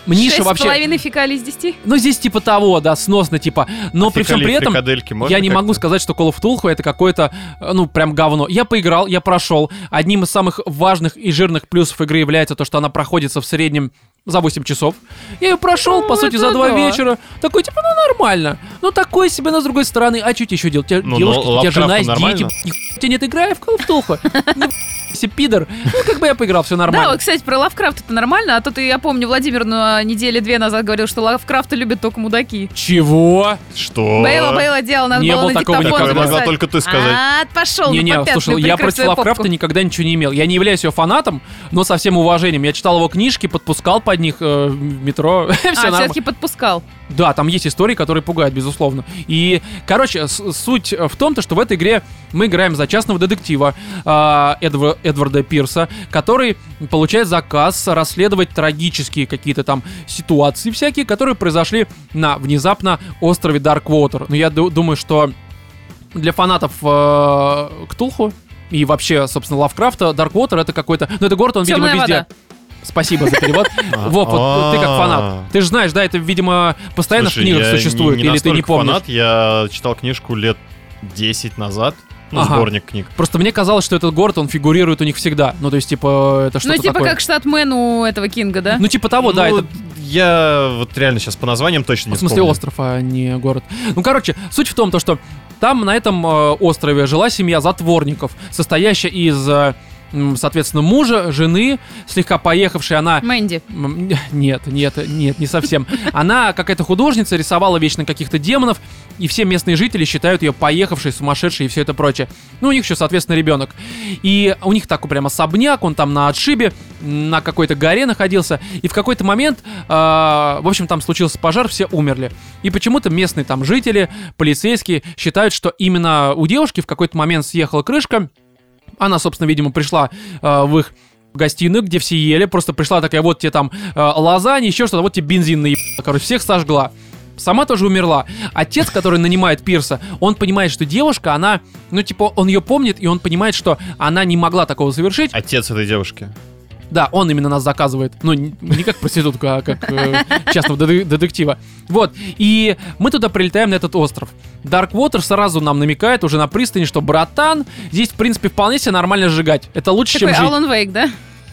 [SPEAKER 1] Миша
[SPEAKER 3] Шесть с
[SPEAKER 1] вообще...
[SPEAKER 3] половиной фекалий из десяти.
[SPEAKER 1] Ну, здесь типа того, да, сносно, типа. Но при всем
[SPEAKER 2] Фекалии,
[SPEAKER 1] при этом...
[SPEAKER 2] фрикадельки можно
[SPEAKER 1] я не
[SPEAKER 2] как-то?
[SPEAKER 1] могу сказать, что Call of Cthulhu это какое-то, э, ну, прям говно. Я поиграл, я прошел. Одним из самых важных и жирных плюсов игры является то, что она проходится в среднем за 8 часов. Я ее прошел,
[SPEAKER 3] Ну,
[SPEAKER 1] по сути, за
[SPEAKER 3] это
[SPEAKER 1] 2
[SPEAKER 3] да.
[SPEAKER 1] вечера. Такой, типа, ну, нормально. Ну, такой себе, но с другой стороны, а что тебе еще делать? У тебя
[SPEAKER 2] Ну,
[SPEAKER 1] девушка,
[SPEAKER 2] но
[SPEAKER 1] у тебя жена,
[SPEAKER 2] Лавкрафту
[SPEAKER 1] есть дети.
[SPEAKER 2] нормально?
[SPEAKER 1] б***ь, У тебя нет игры, а я в Call of Cthulhu. Ну, б***ься, пидор. Ну, как бы я поиграл, все
[SPEAKER 3] Да,
[SPEAKER 1] нормально.
[SPEAKER 3] вот, кстати, про Лавкрафт это нормально, а то ты, я помню, Владимир ну, недели две назад говорил, что Лавкрафта любят только мудаки.
[SPEAKER 1] Чего?
[SPEAKER 2] Что?
[SPEAKER 3] Бейла, Бейла делал, надо
[SPEAKER 1] Не
[SPEAKER 3] было
[SPEAKER 1] было
[SPEAKER 3] на
[SPEAKER 1] такого
[SPEAKER 3] диктофон
[SPEAKER 1] никогда.
[SPEAKER 2] Такое могла
[SPEAKER 3] записать.
[SPEAKER 2] только ты сказать.
[SPEAKER 3] А, пошел
[SPEAKER 1] Не-не, слушай, я против Лавкрафта никогда ничего не имел. Я не являюсь его фанатом, но со всем уважением. Я читал его книжки, подпускал под них э, в метро. Все
[SPEAKER 3] А,
[SPEAKER 1] нормально.
[SPEAKER 3] все-таки подпускал.
[SPEAKER 1] Да, там есть истории, которые пугают, безусловно. И, короче, с- суть в том, то, что в этой игре мы играем за частного детектива э, Эдва- Эдварда Пирса, который получает заказ расследовать трагические какие-то там ситуации всякие, которые произошли на внезапно острове Дарквотер. Но я ду- думаю, что для фанатов э, Ктулху и вообще, собственно, Лавкрафта, Дарквотер это какой-то... Ну, это город, он, видимо,
[SPEAKER 3] Темная
[SPEAKER 1] везде...
[SPEAKER 3] вода.
[SPEAKER 1] Спасибо за перевод. Воп, вот ты как фанат. Ты же знаешь, да, это, видимо, постоянно в
[SPEAKER 2] А. Слушай,
[SPEAKER 1] книгах
[SPEAKER 2] я
[SPEAKER 1] существует, или ты не
[SPEAKER 2] настолько
[SPEAKER 1] помнишь.
[SPEAKER 2] фанат, я читал книжку лет 10 назад. Ну,
[SPEAKER 1] Ага.
[SPEAKER 2] сборник книг.
[SPEAKER 1] Просто мне казалось, что этот город, он фигурирует у них всегда. Ну, то есть, типа, это
[SPEAKER 3] Ну,
[SPEAKER 1] что-то
[SPEAKER 3] типа
[SPEAKER 1] такое.
[SPEAKER 3] как штатмен у этого Кинга, да?
[SPEAKER 1] Ну, типа того, да,
[SPEAKER 2] Ну,
[SPEAKER 1] это
[SPEAKER 2] Я вот реально сейчас по названиям точно не
[SPEAKER 1] В смысле
[SPEAKER 2] вспомню.
[SPEAKER 1] остров, а не город. Ну, короче, суть в том, то, что там на этом э, острове жила семья затворников, состоящая из, э, м, соответственно, мужа, жены, слегка поехавшей, она
[SPEAKER 3] Мэнди.
[SPEAKER 1] М, Нет, нет, нет, не совсем. Она какая-то художница, рисовала вечно каких-то демонов, и все местные жители считают ее поехавшей, сумасшедшей и все это прочее. Ну, у них еще, соответственно, ребенок. И у них такой прям особняк, он там на отшибе, на какой-то горе находился, и в какой-то момент, э, в общем, там случился пожар, все умерли. И почему-то местные там жители, полицейские считают, что именно у девушки в какой-то момент съехала крышка, она, собственно, видимо, пришла э, в их гостиную, где все ели, просто пришла такая, вот тебе там э, лазанья, еще что-то, вот тебе бензин наеб... Короче, всех сожгла. Сама тоже умерла. Отец, который нанимает Пирса, он понимает, что девушка, она, ну, типа, он ее помнит, и он понимает, что она не могла такого совершить.
[SPEAKER 2] Отец этой девушки.
[SPEAKER 1] Да, он именно нас заказывает. Ну, не не как проститутку, а как э, частного деде- детектива. Вот. И мы туда прилетаем на этот остров. Дарквотер сразу нам намекает уже на пристани, что, братан, здесь, в принципе, вполне себе нормально сжигать. Это лучше,
[SPEAKER 3] Такой
[SPEAKER 1] чем жить.
[SPEAKER 3] Алан Вейк, да?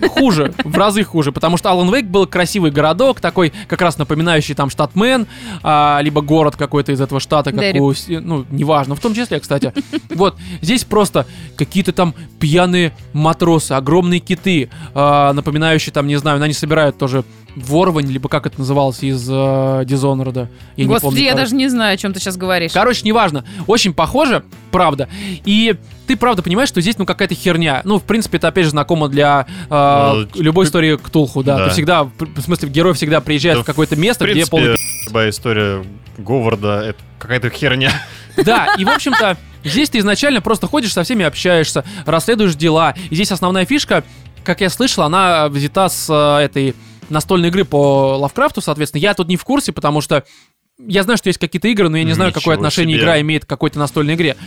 [SPEAKER 1] Хуже, в разы хуже, потому что Алан Вейк был красивый городок, такой как раз напоминающий там штат Мэн, а, либо город какой-то из этого штата, как
[SPEAKER 3] Дерри.
[SPEAKER 1] у Си- ну, неважно, в том числе, кстати. Вот, здесь просто какие-то там пьяные матросы, огромные киты, а, напоминающие там, не знаю, но они собирают тоже ворвань, либо как это называлось из э, Дизонорда. Я не
[SPEAKER 3] Господи,
[SPEAKER 1] помню,
[SPEAKER 3] я
[SPEAKER 1] короче.
[SPEAKER 3] даже не знаю, о чем ты сейчас говоришь.
[SPEAKER 1] Короче, неважно. Очень похоже, правда. И ты правда понимаешь, что здесь ну какая-то херня. Ну, в принципе, это опять же знакомо для э,
[SPEAKER 2] Ну,
[SPEAKER 1] к- любой истории Ктулху, да.
[SPEAKER 2] да.
[SPEAKER 1] Ты всегда, в смысле, герой всегда приезжает
[SPEAKER 2] Да,
[SPEAKER 1] в какое-то место,
[SPEAKER 2] В принципе,
[SPEAKER 1] где полный
[SPEAKER 2] любая история Говарда — это какая-то херня.
[SPEAKER 1] Да, и в общем-то, здесь ты изначально просто ходишь со всеми, общаешься, расследуешь дела. И здесь основная фишка, как я слышал, она взята с э, этой настольной игры по Лавкрафту, соответственно. Я тут не в курсе, потому что я знаю, что есть какие-то игры, но я не знаю,
[SPEAKER 2] Ничего
[SPEAKER 1] какое отношение
[SPEAKER 2] себе.
[SPEAKER 1] игра имеет к какой-то настольной игре.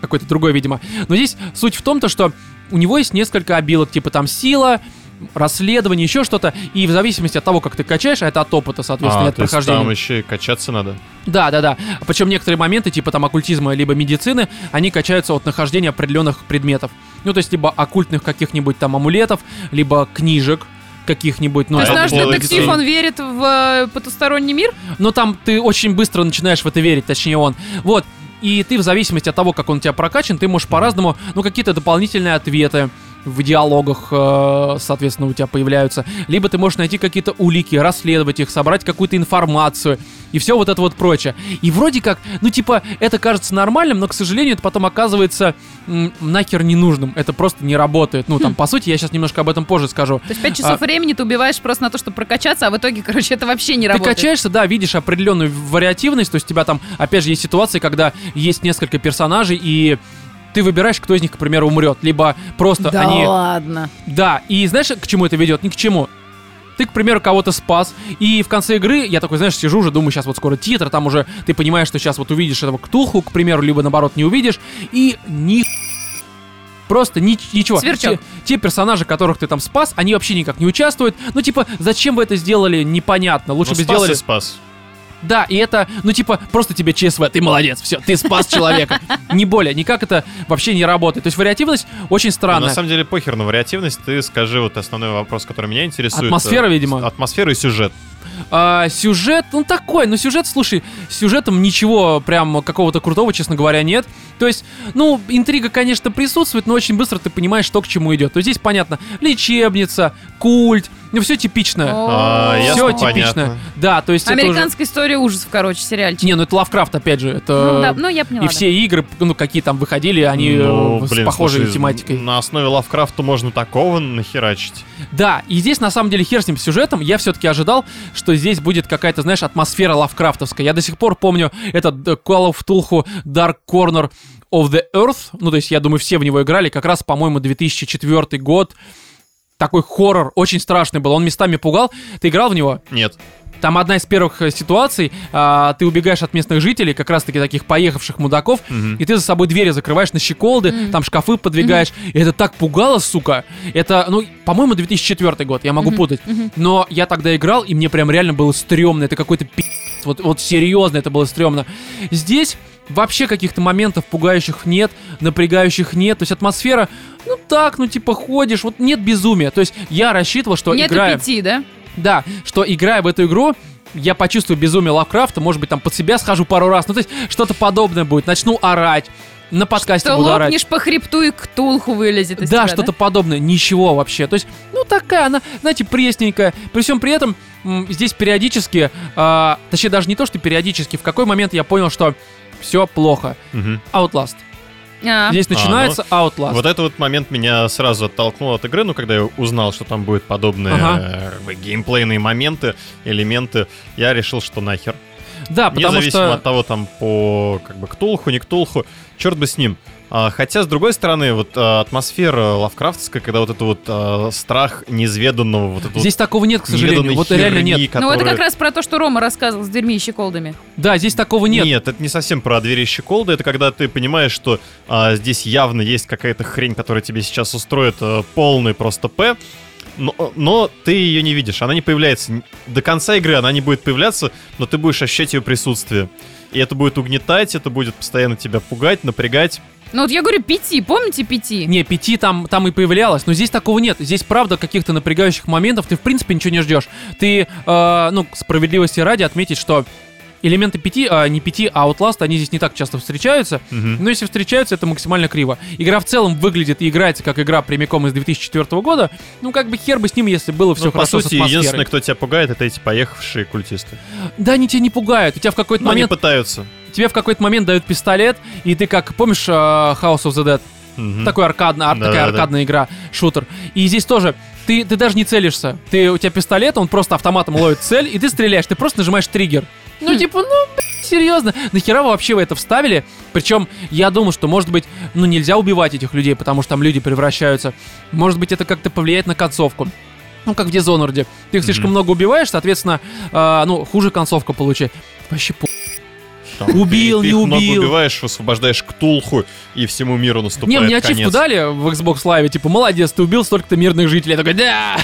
[SPEAKER 1] Какой-то другой, видимо. Но здесь суть в том, то, что у него есть несколько обилок, типа там сила, расследование, еще что-то. И в зависимости от того, как ты качаешь, а это от опыта, соответственно, и
[SPEAKER 2] А,
[SPEAKER 1] от
[SPEAKER 2] то есть
[SPEAKER 1] прохождения.
[SPEAKER 2] там еще и качаться надо.
[SPEAKER 1] Да, да, да. Причем некоторые моменты, типа там оккультизма либо медицины, они качаются от нахождения определенных предметов. Ну, то есть, либо оккультных каких-нибудь там амулетов, либо книжек каких-нибудь. Ну,
[SPEAKER 3] То есть
[SPEAKER 2] это
[SPEAKER 1] там
[SPEAKER 3] наш
[SPEAKER 2] было
[SPEAKER 3] детектив,
[SPEAKER 2] весело.
[SPEAKER 3] он верит в э, потусторонний мир?
[SPEAKER 1] но там ты очень быстро начинаешь в это верить, точнее он. Вот. И ты в зависимости от того, как он у тебя прокачан, ты можешь по-разному, ну, какие-то дополнительные ответы в диалогах, э, соответственно, у тебя появляются. Либо ты можешь найти какие-то улики, расследовать их, собрать какую-то информацию и все вот это вот прочее. И вроде как, ну, типа, это кажется нормальным, но, к сожалению, это потом оказывается м, нахер ненужным. Это просто не работает. Ну, там, по сути, я сейчас немножко об этом позже скажу.
[SPEAKER 3] То есть пять часов времени ты убиваешь просто на то, чтобы прокачаться, а в итоге, короче, это вообще не
[SPEAKER 1] Ты
[SPEAKER 3] работает.
[SPEAKER 1] качаешься, да, видишь определенную вариативность, то есть у тебя там, опять же, есть ситуации, когда есть несколько персонажей, и ты выбираешь, кто из них, к примеру, умрет. Либо просто
[SPEAKER 3] Да
[SPEAKER 1] они...
[SPEAKER 3] ладно.
[SPEAKER 1] Да, и знаешь, к чему это ведет? Ни к чему. Ты, к примеру, кого-то спас, и в конце игры я такой, знаешь, сижу уже, думаю, сейчас вот скоро титр, там уже ты понимаешь, что сейчас вот увидишь этого ктулху, к примеру, либо наоборот не увидишь, и ни Просто ни- ничего.
[SPEAKER 3] Сверчок.
[SPEAKER 1] Те, те персонажи, которых ты там спас, они вообще никак не участвуют. Ну, типа, зачем вы это сделали, непонятно. Лучше
[SPEAKER 2] Ну,
[SPEAKER 1] бы
[SPEAKER 2] спас
[SPEAKER 1] сделали...
[SPEAKER 2] и спас.
[SPEAKER 1] Да, и это, ну, типа, просто тебе ЧСВ, ты молодец, все, ты спас человека. Не более, никак это вообще не работает. То есть вариативность очень
[SPEAKER 2] Но На
[SPEAKER 1] странная.
[SPEAKER 2] самом деле похер на вариативность. Ты скажи вот основной вопрос, который меня интересует.
[SPEAKER 1] Атмосфера,
[SPEAKER 2] Э,
[SPEAKER 1] видимо.
[SPEAKER 2] Атмосфера и сюжет.
[SPEAKER 1] А, сюжет, он такой, но сюжет, слушай, с сюжетом ничего прям какого-то крутого, честно говоря, нет. То есть, ну, интрига, конечно, присутствует, но очень быстро ты понимаешь, что к чему идет. То есть здесь понятно, лечебница, культ, ну, все типично.
[SPEAKER 2] А,
[SPEAKER 3] О.
[SPEAKER 2] ясно,
[SPEAKER 1] Все
[SPEAKER 2] понятно.
[SPEAKER 1] типично. Да, то есть это уже-
[SPEAKER 3] Американская история ужасов, короче, сериальчик.
[SPEAKER 1] Не, ну это Лавкрафт, опять же, это...
[SPEAKER 3] Ну, да, ну, я поняла.
[SPEAKER 1] И
[SPEAKER 3] да.
[SPEAKER 1] все игры, ну, какие там выходили, они
[SPEAKER 2] Ну,
[SPEAKER 1] э, с
[SPEAKER 2] блин,
[SPEAKER 1] похожей
[SPEAKER 2] слушай,
[SPEAKER 1] тематикой.
[SPEAKER 2] На основе Лавкрафта можно такого нахерачить.
[SPEAKER 1] Да, и здесь на самом деле хер с ним с сюжетом. Я все-таки ожидал, что здесь будет какая-то, знаешь, атмосфера лавкрафтовская. Я до сих пор помню этот э, Call of Tulhu Dark Corner of the Earth. Ну, то есть, я думаю, все в него играли. Как раз, по-моему, 2004 год. Такой хоррор, очень страшный был. Он местами пугал. Ты играл в него?
[SPEAKER 2] Нет.
[SPEAKER 1] Там одна из первых э, ситуаций, а, ты убегаешь от местных жителей, как раз-таки таких поехавших мудаков,
[SPEAKER 2] Мгм.
[SPEAKER 1] и ты за собой двери закрываешь на щеколды, там шкафы подвигаешь. И это так пугало, сука. Это, ну, по-моему, 2004 год, я могу путать. Но я тогда играл, и мне прям реально было стрёмно. Это какой-то пи***ц. Вот, вот серьезно это было стрёмно. Здесь вообще каких-то моментов пугающих нет, напрягающих нет. То есть атмосфера, ну так, ну типа ходишь, вот нет безумия. То есть я рассчитывал, что
[SPEAKER 3] Нет
[SPEAKER 1] играя...
[SPEAKER 3] пяти, да?
[SPEAKER 1] Да, что играя в эту игру, я почувствую безумие Лавкрафта, может быть, там под себя схожу пару раз, ну, то есть что-то подобное будет, начну орать, на подкасте
[SPEAKER 3] Что
[SPEAKER 1] буду орать.
[SPEAKER 3] лопнешь по хребту и ктулху вылезет из тебя,
[SPEAKER 1] Да, что-то подобное, ничего вообще. То есть, ну такая она, знаете, пресненькая. При всем при этом м, здесь периодически, а, точнее даже не то, что периодически, в какой момент я понял, что все плохо.
[SPEAKER 2] Мгм.
[SPEAKER 1] Outlast.
[SPEAKER 3] А,
[SPEAKER 1] Здесь
[SPEAKER 2] ну,
[SPEAKER 1] начинается Outlast.
[SPEAKER 2] Вот этот вот момент меня сразу оттолкнул от игры, ну, когда я узнал, что там будут подобные
[SPEAKER 1] Ага.
[SPEAKER 2] э, как бы геймплейные моменты, элементы, я решил, что нахер.
[SPEAKER 1] да, А потому
[SPEAKER 2] Независимо
[SPEAKER 1] что
[SPEAKER 2] от того, там, по как бы ктулху, не ктулху, черт бы с ним. А, хотя, с другой стороны, вот а, атмосфера лавкрафтская, когда вот это вот а, страх неизведанного, вот это
[SPEAKER 1] здесь такого нет, к
[SPEAKER 2] вот
[SPEAKER 1] сожалению.
[SPEAKER 2] неведанной
[SPEAKER 1] Вот реально
[SPEAKER 2] херни,
[SPEAKER 1] нет.
[SPEAKER 3] Ну, это
[SPEAKER 2] которая-
[SPEAKER 3] как раз про то, что Рома рассказывал с дверьми и щеколдами.
[SPEAKER 1] Да, здесь такого нет.
[SPEAKER 2] Нет. это не совсем про двери и щеколды, это когда ты понимаешь, что а, здесь явно есть какая-то хрень, которая тебе сейчас устроит э, полный просто П, но, но ты ее не видишь, она не появляется. Н- До конца игры она не будет появляться, но ты будешь ощущать ее присутствие. И это будет угнетать, это будет постоянно тебя пугать, напрягать.
[SPEAKER 3] Ну, вот я говорю пяти, помните пяти?
[SPEAKER 1] Не, пяти там, там и появлялось, но здесь такого нет. Здесь, правда, каких-то напрягающих моментов ты, в принципе, ничего не ждешь. Ты, э, ну, к справедливости ради отметить, что элементы пяти, а не пяти, а Outlast, они здесь не так часто встречаются.
[SPEAKER 2] Мгм. Ну,
[SPEAKER 1] Но если встречаются, это максимально криво. Игра в целом выглядит и играется, как игра прямиком из 2004 года. Ну, как бы хер бы с ним, если было все
[SPEAKER 2] Ну, по
[SPEAKER 1] хорошо с
[SPEAKER 2] сути,
[SPEAKER 1] атмосферой.
[SPEAKER 2] единственное, кто тебя пугает, это эти поехавшие культисты.
[SPEAKER 1] Да, они тебя не пугают. У тебя в какой-то
[SPEAKER 2] Но Ну, они
[SPEAKER 1] момент,
[SPEAKER 2] пытаются.
[SPEAKER 1] тебе в какой-то момент дают пистолет, и ты как, помнишь э, House of the Dead?
[SPEAKER 2] Мгм.
[SPEAKER 1] Такой аркадная, ар-
[SPEAKER 2] Да,
[SPEAKER 1] такая
[SPEAKER 2] да, да.
[SPEAKER 1] аркадная игра, шутер. И здесь тоже ты, ты даже не целишься. Ты, у тебя пистолет, он просто автоматом ловит цель, и ты стреляешь, ты просто нажимаешь триггер. Ну,
[SPEAKER 3] Хм.
[SPEAKER 1] типа, ну, блядь, серьезно, нахера вы вообще в это вставили? Причем я думал, что, может быть, ну, нельзя убивать этих людей, потому что там люди превращаются. Может быть, это как-то повлияет на концовку. Ну, как в Дизонорде. Ты их слишком
[SPEAKER 2] Мгм.
[SPEAKER 1] много убиваешь, соответственно, а, ну, хуже концовка получи. Вообще по...
[SPEAKER 2] Там ты-
[SPEAKER 1] убил,
[SPEAKER 2] ты
[SPEAKER 1] не
[SPEAKER 2] их много
[SPEAKER 1] убил.
[SPEAKER 2] убиваешь, освобождаешь ктулху, и всему миру наступает
[SPEAKER 1] Не, мне
[SPEAKER 2] конец.
[SPEAKER 1] ачивку дали в Xbox Live, типа, молодец, ты убил столько-то мирных жителей. Я такой, да,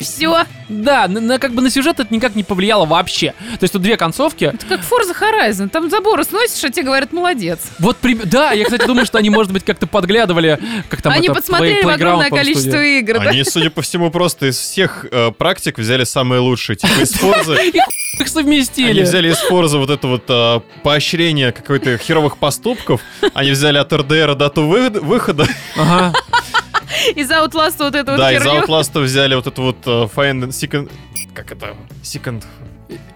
[SPEAKER 3] Все.
[SPEAKER 1] Да, на, на- как бы на сюжет это никак не повлияло вообще. То есть тут две концовки.
[SPEAKER 3] Это как Forza Horizon. Там заборы сносишь, а тебе говорят, молодец.
[SPEAKER 1] Вот при- да, я, кстати, думаю, что они, может быть, как-то подглядывали, как там
[SPEAKER 3] Они
[SPEAKER 1] это,
[SPEAKER 3] подсмотрели
[SPEAKER 1] Play-
[SPEAKER 3] в
[SPEAKER 1] Playground,
[SPEAKER 3] огромное
[SPEAKER 1] по-моему,
[SPEAKER 3] количество
[SPEAKER 1] студия.
[SPEAKER 3] игр. да.
[SPEAKER 2] Они, судя по всему, просто из всех э, практик взяли самые лучшие. Типа из Форзы.
[SPEAKER 1] Их
[SPEAKER 2] Они
[SPEAKER 1] совместили.
[SPEAKER 2] взяли из Форза вот это вот э, поощрение какой-то херовых поступков. Они взяли от РДР дату вы- выхода.
[SPEAKER 1] Ага.
[SPEAKER 3] Из Outlast вот эту вот
[SPEAKER 2] Да, из
[SPEAKER 3] херню.
[SPEAKER 2] Outlast взяли вот это вот э, Find and Second... Как это? Second...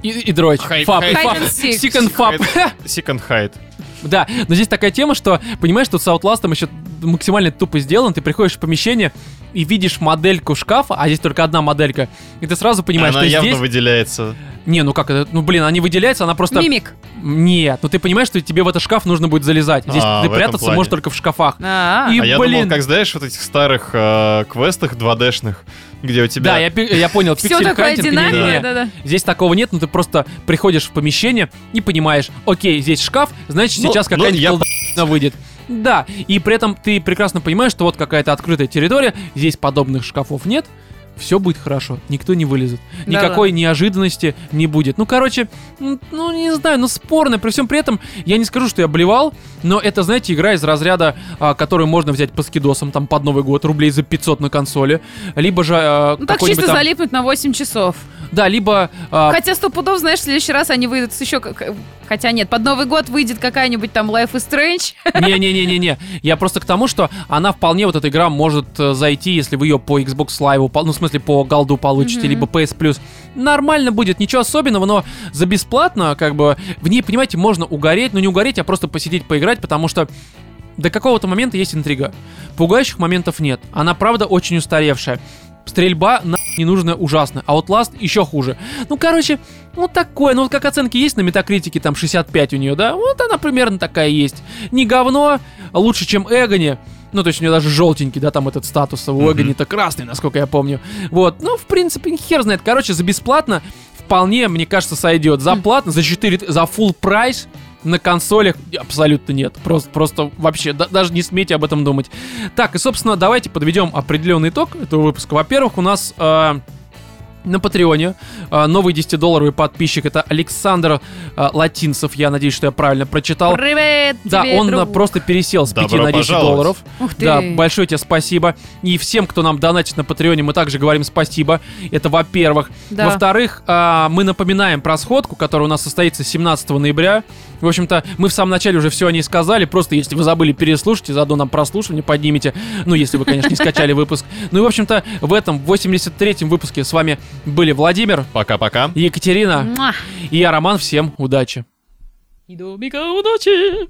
[SPEAKER 1] И, и дрочь.
[SPEAKER 2] Хай-
[SPEAKER 1] Фап,
[SPEAKER 2] хай-
[SPEAKER 1] фап.
[SPEAKER 3] Hide and seek.
[SPEAKER 1] Second фап.
[SPEAKER 2] Second Hide.
[SPEAKER 1] Да, но здесь такая тема, что, понимаешь, тут с Outlast'ом еще максимально тупо сделан. Ты приходишь в помещение и видишь модельку шкафа, а здесь только одна моделька. И ты сразу понимаешь,
[SPEAKER 2] Она
[SPEAKER 1] что
[SPEAKER 2] явно
[SPEAKER 1] здесь...
[SPEAKER 2] выделяется.
[SPEAKER 1] Не, ну как это... Ну, блин, она не выделяется, она просто...
[SPEAKER 3] Мимик.
[SPEAKER 1] Нет, ну ты понимаешь, что тебе в этот шкаф нужно будет залезать. Здесь
[SPEAKER 2] А,
[SPEAKER 1] ты
[SPEAKER 2] в этом
[SPEAKER 1] прятаться
[SPEAKER 2] плане.
[SPEAKER 1] можешь только в шкафах.
[SPEAKER 3] А,
[SPEAKER 1] И-
[SPEAKER 2] А я
[SPEAKER 1] блин.
[SPEAKER 2] думал, как знаешь, вот этих старых э, квестах 2D-шных, где у тебя...
[SPEAKER 1] Да, я, пи- я понял,
[SPEAKER 3] Все
[SPEAKER 1] пиксель
[SPEAKER 3] такое
[SPEAKER 1] хантинг. не-не-не.
[SPEAKER 3] одинаковое, да-да.
[SPEAKER 1] Здесь такого нет, но ты просто приходишь в помещение и понимаешь, окей, здесь шкаф, значит
[SPEAKER 2] Ну,
[SPEAKER 1] сейчас
[SPEAKER 2] ну,
[SPEAKER 1] какая-нибудь
[SPEAKER 2] я
[SPEAKER 1] колдовщина выйдет. Да, и при этом ты прекрасно понимаешь, что вот какая-то открытая территория, здесь подобных шкафов нет, все будет хорошо, никто не вылезет.
[SPEAKER 3] Да-да.
[SPEAKER 1] Никакой неожиданности не будет. Ну, короче, м, ну, не знаю, ну, спорно. При всем при этом, я не скажу, что я блевал, но это, знаете, игра из разряда, а, которую можно взять по скидосам, там, под Новый год, рублей за 500 на консоли, либо же а,
[SPEAKER 3] Ну так
[SPEAKER 1] какой-нибудь
[SPEAKER 3] чисто
[SPEAKER 1] там-
[SPEAKER 3] залипнуть на 8 часов.
[SPEAKER 1] Да, либо... а,
[SPEAKER 3] Хотя сто пудов, знаешь, в следующий раз они выйдут с еще... как- Хотя нет, под Новый год выйдет какая-нибудь там Life is Strange.
[SPEAKER 1] Не-не-не-не-не. Я просто к тому, что она вполне, вот эта игра может э, зайти, если вы ее по Xbox Live, по- ну, в смысле, по голду получите,
[SPEAKER 3] Мгм.
[SPEAKER 1] либо PS Plus. Нормально будет, ничего особенного, но за бесплатно, как бы, в ней, понимаете, можно угореть, ну, не угореть, а просто посидеть, поиграть, потому что до какого-то момента есть интрига. Пугающих моментов нет. Она, правда, очень устаревшая. Стрельба на ненужная ужасно, а Outlast еще хуже. Ну, короче, вот такое. Ну, вот как оценки есть на Метакритике, там 65 у нее, да? Вот она примерно такая есть. Не говно, а лучше, чем Эгони. Ну, то есть у нее даже желтенький, да, там этот статус. У
[SPEAKER 2] Мгм.
[SPEAKER 1] Эгони-то красный, насколько я помню. Вот, ну, в принципе, хер знает. Короче, за бесплатно вполне, мне кажется, сойдет. За платно, за 4, т- за full прайс на консолях абсолютно нет. Просто, просто вообще, да- даже не смейте об этом думать. Так, и, собственно, давайте подведем определенный итог этого выпуска. Во-первых, у нас э, на Патреоне э, новый 10-долларовый подписчик. Это Александр э, Латинцев. Я надеюсь, что я правильно прочитал.
[SPEAKER 3] Привет
[SPEAKER 1] Да,
[SPEAKER 3] тебе,
[SPEAKER 1] он э,
[SPEAKER 3] друг.
[SPEAKER 1] просто пересел с 5
[SPEAKER 2] Добро
[SPEAKER 1] на 10
[SPEAKER 2] пожаловать.
[SPEAKER 1] долларов.
[SPEAKER 3] Ух ты.
[SPEAKER 1] Да, большое тебе спасибо. И всем, кто нам донатит на Патреоне, мы также говорим спасибо. Это во-первых.
[SPEAKER 3] Да.
[SPEAKER 1] Во-вторых, а, мы напоминаем про сходку, которая у нас состоится 17 ноября. В общем-то, мы в самом начале уже все о ней сказали. Просто если вы забыли, переслушайте, заодно нам прослушивание поднимите. Ну, если вы, конечно, не скачали выпуск. Ну и, в общем-то, в этом 83-м выпуске с вами были Владимир,
[SPEAKER 2] Пока-пока.
[SPEAKER 1] Екатерина
[SPEAKER 3] Муа.
[SPEAKER 1] и я, Роман. Всем удачи!
[SPEAKER 3] И домика удачи.